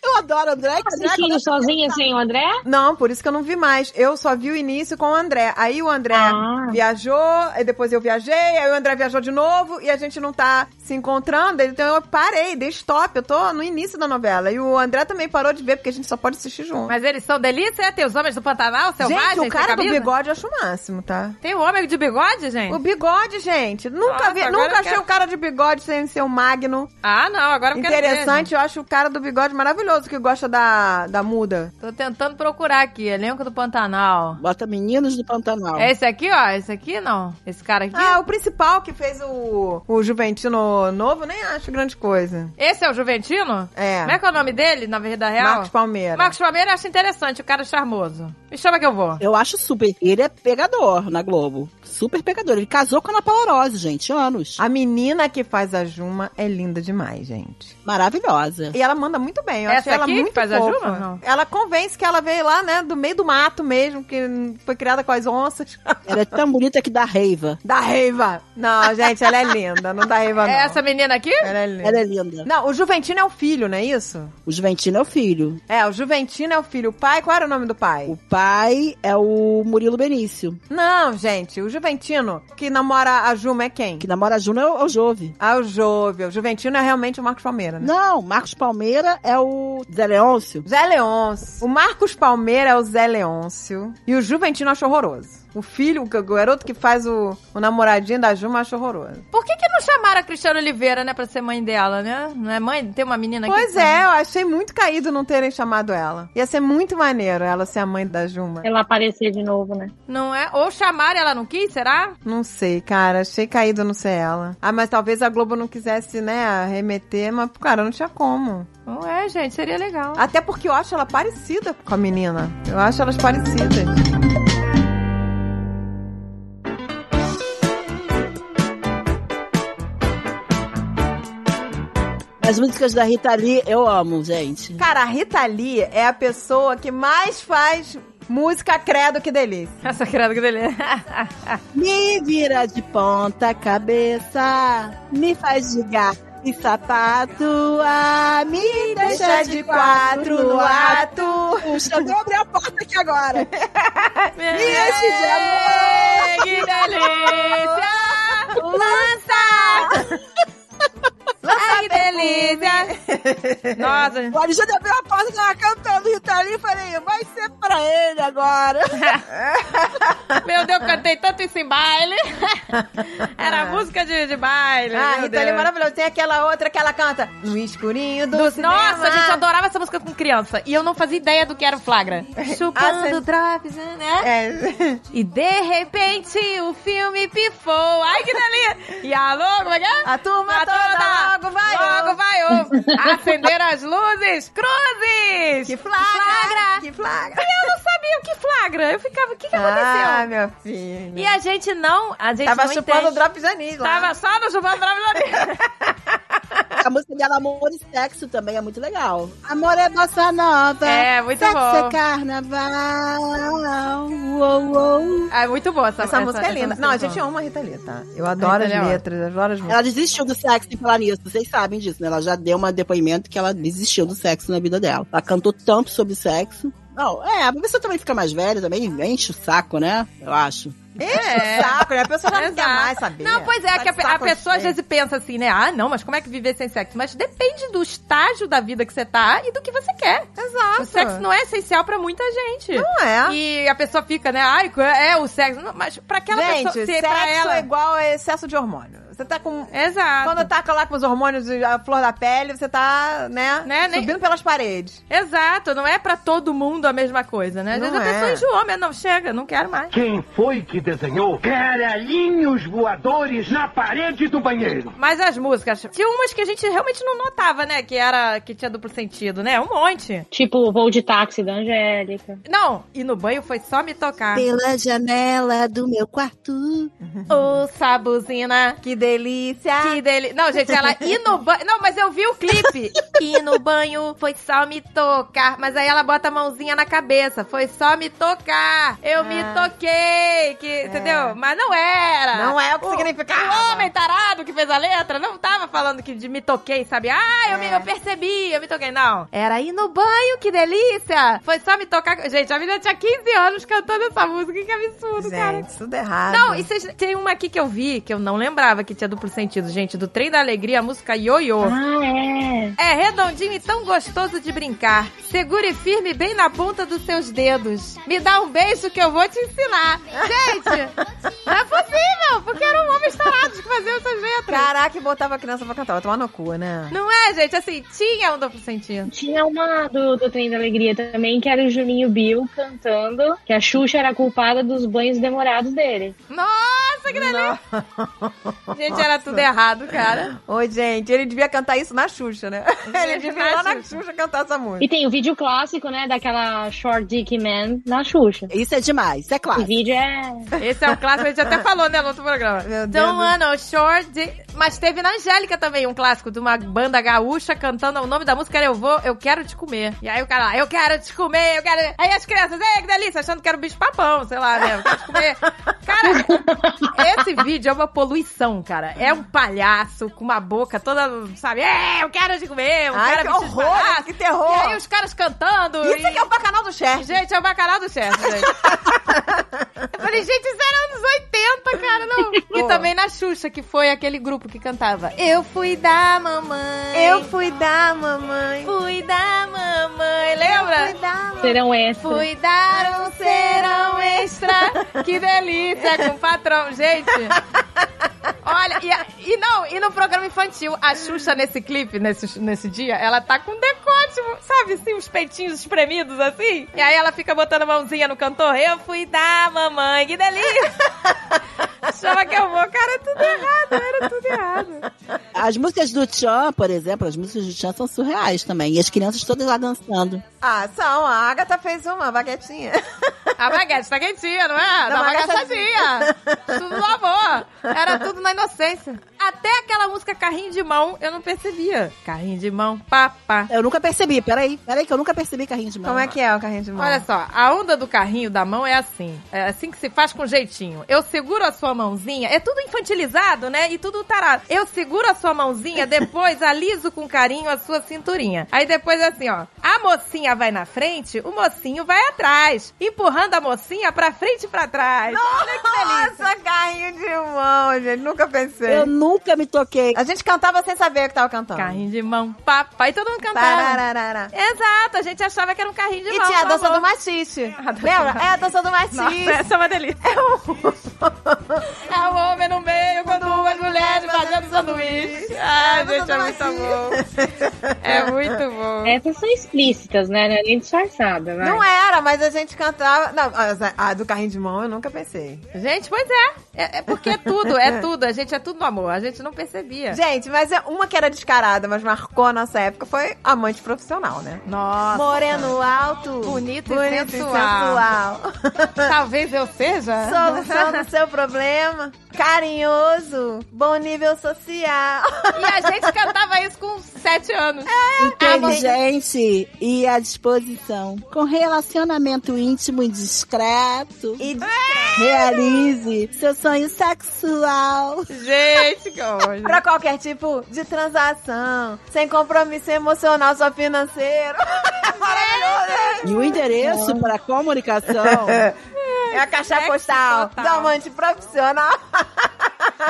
Speaker 4: Eu adoro André
Speaker 3: Tá assistindo sozinha sem o André?
Speaker 2: não, por isso que eu não vi mais. Eu só vi o início com o André. Aí o André
Speaker 3: Ah.
Speaker 2: viajou, aí depois eu viajei, aí o André viajou de novo e a gente não tá se encontrando, ele- então eu parei, dei stop, eu tô no início da novela. E o André também parou de ver, porque a gente só pode assistir junto.
Speaker 1: Mas eles são delícia? é? Tem os homens do Pantanal, selvagens,
Speaker 2: gente, o cara
Speaker 1: sem
Speaker 2: do
Speaker 1: camisa?
Speaker 2: bigode eu acho o máximo, tá?
Speaker 1: Tem o homem de bigode, gente?
Speaker 2: O bigode, gente. Nunca
Speaker 1: Nossa,
Speaker 2: vi,
Speaker 1: agora eu
Speaker 2: nunca achei
Speaker 1: quero-
Speaker 2: um cara de bigode sem ser um magno.
Speaker 1: Ah, não, agora eu quero ver,
Speaker 2: Interessante, eu acho o cara do bigode maravilhoso que gosta da, da muda.
Speaker 1: gente. Tô tentando procurar aqui, elenco do Pantanal.
Speaker 4: Bota Meninos do Pantanal.
Speaker 1: É esse aqui, ó? Esse aqui não? Esse cara aqui?
Speaker 2: Ah, o principal que fez o, o Juventino novo, nem acho grande coisa.
Speaker 1: Esse é o Juventino?
Speaker 2: É.
Speaker 1: Como é que é o nome dele na vida real?
Speaker 2: Marcos Palmeira.
Speaker 1: Marcos Palmeira eu acho interessante, o cara é charmoso. Me chama que eu vou.
Speaker 4: Eu acho super. Ele é pegador na Globo. Super pegador. Ele casou com a Ana Paula Rose, gente, anos. Ah,
Speaker 2: A menina que faz a Juma é linda demais, gente.
Speaker 4: Maravilhosa.
Speaker 2: E ela manda muito bem. Eu
Speaker 1: Essa
Speaker 2: achei ela
Speaker 1: aqui que
Speaker 2: muito
Speaker 1: faz a
Speaker 2: fofa.
Speaker 1: Juma? Não.
Speaker 2: Ela convence que ela veio lá, né, do meio do mato mesmo, que foi criada com as onças.
Speaker 4: Ela é tão bonita que dá raiva.
Speaker 2: da Reiva. Não, gente, ela é linda. Não dá Reiva, não.
Speaker 1: É essa menina aqui?
Speaker 2: Ela é linda.
Speaker 4: Ela é linda.
Speaker 2: Não, o Juventino é o filho, não é isso?
Speaker 4: O Juventino é o filho.
Speaker 2: É, o Juventino é o filho. O pai, qual era o nome do pai?
Speaker 4: O pai é o Murilo Benício.
Speaker 2: Não, gente, o Juventino que namora a Juma é quem?
Speaker 4: Que namora a Juna é o, é o Jove.
Speaker 2: Ah, o Jove. O Juventino é realmente o Marcos Palmeira, né?
Speaker 4: Não, Marcos Palmeira é o Zé Leôncio.
Speaker 2: Zé Leôncio. O Marcos Palmeira é o Zé Leôncio. E o Juventino acha horroroso. O filho, o garoto que faz o, o namoradinho da Juma acha horroroso.
Speaker 1: Por que, que não chamaram a Cristiana Oliveira, né, pra ser mãe dela, né? Não é mãe? Tem uma menina aqui.
Speaker 2: Pois
Speaker 1: que-
Speaker 2: é, eu achei muito caído não terem chamado ela. Ia ser muito maneiro ela ser a mãe da Juma.
Speaker 3: Ela aparecer de novo, né?
Speaker 1: Não é? Ou chamaram e ela não quis, será?
Speaker 2: Não sei, cara. Achei caído não ser ela. Ah, mas talvez a Globo não quisesse, né, remeter, mas, cara, não tinha como.
Speaker 1: Não é, gente, seria legal.
Speaker 2: Até porque eu acho ela parecida com a menina. Eu acho elas parecidas.
Speaker 4: As músicas da Rita Lee eu amo, gente.
Speaker 2: Cara, a Rita Lee é a pessoa que mais faz música credo que delícia.
Speaker 1: Essa criada Tá que dele.
Speaker 4: Me vira de ponta cabeça, me faz de gato e sapato, ah, me deixa de quatro no ato. Puxa, eu abri a porta aqui [LAUGHS] agora. E esse de amor,
Speaker 1: que delícia!
Speaker 4: lança!
Speaker 1: Ai, que delícia! Nossa,
Speaker 4: O Alexandre abriu a porta, tava cantando Rita Lee, falei, vai ser pra ele agora.
Speaker 1: meu Deus, eu cantei tanto isso em baile. Era
Speaker 2: Ah.
Speaker 1: música de, de baile.
Speaker 2: [LAUGHS] Ah,
Speaker 1: meu
Speaker 2: Rita Lee é
Speaker 1: Deus.
Speaker 2: maravilhosa. Tem aquela outra que ela canta no escurinho do,
Speaker 1: Dos-
Speaker 2: cinema.
Speaker 1: Nossa, a gente adorava essa música com criança. E eu não fazia ideia do que era o flagra. Chupando
Speaker 2: Ah, cê-
Speaker 1: drops, né?
Speaker 2: É. [LAUGHS]
Speaker 1: E de repente o filme pifou. Ai, que delícia! E alô, como é que é?
Speaker 2: A
Speaker 1: tá.
Speaker 2: turma toda logo vai.
Speaker 1: Logo [LAUGHS]
Speaker 2: ó.
Speaker 1: vai, ô. Acenderam as luzes. Cruzes!
Speaker 2: Que flagra,
Speaker 1: Flagra!
Speaker 2: Que flagra.
Speaker 1: Eu não sabia o que flagra. Eu ficava, o que, que
Speaker 2: Ah,
Speaker 1: aconteceu?
Speaker 2: meu filho.
Speaker 1: E a gente não. A gente
Speaker 2: Tava
Speaker 1: não
Speaker 2: chupando o
Speaker 1: entende.
Speaker 2: drop de anis lá.
Speaker 1: Tava só no chupando drops.
Speaker 4: A música dela, Amor e Sexo, também é muito legal. Amor é bossa nova.
Speaker 1: É, muito
Speaker 4: sexo
Speaker 1: bom.
Speaker 4: é carnaval. Uou, uou.
Speaker 1: [LAUGHS] É muito boa essa,
Speaker 2: Essa, música é linda.
Speaker 1: essa
Speaker 2: Não, a
Speaker 1: música é
Speaker 2: gente
Speaker 1: boa.
Speaker 2: ama a Rita Lee, tá? Eu adoro
Speaker 1: A
Speaker 2: as
Speaker 1: Rita Lee é ótima.
Speaker 2: letras, adoro as músicas.
Speaker 4: Uhum. Ela desistiu do sexo em falar nisso. Vocês sabem disso, né? Ela já deu um depoimento que ela desistiu do sexo na vida dela. Ela cantou tanto sobre sexo. Não, é, a pessoa também fica mais velha, também enche o saco, né? Eu acho.
Speaker 2: Enche o saco, né? A pessoa já não quer
Speaker 1: Exato.
Speaker 2: mais saber.
Speaker 1: Não, pois é,
Speaker 2: Tá
Speaker 1: que
Speaker 2: de
Speaker 1: a, a
Speaker 2: saco
Speaker 1: pessoa às
Speaker 2: cheio.
Speaker 1: vezes pensa assim, né? Ah, não, mas como é que viver sem sexo? Mas depende do estágio da vida que você tá e do que você quer.
Speaker 2: Exato.
Speaker 1: O sexo não é essencial pra muita gente.
Speaker 2: Não é.
Speaker 1: E a pessoa fica, né? Ai, é o sexo. Não, mas pra aquela
Speaker 2: gente,
Speaker 1: pessoa, se
Speaker 2: sexo
Speaker 1: pra ela.
Speaker 2: é igual a excesso de hormônio. Você tá com...
Speaker 1: Exato.
Speaker 2: Quando tá lá com os hormônios, a flor da pele, você tá, né,
Speaker 1: Né, nem-
Speaker 2: subindo pelas paredes.
Speaker 1: Exato, não é pra todo mundo a mesma coisa, né? Às
Speaker 2: Não
Speaker 1: vezes a pessoa
Speaker 2: é.
Speaker 1: enjoou, mas não, chega, não quero mais.
Speaker 5: Quem foi que desenhou caralhinhos voadores na parede do banheiro?
Speaker 1: Mas as músicas, tinha umas que a gente realmente não notava, né? Que era, que tinha duplo sentido, né? Um monte.
Speaker 3: Tipo, voo de táxi da Angélica.
Speaker 1: Não, e no banho foi só me tocar.
Speaker 4: Pela janela do meu quarto.
Speaker 1: Ouça a buzina.
Speaker 2: Que delícia!
Speaker 1: Que dele. Não, gente, ela ir no banho. Não, mas eu vi o clipe. [LAUGHS] Ir no banho foi só me tocar. Mas aí ela bota a mãozinha na cabeça. Foi só me tocar. Eu me toquei. Que, Entendeu? Mas Ah. É. não era.
Speaker 2: Não é o é que significava.
Speaker 1: O homem tarado que fez a letra não tava falando que de me toquei, sabe? Ah, eu, me, eu percebi, eu me toquei. Não. Era ir no banho, que delícia. Foi só me tocar. Gente, a menina tinha 15 anos cantando essa música. Que absurdo, cara.
Speaker 2: Gente, tudo errado.
Speaker 1: Não, e vocês- tem uma aqui que eu vi, que eu não lembrava, que tinha duplo sentido, gente. Do Trem da Alegria, a música Yo-Yo.
Speaker 3: Ah, é.
Speaker 1: É redondinho e tão gostoso de brincar. Segure firme bem na ponta dos seus dedos. Me dá um beijo que eu vou te ensinar.
Speaker 2: [LAUGHS]
Speaker 1: Gente, não é possível, porque eram homens talados que faziam essas
Speaker 2: é
Speaker 1: letras.
Speaker 2: Caraca, e botava a criança pra cantar. Vai tomar no cu, né?
Speaker 1: Não é, gente? Assim, tinha um duplo sentido.
Speaker 3: Tinha uma do, do Trem da Alegria também, que era o Juninho Bill cantando, que a Xuxa era culpada dos banhos demorados dele.
Speaker 1: Nossa, que delícia! Gente, era tudo errado, cara.
Speaker 2: [LAUGHS] Oi, gente, ele devia cantar isso na Xuxa, né? Ele devia ir lá na Xuxa cantar essa música.
Speaker 3: E tem o vídeo clássico, né, daquela Short Dick Man na Xuxa.
Speaker 4: Isso é demais, isso é
Speaker 3: O
Speaker 4: clássico.
Speaker 3: vídeo é
Speaker 1: Esse é um clássico, a gente até falou, né, no outro programa.
Speaker 2: Meu Deus
Speaker 1: Don't
Speaker 2: do-
Speaker 1: Wanna Short. de- Mas teve na Angélica também um clássico de uma banda gaúcha cantando o nome da música era Eu Vou, Eu Quero Te Comer. E aí o cara lá, Eu Quero Te Comer, Eu Quero... Aí as crianças, ei, que delícia, achando que era o bicho papão, sei lá, né, Eu Quero Te Comer. Cara, esse vídeo é uma poluição, cara. É um palhaço com uma boca toda, sabe, é, Eu Quero Te Comer, um
Speaker 2: Ai,
Speaker 1: cara
Speaker 2: que
Speaker 1: vestido de
Speaker 2: horror,
Speaker 1: palhaço.
Speaker 2: que
Speaker 1: E
Speaker 2: terror.
Speaker 1: aí os caras cantando.
Speaker 2: Isso
Speaker 1: e-
Speaker 2: aqui é o bacanal do Cher.
Speaker 1: Gente, é o bacalhau do chefe, gente. Eu falei, gente, isso era anos 80, cara, não. E também na Xuxa, que foi aquele grupo que cantava Eu fui da mamãe.
Speaker 2: Eu fui da mamãe.
Speaker 1: fui da mamãe. Lembra?
Speaker 3: serão extra.
Speaker 1: Fui dar um serão extra. Que delícia com o patrão, gente. Olha, e, a- e não, e no programa infantil, a Xuxa nesse clipe, nesse, nesse dia, ela tá com decote, sabe assim, uns peitinhos espremidos assim. E aí ela fica botando a mãozinha no cantor. Eu fui dar, mamãe, que delícia. Chama que eu vou, cara, é tudo errado, era tudo errado.
Speaker 4: As músicas do Tchan, por exemplo, as músicas do Tchan são surreais também. E as crianças todas lá dançando.
Speaker 2: Ah, são. A Agatha fez uma baguetinha.
Speaker 1: A baguete tá quentinha, não é?
Speaker 2: Da
Speaker 1: Da
Speaker 2: bagaça-
Speaker 1: bagaçadinha. Tudo do avô. Era tudo na inocência. Até aquela música Carrinho de Mão, eu não percebia. Carrinho de Mão, papá.
Speaker 4: Eu nunca percebi, peraí, peraí que eu nunca percebi carrinho de mão.
Speaker 2: Como é que é o carrinho de mão?
Speaker 1: Olha só, a onda do carrinho da mão é assim. É assim que se faz com jeitinho. Eu seguro a sua mãozinha. É tudo infantilizado, né? E tudo tarado. Eu seguro a sua mãozinha, [LAUGHS] depois aliso com carinho a sua cinturinha. Aí depois é assim, ó. A mocinha vai na frente, o mocinho vai atrás. Empurrando a mocinha pra frente e pra trás. Olha que delícia.
Speaker 2: Nossa, carrinho de mão, gente. Nunca pensei.
Speaker 4: Eu nunca me toquei.
Speaker 2: A gente cantava sem saber o que tava cantando.
Speaker 1: Carrinho de mão, papai. Todo mundo cantava.
Speaker 2: Tarararara.
Speaker 1: Exato, a gente achava que era um carrinho de
Speaker 2: E
Speaker 1: mão.
Speaker 2: tinha a
Speaker 1: tá
Speaker 2: dança
Speaker 1: bom.
Speaker 2: do machiste.
Speaker 1: dança do
Speaker 2: Lembra? É a dança do
Speaker 1: Nossa,
Speaker 2: machiste.
Speaker 1: essa é uma delícia. É
Speaker 2: um
Speaker 1: o homem no meio com duas mulheres fazendo sanduíche. Ai, gente, é muito bom.
Speaker 2: assim.
Speaker 1: É muito bom.
Speaker 3: Essas são explícitas, né? Não é nem disfarçada, vai.
Speaker 2: Não era, mas a gente cantava. Não, a, a do carrinho de mão eu nunca pensei.
Speaker 1: Gente, pois é. é. é porque é tudo, é tudo. A gente é tudo no amor. A gente não percebia.
Speaker 2: Gente, mas é uma que era descarada, mas marcou a nossa época foi amante profissional, né?
Speaker 1: Nossa.
Speaker 2: Moreno alto,
Speaker 1: Bonito e
Speaker 2: bonito
Speaker 1: sensual. [LAUGHS]
Speaker 2: sensual.
Speaker 1: Talvez eu seja.
Speaker 2: Solução do seu problema, carinhoso, bom nível social.
Speaker 1: E a gente cantava isso com sete anos.
Speaker 2: É.
Speaker 4: Inteligente é, e à disposição. Com relacionamento íntimo e discreto.
Speaker 2: E
Speaker 1: [LAUGHS]
Speaker 4: Realize seu sonho sexual.
Speaker 1: Gente, que horror.
Speaker 2: pra qualquer tipo de transação, sem compromisso emocional, só financeiro.
Speaker 1: [LAUGHS]
Speaker 4: E o endereço
Speaker 2: [LAUGHS]
Speaker 4: para comunicação.
Speaker 2: É a caixa
Speaker 1: Sexo
Speaker 2: postal
Speaker 1: total.
Speaker 2: do amante profissional, [LAUGHS]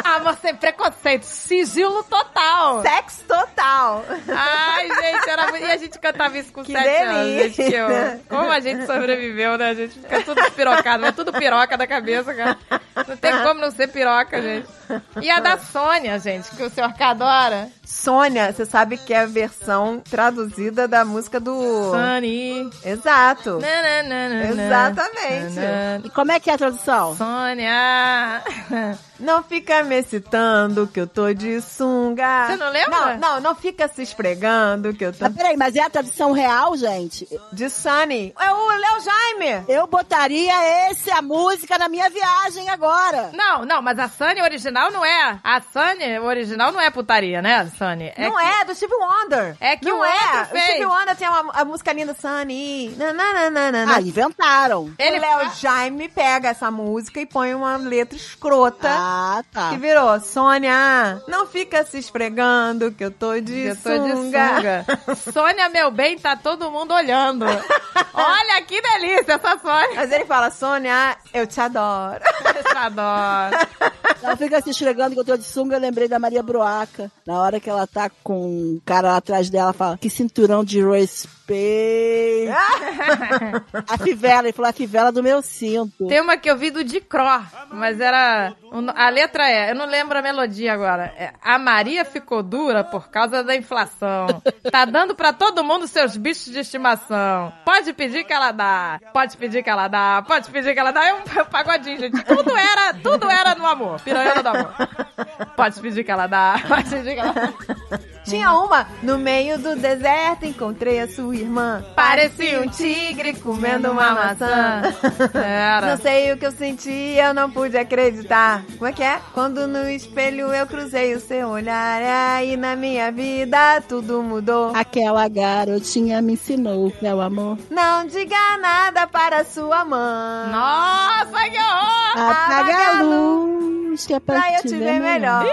Speaker 1: Amor sem preconceito, sigilo total.
Speaker 2: sexo total.
Speaker 1: Ai, gente, era bonito. E a gente cantava isso com
Speaker 2: Que
Speaker 1: sete anos, gente. Que eu...
Speaker 2: delícia.
Speaker 1: Como a gente sobreviveu, né? A gente fica tudo pirocado, mas tudo piroca da cabeça, cara. Não tem como não ser piroca, gente. E a da Sônia, gente, que o senhor K adora.
Speaker 2: Sônia, você sabe que é a versão traduzida da música do.
Speaker 1: Sony.
Speaker 2: Exato.
Speaker 1: Nananana.
Speaker 2: Exatamente.
Speaker 1: Nanana.
Speaker 4: E como é que é a tradução?
Speaker 1: Sônia.
Speaker 2: Não fica me excitando que eu tô de sunga.
Speaker 1: Você não lembra?
Speaker 2: Não, não, não fica se esfregando que eu tô
Speaker 4: Mas peraí, mas é a tradução real, gente?
Speaker 2: de sunny. É o Léo Jaime.
Speaker 4: Eu botaria esse, a música, na minha viagem agora.
Speaker 1: Não, não, mas a Sônia original não é. A Sônia original não é putaria, né, Sônia?
Speaker 2: não é, do Steve Wonder.
Speaker 1: É que
Speaker 2: não
Speaker 1: o outro
Speaker 2: é.
Speaker 1: fez.
Speaker 2: O Steve Wonder tem uma, a música linda Sunny. Na, na, na, na, na, na.
Speaker 4: Ah, inventaram.
Speaker 1: Ele
Speaker 2: o Léo
Speaker 1: fa-
Speaker 2: Jaime pega essa música e põe uma letra escrota.
Speaker 4: Ah, tá.
Speaker 2: Que virou, Sônia, não fica se esfregando que eu tô de
Speaker 1: Eu tô de
Speaker 2: sunga. [LAUGHS]
Speaker 1: sunga. Sônia, meu bem, tá todo mundo olhando. Olha que delícia essa Sônia.
Speaker 2: Mas ele fala, Sônia, eu te adoro.
Speaker 1: Eu adoro.
Speaker 4: Ela fica se esfregando que eu tô de sunga, eu lembrei da Maria Broaca. Na hora que ela tá com um cara lá atrás dela, fala, que cinturão de respeito. a fivela, ele falou, a fivela do meu cinto.
Speaker 1: Tem uma que eu vi do Dicró, mas era. o- A letra é, eu não lembro a melodia agora. É, a Maria ficou dura por causa da inflação. Tá dando pra todo mundo seus bichos de estimação. Pode pedir que ela dá. Pode pedir que ela dá. Pode pedir que ela dá. É um pagodinho, gente. Tudo era, tudo era no amor. Piranha do amor. Pode pedir que ela dá. Pode pedir que ela dá.
Speaker 2: [LAUGHS] Tinha
Speaker 1: Uhum.
Speaker 2: uma, no meio do deserto encontrei a sua irmã.
Speaker 1: Parecia um tigre comendo uma maçã. Era.
Speaker 2: Não sei o que eu senti, eu não pude acreditar. Como é que é? Quando no espelho eu cruzei o seu olhar, e aí na minha vida tudo mudou.
Speaker 4: Aquela garotinha me ensinou, meu amor.
Speaker 2: Não diga nada para sua mãe.
Speaker 1: Nossa, que horror!
Speaker 4: Apaga a luz, que é pra,
Speaker 2: Pra eu te ver melhor.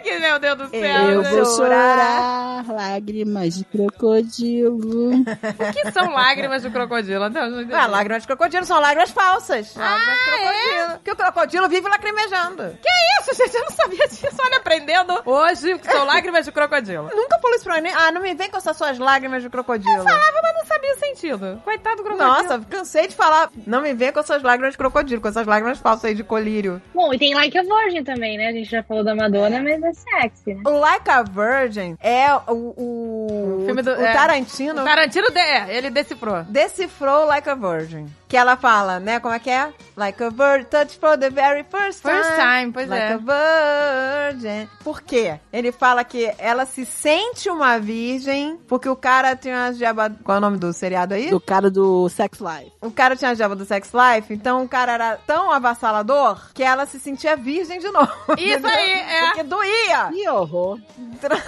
Speaker 1: Que, meu Deus do céu.
Speaker 4: Eu
Speaker 1: gente.
Speaker 4: vou
Speaker 2: chorar.
Speaker 4: chorar lágrimas de crocodilo.
Speaker 1: O que são lágrimas de crocodilo? Até hoje eu não entendi.
Speaker 2: Ah, lágrimas de crocodilo são lágrimas falsas. Lágrimas de
Speaker 1: é?
Speaker 2: crocodilo. Porque o crocodilo vive lacrimejando.
Speaker 1: Que isso, gente? Eu não sabia disso. Olha, aprendendo hoje que são lágrimas de crocodilo.
Speaker 2: Nunca falou isso pra mim. Ah, não me vem com essas suas lágrimas de crocodilo.
Speaker 1: Falava, mas não sabia o sentido. Coitado do crocodilo.
Speaker 2: Nossa, cansei de falar. Não me vem com essas lágrimas de crocodilo, com essas lágrimas falsas aí de colírio.
Speaker 3: Bom, e tem Like a Virgin também, né? A gente já falou da Madonna, mas é sexy, né?
Speaker 2: O Like a Virgin é o. O,
Speaker 1: O filme do-
Speaker 2: o
Speaker 1: é.
Speaker 2: Tarantino
Speaker 1: O Tarantino, de, é, ele decifrou.
Speaker 2: decifrou Like a Virgin. Que ela fala, né? Como é que é? Like a Virgin, touch for the very first time.
Speaker 1: First time, pois
Speaker 2: like
Speaker 1: é.
Speaker 2: a virgin. Por quê? Ele fala que ela se sente uma virgem porque o cara tinha uma jeba... Qual é o nome do seriado aí?
Speaker 4: Do cara do Sex Life.
Speaker 2: O cara tinha a jeba do Sex Life, então o cara era tão avassalador que ela se sentia virgem de novo.
Speaker 1: Isso
Speaker 2: entendeu?
Speaker 1: aí, é.
Speaker 2: Porque doía
Speaker 4: Que horror.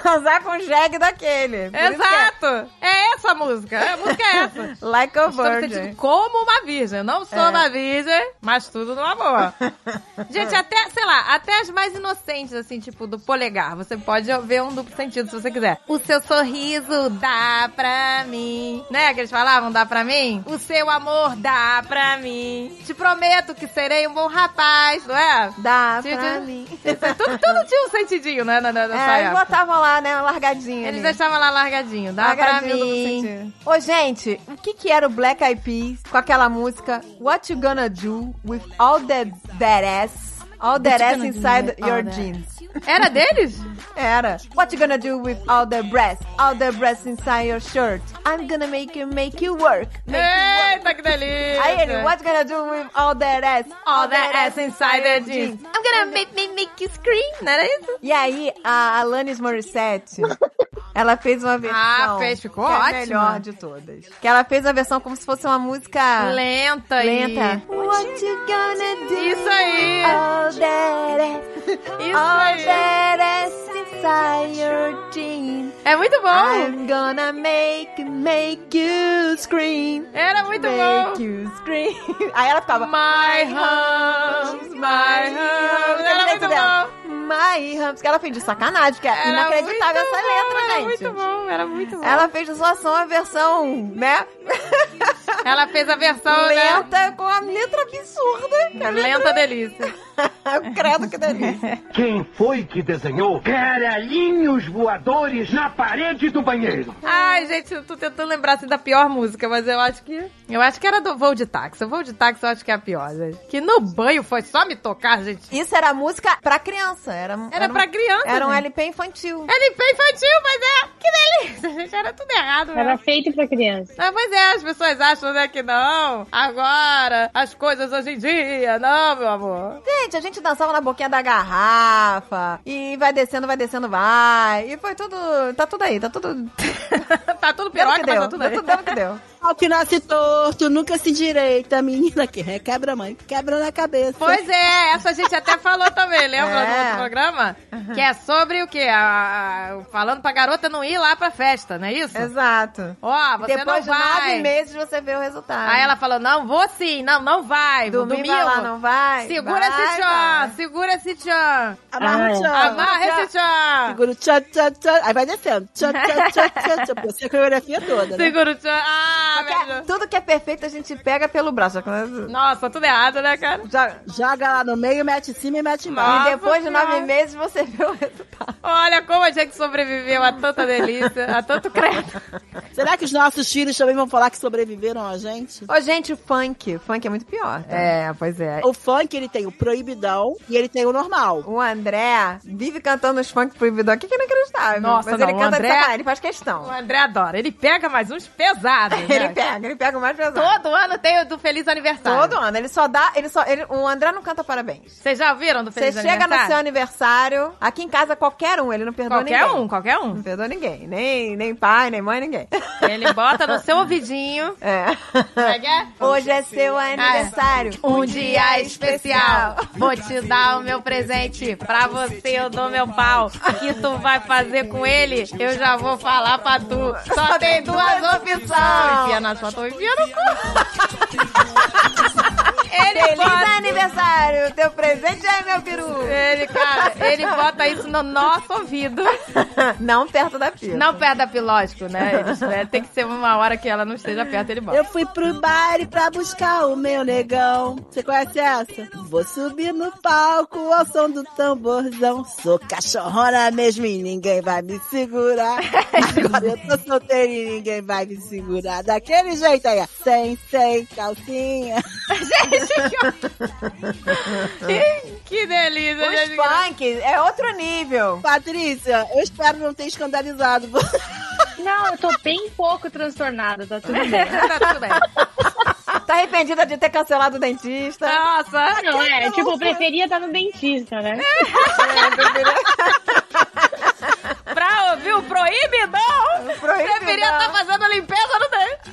Speaker 2: transar com o jegue daquele. Por isso que é
Speaker 1: Exato! É essa a música. A música é essa.
Speaker 2: Like a
Speaker 1: Estou me
Speaker 2: virgin.
Speaker 1: sentindo como uma virgem. Não sou
Speaker 2: É.
Speaker 1: uma virgem, mas tudo no
Speaker 2: [LAUGHS]
Speaker 1: amor. Gente, até, sei lá, até as mais inocentes, assim, tipo, do polegar. Você pode ver um duplo sentido se você quiser. O seu sorriso dá pra mim. Né? Que eles falavam, dá pra mim? O seu amor dá pra mim. Te prometo que serei um bom rapaz, não é?
Speaker 2: Dá
Speaker 1: Tio,
Speaker 2: pra
Speaker 1: tio.
Speaker 2: mim. [LAUGHS]
Speaker 1: Tudo, tudo tinha um sentidinho, né? Na, na, nessa
Speaker 2: É, eles
Speaker 1: época.
Speaker 2: botavam lá, né? Largadinha.
Speaker 1: Eles
Speaker 2: ali.
Speaker 1: deixavam lá largadinho. Dá
Speaker 2: Largadinho
Speaker 1: pra
Speaker 2: do
Speaker 1: mim.
Speaker 2: sentido. Ô, gente, o que que era o Black Eyed Peas com aquela música What You Gonna Do With All That, that Ass? All That Ass Inside Your Jeans.
Speaker 1: Era deles?
Speaker 2: [LAUGHS] Era. What you gonna do with all the breasts? All the breasts inside your shirt? I'm gonna make you make you work. Make you work.
Speaker 1: Eita, que delícia!
Speaker 2: um Aí ele, what you gonna do with all that ass?
Speaker 1: All that ass inside the jeans.
Speaker 2: jeans.
Speaker 1: I'm gonna make, make, make you scream. Não era isso?
Speaker 2: E aí, a Alanis Morissette, ela fez uma versão.
Speaker 1: Ah, fez, ficou
Speaker 2: que é a
Speaker 1: ótima.
Speaker 2: melhor de todas. Que ela fez uma versão como se fosse uma música
Speaker 1: Ah. Lenta,
Speaker 2: lenta. What you gonna do?
Speaker 1: Isso aí.
Speaker 2: All that ass,
Speaker 1: E... Isso
Speaker 2: all
Speaker 1: aí.
Speaker 2: that ass inside your jeans.
Speaker 1: É muito bom.
Speaker 2: I'm gonna make, make you scream.
Speaker 1: Era muito
Speaker 2: make
Speaker 1: bom.
Speaker 2: you scream. [LAUGHS] Aí ela ficava.
Speaker 1: My humps, my humps. Era muito bom.
Speaker 2: My humps. Que ela fez de sacanagem, porque é
Speaker 1: Era
Speaker 2: inacreditável
Speaker 1: muito
Speaker 2: essa
Speaker 1: bom,
Speaker 2: letra,
Speaker 1: era
Speaker 2: gente.
Speaker 1: muito bom, era muito bom. Ela,
Speaker 2: Ela fez a sua ação a versão, né?
Speaker 1: fez a versão, né?
Speaker 2: lenta, com a letra absurda. que a
Speaker 1: Lenta delícia.
Speaker 2: letra- [LAUGHS] Credo que delícia.
Speaker 5: Quem foi que desenhou caralhinhos voadores na parede do banheiro?
Speaker 1: Ai, gente, eu tô tentando lembrar assim da pior música, mas eu acho que. Eu acho que era do voo de táxi. O voo de táxi eu acho que é a pior, gente. Que no banho foi só me tocar, gente.
Speaker 2: Isso era música pra criança. Era,
Speaker 1: Era pra criança.
Speaker 2: Era um
Speaker 1: gente.
Speaker 2: LP infantil.
Speaker 1: LP infantil, mas é. Que delícia, gente. Era tudo errado,
Speaker 3: Era
Speaker 1: mesmo.
Speaker 3: feito pra criança.
Speaker 1: Ah, pois é, as pessoas acham, né, que não. Agora, as coisas hoje em dia. Não, meu amor. [LAUGHS]
Speaker 2: Gente, a gente dançava na boquinha da garrafa. E vai descendo, vai descendo, vai. E foi tudo. Tá tudo aí, tá tudo.
Speaker 1: tá tudo
Speaker 2: Deu o
Speaker 1: piroca,
Speaker 2: que
Speaker 1: mas
Speaker 2: deu.
Speaker 1: tá tudo aí.
Speaker 2: Deu o que
Speaker 1: [LAUGHS]
Speaker 2: deu.
Speaker 4: Ao que nasce torto, nunca se endireita. Menina que requebra a mãe, quebra na cabeça.
Speaker 1: Pois é, essa a gente até falou também, lembra do
Speaker 2: É.
Speaker 1: outro programa? Que é sobre o quê? A- a- falando pra garota não ir lá pra festa, não é isso?
Speaker 2: Exato.
Speaker 1: Ó, você
Speaker 2: Depois
Speaker 1: não
Speaker 2: de
Speaker 1: vai.
Speaker 2: nove meses você vê o resultado.
Speaker 1: Aí ela falou, não, vou sim, não, não vai.
Speaker 2: Domingo,
Speaker 1: Domingo,
Speaker 2: vai lá, não vai?
Speaker 1: segura esse tchan,
Speaker 2: vai,
Speaker 1: segura esse tchan.
Speaker 4: Amarra o tchan.
Speaker 1: Amarra esse tchan.
Speaker 4: Segura o tchan, tchan, tchan. Aí vai descendo. Tchan, tchan, tchan, tchan, tchan. Você a coreografia toda, né?
Speaker 1: Segura o tchan. Ah, lá,
Speaker 2: tudo, que é,
Speaker 1: velho.
Speaker 2: tudo que é perfeito a gente pega pelo braço. Já começa-
Speaker 1: Nossa, tudo errado, né, cara?
Speaker 2: já-
Speaker 4: Joga lá no meio, mete em cima e mete embaixo.
Speaker 2: e
Speaker 1: Nossa
Speaker 2: depois de nove
Speaker 1: Senhora.
Speaker 2: meses você vê o resultado.
Speaker 1: Olha como a gente sobreviveu a tanta delícia, a tanto
Speaker 2: [LAUGHS]
Speaker 1: credo.
Speaker 4: Será que os nossos filhos também vão falar que sobreviveram a gente?
Speaker 2: Ô, gente, o funk. O funk é muito pior.
Speaker 1: tá?
Speaker 2: É, pois é.
Speaker 4: O funk, ele tem o proibidão e ele tem o normal.
Speaker 2: O André vive cantando os funk proibidão. O que que é inacreditável?
Speaker 1: Nossa,
Speaker 2: Mas
Speaker 1: não,
Speaker 2: ele
Speaker 1: o
Speaker 2: canta
Speaker 1: André-
Speaker 2: de sacanagem, ele faz
Speaker 1: O
Speaker 2: questão.
Speaker 1: André adora, ele pega mais uns pesados. né?
Speaker 2: Ele pega, ele pega o mais pesado.
Speaker 1: Todo ano tem o do Feliz Aniversário.
Speaker 2: Todo ano. Ele só dá. Ele só, ele- o André não canta parabéns.
Speaker 1: Vocês já ouviram do
Speaker 2: Você
Speaker 1: Feliz
Speaker 2: chega
Speaker 1: Aniversário?
Speaker 2: no seu aniversário, aqui em casa qualquer um, ele não perdoa
Speaker 1: Qualquer
Speaker 2: ninguém.
Speaker 1: um, qualquer
Speaker 2: Não
Speaker 1: um.
Speaker 2: perdoa ninguém. Nem, nem pai, nem mãe, ninguém.
Speaker 1: Ele bota no seu ouvidinho.
Speaker 2: [LAUGHS] É.
Speaker 1: Como é que é?
Speaker 2: Hoje é seu aniversário.
Speaker 1: Um dia especial, vou te dar o meu presente. Pra você eu dou meu pau. O que tu vai fazer com ele, eu já vou falar pra tu. Só tem duas opções. Enfia na sua, tô enfiando no cu. Ele
Speaker 2: Feliz
Speaker 1: bota,
Speaker 2: aniversário! Teu presente é meu peru!
Speaker 1: ele, cara, ele bota isso no nosso ouvido.
Speaker 2: Não perto da pia.
Speaker 1: É. Não perto da pilótico, né? Eles, né? Tem que ser uma hora que ela não esteja perto, ele bota.
Speaker 4: Eu fui pro baile pra buscar o meu negão. Você conhece essa? Vou subir no palco ao som do tamborzão. Sou cachorrona mesmo e ninguém vai me [LAUGHS] segurar. Agora eu tô solteira e ninguém vai me segurar. Daquele jeito aí, ó. Sem, sem calcinha.
Speaker 1: Que delícia,
Speaker 2: Os
Speaker 1: gente.
Speaker 2: funk é outro nível.
Speaker 4: Patrícia, eu espero não ter escandalizado você.
Speaker 3: Não, eu tô bem pouco transtornada, tá tudo [LAUGHS] bem.
Speaker 1: Tá tudo bem.
Speaker 2: Tá arrependida de ter cancelado o
Speaker 1: Tá.
Speaker 2: dentista?
Speaker 1: Nossa,
Speaker 3: Não, é, tipo, eu preferia estar no dentista, né?
Speaker 1: pra ouvir o proibidão,
Speaker 2: Proibidão.
Speaker 1: preferia estar tá fazendo limpeza no dente.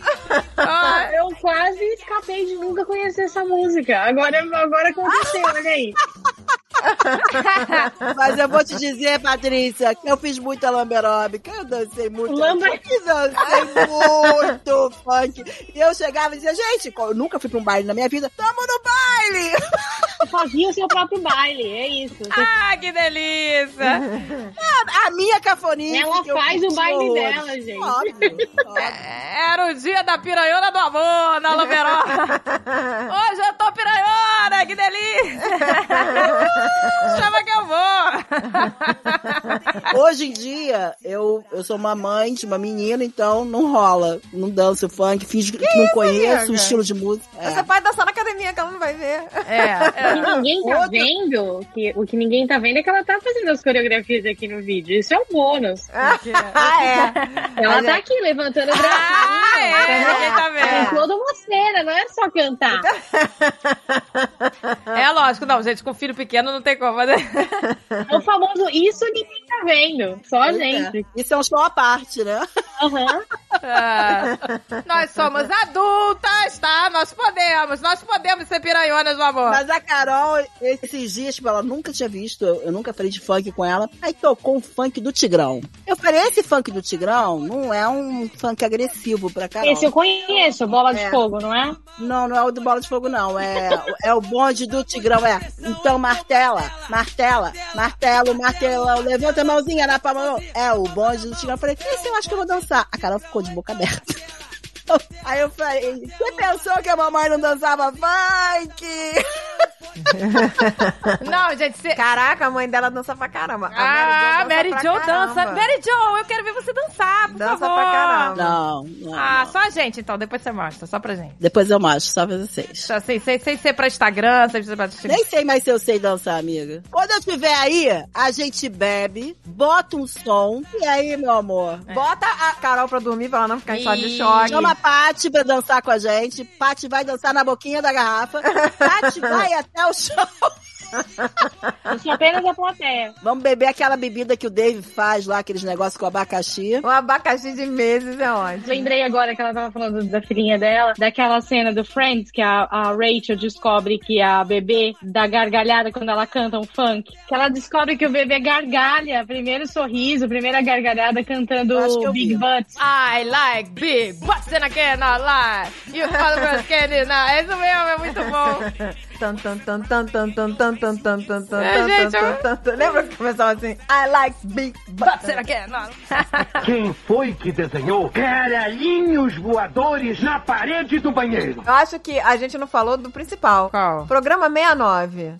Speaker 1: Ah,
Speaker 3: É, Eu quase escapei de nunca conhecer essa música. Agora, agora aconteceu, olha aí.
Speaker 4: Mas eu vou te dizer, Patrícia, que eu fiz muita lamberóbica, eu dancei muito.
Speaker 3: Lamba-
Speaker 4: funk, dancei muito funk. E eu chegava e dizia, gente, eu nunca fui pra um baile na minha vida, tamo no baile! [LAUGHS]
Speaker 3: Fazia o seu próprio baile, é isso.
Speaker 1: ah, que delícia.
Speaker 4: A minha cafonice.
Speaker 3: Ela
Speaker 4: que eu
Speaker 3: faz
Speaker 4: curti
Speaker 3: o baile
Speaker 4: horrores.
Speaker 3: dela, gente.
Speaker 4: Óbvio, óbvio.
Speaker 1: Era o dia da piranhona do amor na Lamberona. Hoje eu tô piranhona, que delícia. Chama que eu vou.
Speaker 4: Hoje em dia, eu, eu sou uma mãe de uma menina, então não rola. Não danço funk, finge que, não conheço
Speaker 2: amiga?
Speaker 4: o estilo de música. É.
Speaker 2: Você pode dançar na academia que ela não vai ver.
Speaker 1: É,
Speaker 3: E ninguém tá
Speaker 4: Outra-
Speaker 3: vendo, que, o que ninguém tá vendo é que ela tá fazendo as coreografias aqui no vídeo. Isso é um bônus.
Speaker 2: Ah, é.
Speaker 3: Ela tá aqui levantando o braço.
Speaker 1: Ah, é, ninguém tá
Speaker 3: Tem
Speaker 1: vendo.
Speaker 3: toda uma cena, não é só cantar.
Speaker 1: É lógico, não, gente, com filho pequeno não tem como, mas...
Speaker 3: É o famoso isso ninguém tá vendo. Só a
Speaker 4: Pois é.
Speaker 3: gente.
Speaker 4: Isso é um show à parte, né?
Speaker 3: Aham.
Speaker 1: Ah, nós somos adultas, tá? Nós podemos, nós podemos ser piranhonas, meu amor.
Speaker 4: Mas a Carol, esses dias, tipo, ela nunca tinha visto, eu, eu nunca falei de funk com ela. Aí tocou um funk do Tigrão. Eu falei, esse funk do Tigrão não é um funk agressivo pra Carol.
Speaker 3: Esse é eu conheço, bola de fogo, não é?
Speaker 4: Não, não é o do Bola de Fogo, não. É, é o bonde do Tigrão, é. Então, martela, martela, martelo, martelão, levanta a mãozinha na palma. É o bonde do Tigrão. Eu falei, que isso eu acho que eu vou dançar. A Carol ficou de boca aberta. [LAUGHS] Aí eu falei, você pensou que a mamãe não dançava funk?
Speaker 1: Não, gente, você...
Speaker 2: Caraca, a mãe dela dança pra caramba. A
Speaker 1: Ah, Mary
Speaker 2: Mary
Speaker 1: Jo
Speaker 2: Jo
Speaker 1: dança. Mary Jo, eu quero ver você dançar, por
Speaker 2: Dança
Speaker 1: favor.
Speaker 2: pra caramba.
Speaker 4: Não, não.
Speaker 1: Ah, só a gente, então. Depois você mostra, só pra gente.
Speaker 4: Depois eu mostro, só pra vocês.
Speaker 1: Assim, sem, sem ser pra Instagram, sem ser pra...
Speaker 4: Nem sei mais se eu sei dançar, amiga. Quando eu estiver aí, a gente bebe, bota um som, e aí, meu amor?
Speaker 2: Bota a Carol pra dormir pra ela não ficar em estado
Speaker 1: Ih.
Speaker 2: de choque.
Speaker 4: Chama a Paty pra dançar com a gente. Paty vai dançar na boquinha da garrafa. Paty vai até o chão.
Speaker 3: Eu sou apenas a plateia.
Speaker 4: Vamos beber aquela bebida que o Dave faz lá, aqueles negócios com abacaxi.
Speaker 2: Um abacaxi de meses é ótimo.
Speaker 3: Lembrei agora que ela tava falando da filhinha dela, daquela cena do Friends, que a, a Rachel descobre que a bebê dá gargalhada quando ela canta um funk. Que ela descobre que o bebê gargalha, primeiro sorriso, primeira gargalhada cantando
Speaker 4: Eu acho que eu
Speaker 3: Big
Speaker 4: vi.
Speaker 3: Butts.
Speaker 1: I like big butts and I cannot lie. You father candy. Não, é isso mesmo, é muito bom.
Speaker 2: Tan, tan, tan, tan, tan, tan, tan, tan, tan, tan, tan,
Speaker 1: É, gente,
Speaker 2: tan,
Speaker 1: eu-
Speaker 2: tan, tan. Lembra que começava assim? I like big
Speaker 1: But
Speaker 2: butts.
Speaker 1: será que é? Não.
Speaker 5: Quem foi que desenhou caralhinhos voadores na parede do banheiro?
Speaker 2: Eu acho que a gente não falou do principal.
Speaker 1: Qual?
Speaker 2: Programa [LAUGHS] 69.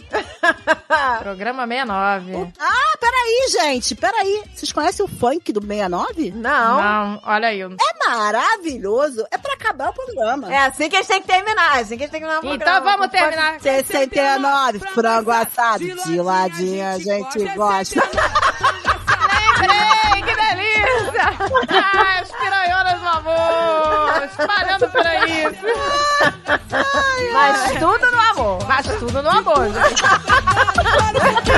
Speaker 1: Programa 69.
Speaker 4: O- Ah, peraí, gente, peraí. Vocês conhecem o funk do 69?
Speaker 2: Não.
Speaker 1: Não, olha aí. um
Speaker 4: É maravilhoso. É pra acabar o programa.
Speaker 2: É assim que a gente tem que terminar. É assim que a gente tem que terminar o
Speaker 1: Então
Speaker 2: programa.
Speaker 1: vamos terminar.
Speaker 4: 69, frango assado, de ladinho a gente gosta.
Speaker 1: Lembrei, que delícia! Ah, as piranhonas do amor! Espalhando por aí.
Speaker 2: Mas tudo no amor.
Speaker 1: Mas tudo no amor, né? gente.